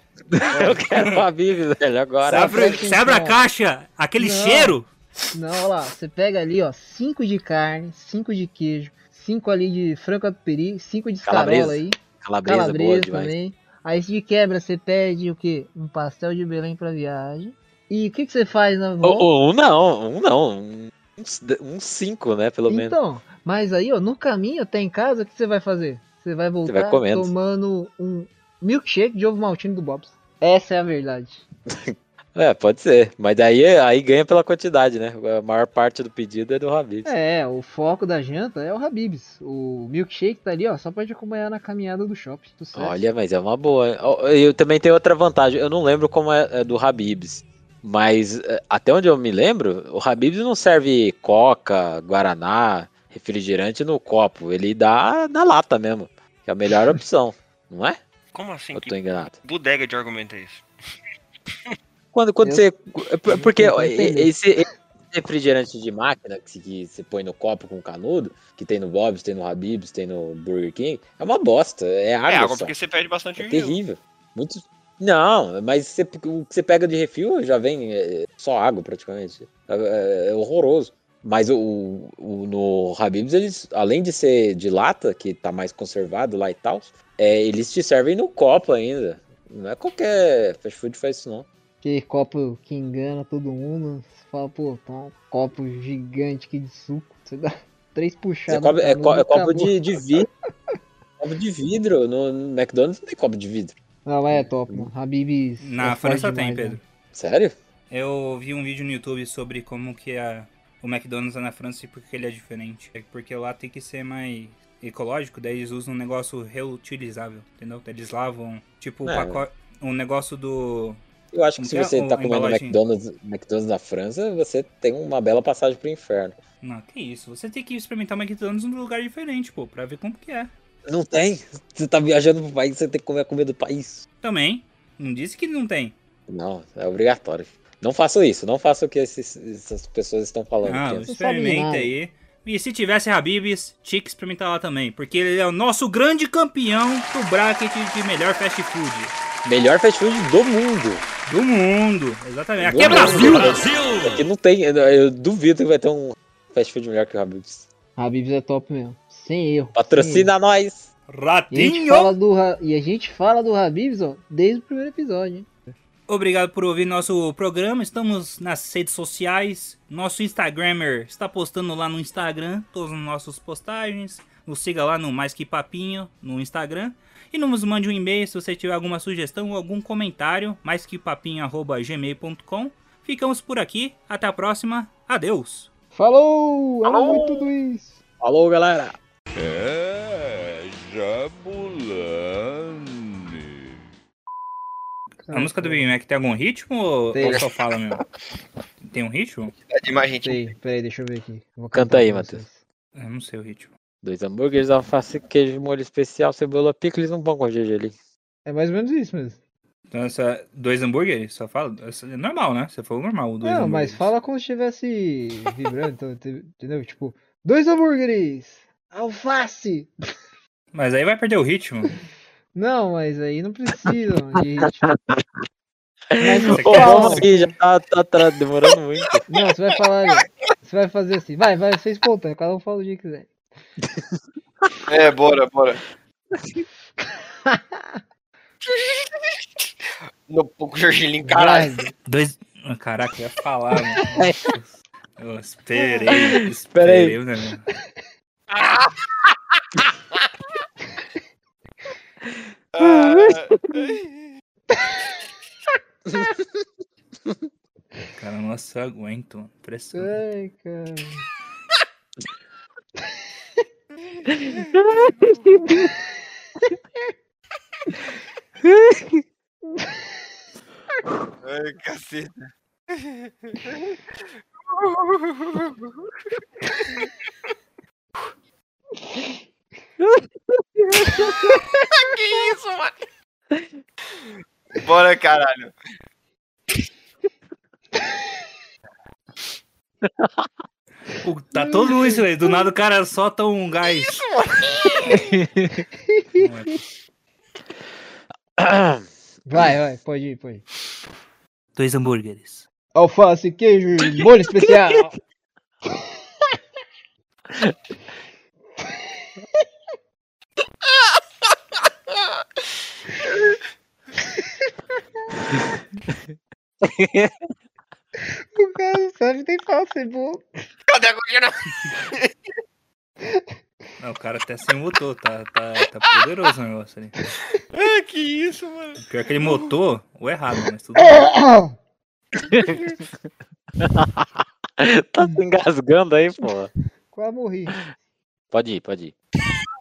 S3: Eu quero o Habibs, velho,
S1: Você
S3: agora.
S1: abre,
S2: presta
S1: você abre a
S2: atenção.
S1: caixa, aquele
S2: Não.
S1: cheiro.
S2: Não, olha lá, você pega ali, ó, 5 de carne, 5 de queijo, 5 ali de frango peri, 5 de escarola
S3: Calabresa.
S2: aí,
S3: Calabresa, é boa
S2: calabresa
S3: demais.
S2: também. Aí de quebra você pede o quê? Um pastel de Belém pra viagem. E o que, que você faz na
S3: Ô,
S2: volta?
S3: ô, um não, um não, um, uns- um cinco, né, pelo menos.
S2: Então, mas aí, ó, no caminho até em casa, o que você vai fazer? Você vai voltar
S3: vai comendo.
S2: tomando um milkshake de ovo maltine do Bob's. Essa é a verdade.
S3: É, pode ser. Mas daí aí ganha pela quantidade, né? A maior parte do pedido é do Habib.
S2: É, o foco da janta é o Habib's. O milkshake tá ali, ó, só pra te acompanhar na caminhada do shopping. tá
S4: Né?
S2: Sucesso.
S3: Olha, mas é uma boa. hein? Ó, Eu também tenho outra vantagem. Eu não lembro como é é do Habib's. Mas é, até onde eu me lembro, o Habib's não serve coca, guaraná, refrigerante no copo. Ele dá na lata mesmo. Que é a melhor opção, não é?
S4: Como assim?
S3: Eu
S4: Que
S3: tô enganado.
S4: bodega de argumento é isso?
S3: Quando, quando
S4: Eu-
S3: você. é por-
S4: eu
S3: Porque
S4: não entendi.
S3: esse, esse refrigerante de máquina que, se- que você põe no copo com canudo, que tem no Bob's, tem no Habib's, tem no Burger King, é uma bosta. É água.
S4: é água,
S3: só.
S4: porque você perde bastante
S3: É
S4: gelo.
S3: terrível. Muito. Não, mas você- o que você pega de refil já vem é, só água praticamente. É, é horroroso. Mas o, o- no Habib's, eles, além de ser de lata, que tá mais conservado lá e tal, é, eles te servem no copo ainda. Não é qualquer fast food que faz isso, não. É
S2: Aquele copo que engana todo mundo. Você fala, pô, tá um copo gigante aqui de suco. Você dá três
S3: Você
S2: puxadas.
S3: cobre-
S2: no
S3: é, co-
S2: canudo,
S3: é copo
S2: acabou.
S3: de, de vidro. copo de vidro. No, no McDonald's não tem copo de vidro.
S2: Não, mas é top, mano. Habib's.
S1: Na
S2: é forte
S1: França tem,
S2: demais,
S1: Pedro.
S2: mano.
S3: Sério?
S1: Eu vi um vídeo no YouTube sobre como que a, o McDonald's é na França e por que ele é diferente. É porque lá tem que ser mais ecológico, daí eles usam um negócio reutilizável, entendeu? Daí Eles lavam, tipo, o
S3: É.
S1: pacote, um negócio do...
S3: Eu acho que
S1: como
S3: se
S1: é?
S3: você tá
S1: O- a
S3: comendo
S1: embalagem-
S3: McDonald's, McDonald's na França, você tem uma bela passagem pro inferno.
S1: Não, que isso. Você tem que experimentar McDonald's num lugar diferente, pô, pra ver como que é.
S3: Não tem? Você tá viajando pro país, você tem que comer a comida do país.
S1: Também. Não disse que não tem.
S3: Não, é obrigatório. Não façam isso, não façam o que esses- essas pessoas estão falando.
S1: Não,
S3: aqui.
S1: Ah, experimenta aí. E se tivesse Habibs, tinha que experimentar lá também, porque ele é o nosso grande campeão do bracket de melhor fast food.
S3: Melhor fast food do mundo.
S1: Do mundo, exatamente.
S3: Do
S1: Aqui é
S3: mundo.
S1: Brasil!
S3: Aqui É não tem, eu- eu duvido que vai ter um fast food melhor que o Habib's.
S2: Habib's é top mesmo. Sem erro.
S3: Patrocina nós!
S2: E a, gente fala do, Ra- e a gente fala do Habib's, ó, desde o primeiro episódio, hein?
S1: Obrigado por ouvir nosso programa. Estamos nas redes sociais. Nosso Instagrammer está postando lá no Instagram todas as nossas postagens. Nos siga lá no Mais Que Papinho no Instagram. E nos mande um e-mail se você tiver alguma sugestão ou algum comentário. maisquepapinho.gmail.com Ficamos por aqui. Até a próxima. Adeus.
S2: Falou! Alô, muito tudo isso!
S3: Falou, galera!
S12: É, Jabulani.
S1: A música do Big Mac tem algum ritmo ou
S2: Tem.
S1: ou só fala mesmo? Tem um ritmo?
S4: É demais, gente.
S2: Peraí, peraí, deixa eu ver aqui. Eu Vou
S3: Canta aí,
S2: pra
S3: Matheus.
S2: vocês.
S1: Eu não sei o ritmo.
S3: Dois hambúrgueres, alface, queijo, molho especial, cebola, picles, um pão com gergelim.
S2: É mais ou menos isso mesmo.
S1: Então, essa- dois hambúrgueres? Só fala? essa- É normal, né? Você falou normal. Dois
S2: Não,
S1: hambúrgueres.
S2: mas fala como se estivesse vibrando, então, te- entendeu? Tipo, dois hambúrgueres! Alface!
S1: Mas aí vai perder o ritmo.
S2: Não, mas aí não precisa, mano, de ritmo. Mas
S1: É, Você
S3: Ô,
S1: quer-
S3: vamos aqui, já tá, tá, tá demorando muito.
S2: Não, você vai falar. Você vai fazer assim. Vai, vai ser espontâneo, cada um fala o dia que quiser.
S4: É, bora, bora. No pouco Jorgelinho, caralho.
S1: Dois. Ah, Caraca, eu ia falar, mano. Eu esperei,
S3: Espera aí.
S1: esperei né, o negócio.
S4: Ah.
S1: Cara, nossa, eu aguento, mano.
S13: É.
S1: Impressionante.
S2: Ai, cara.
S4: Ai, caceta. que isso, mano? Bora, caralho.
S1: Pô, Tá todo mundo em silêncio. Do nada o cara solta um gás.
S2: Vai, vai, pode ir, pode ir.
S1: Dois hambúrgueres.
S2: Alface, queijo, e molho especial! O é cara sabe nem falar cebola.
S4: Cadê a coquinha?
S1: Não, o cara até sem motor, tá, tá, tá poderoso o negócio ali.
S13: Ah, que isso, mano.
S1: Pior que ele motor, o errado, mas tudo
S2: tá se engasgando aí, pô.
S3: Quase morri.
S2: Pode ir, pode ir.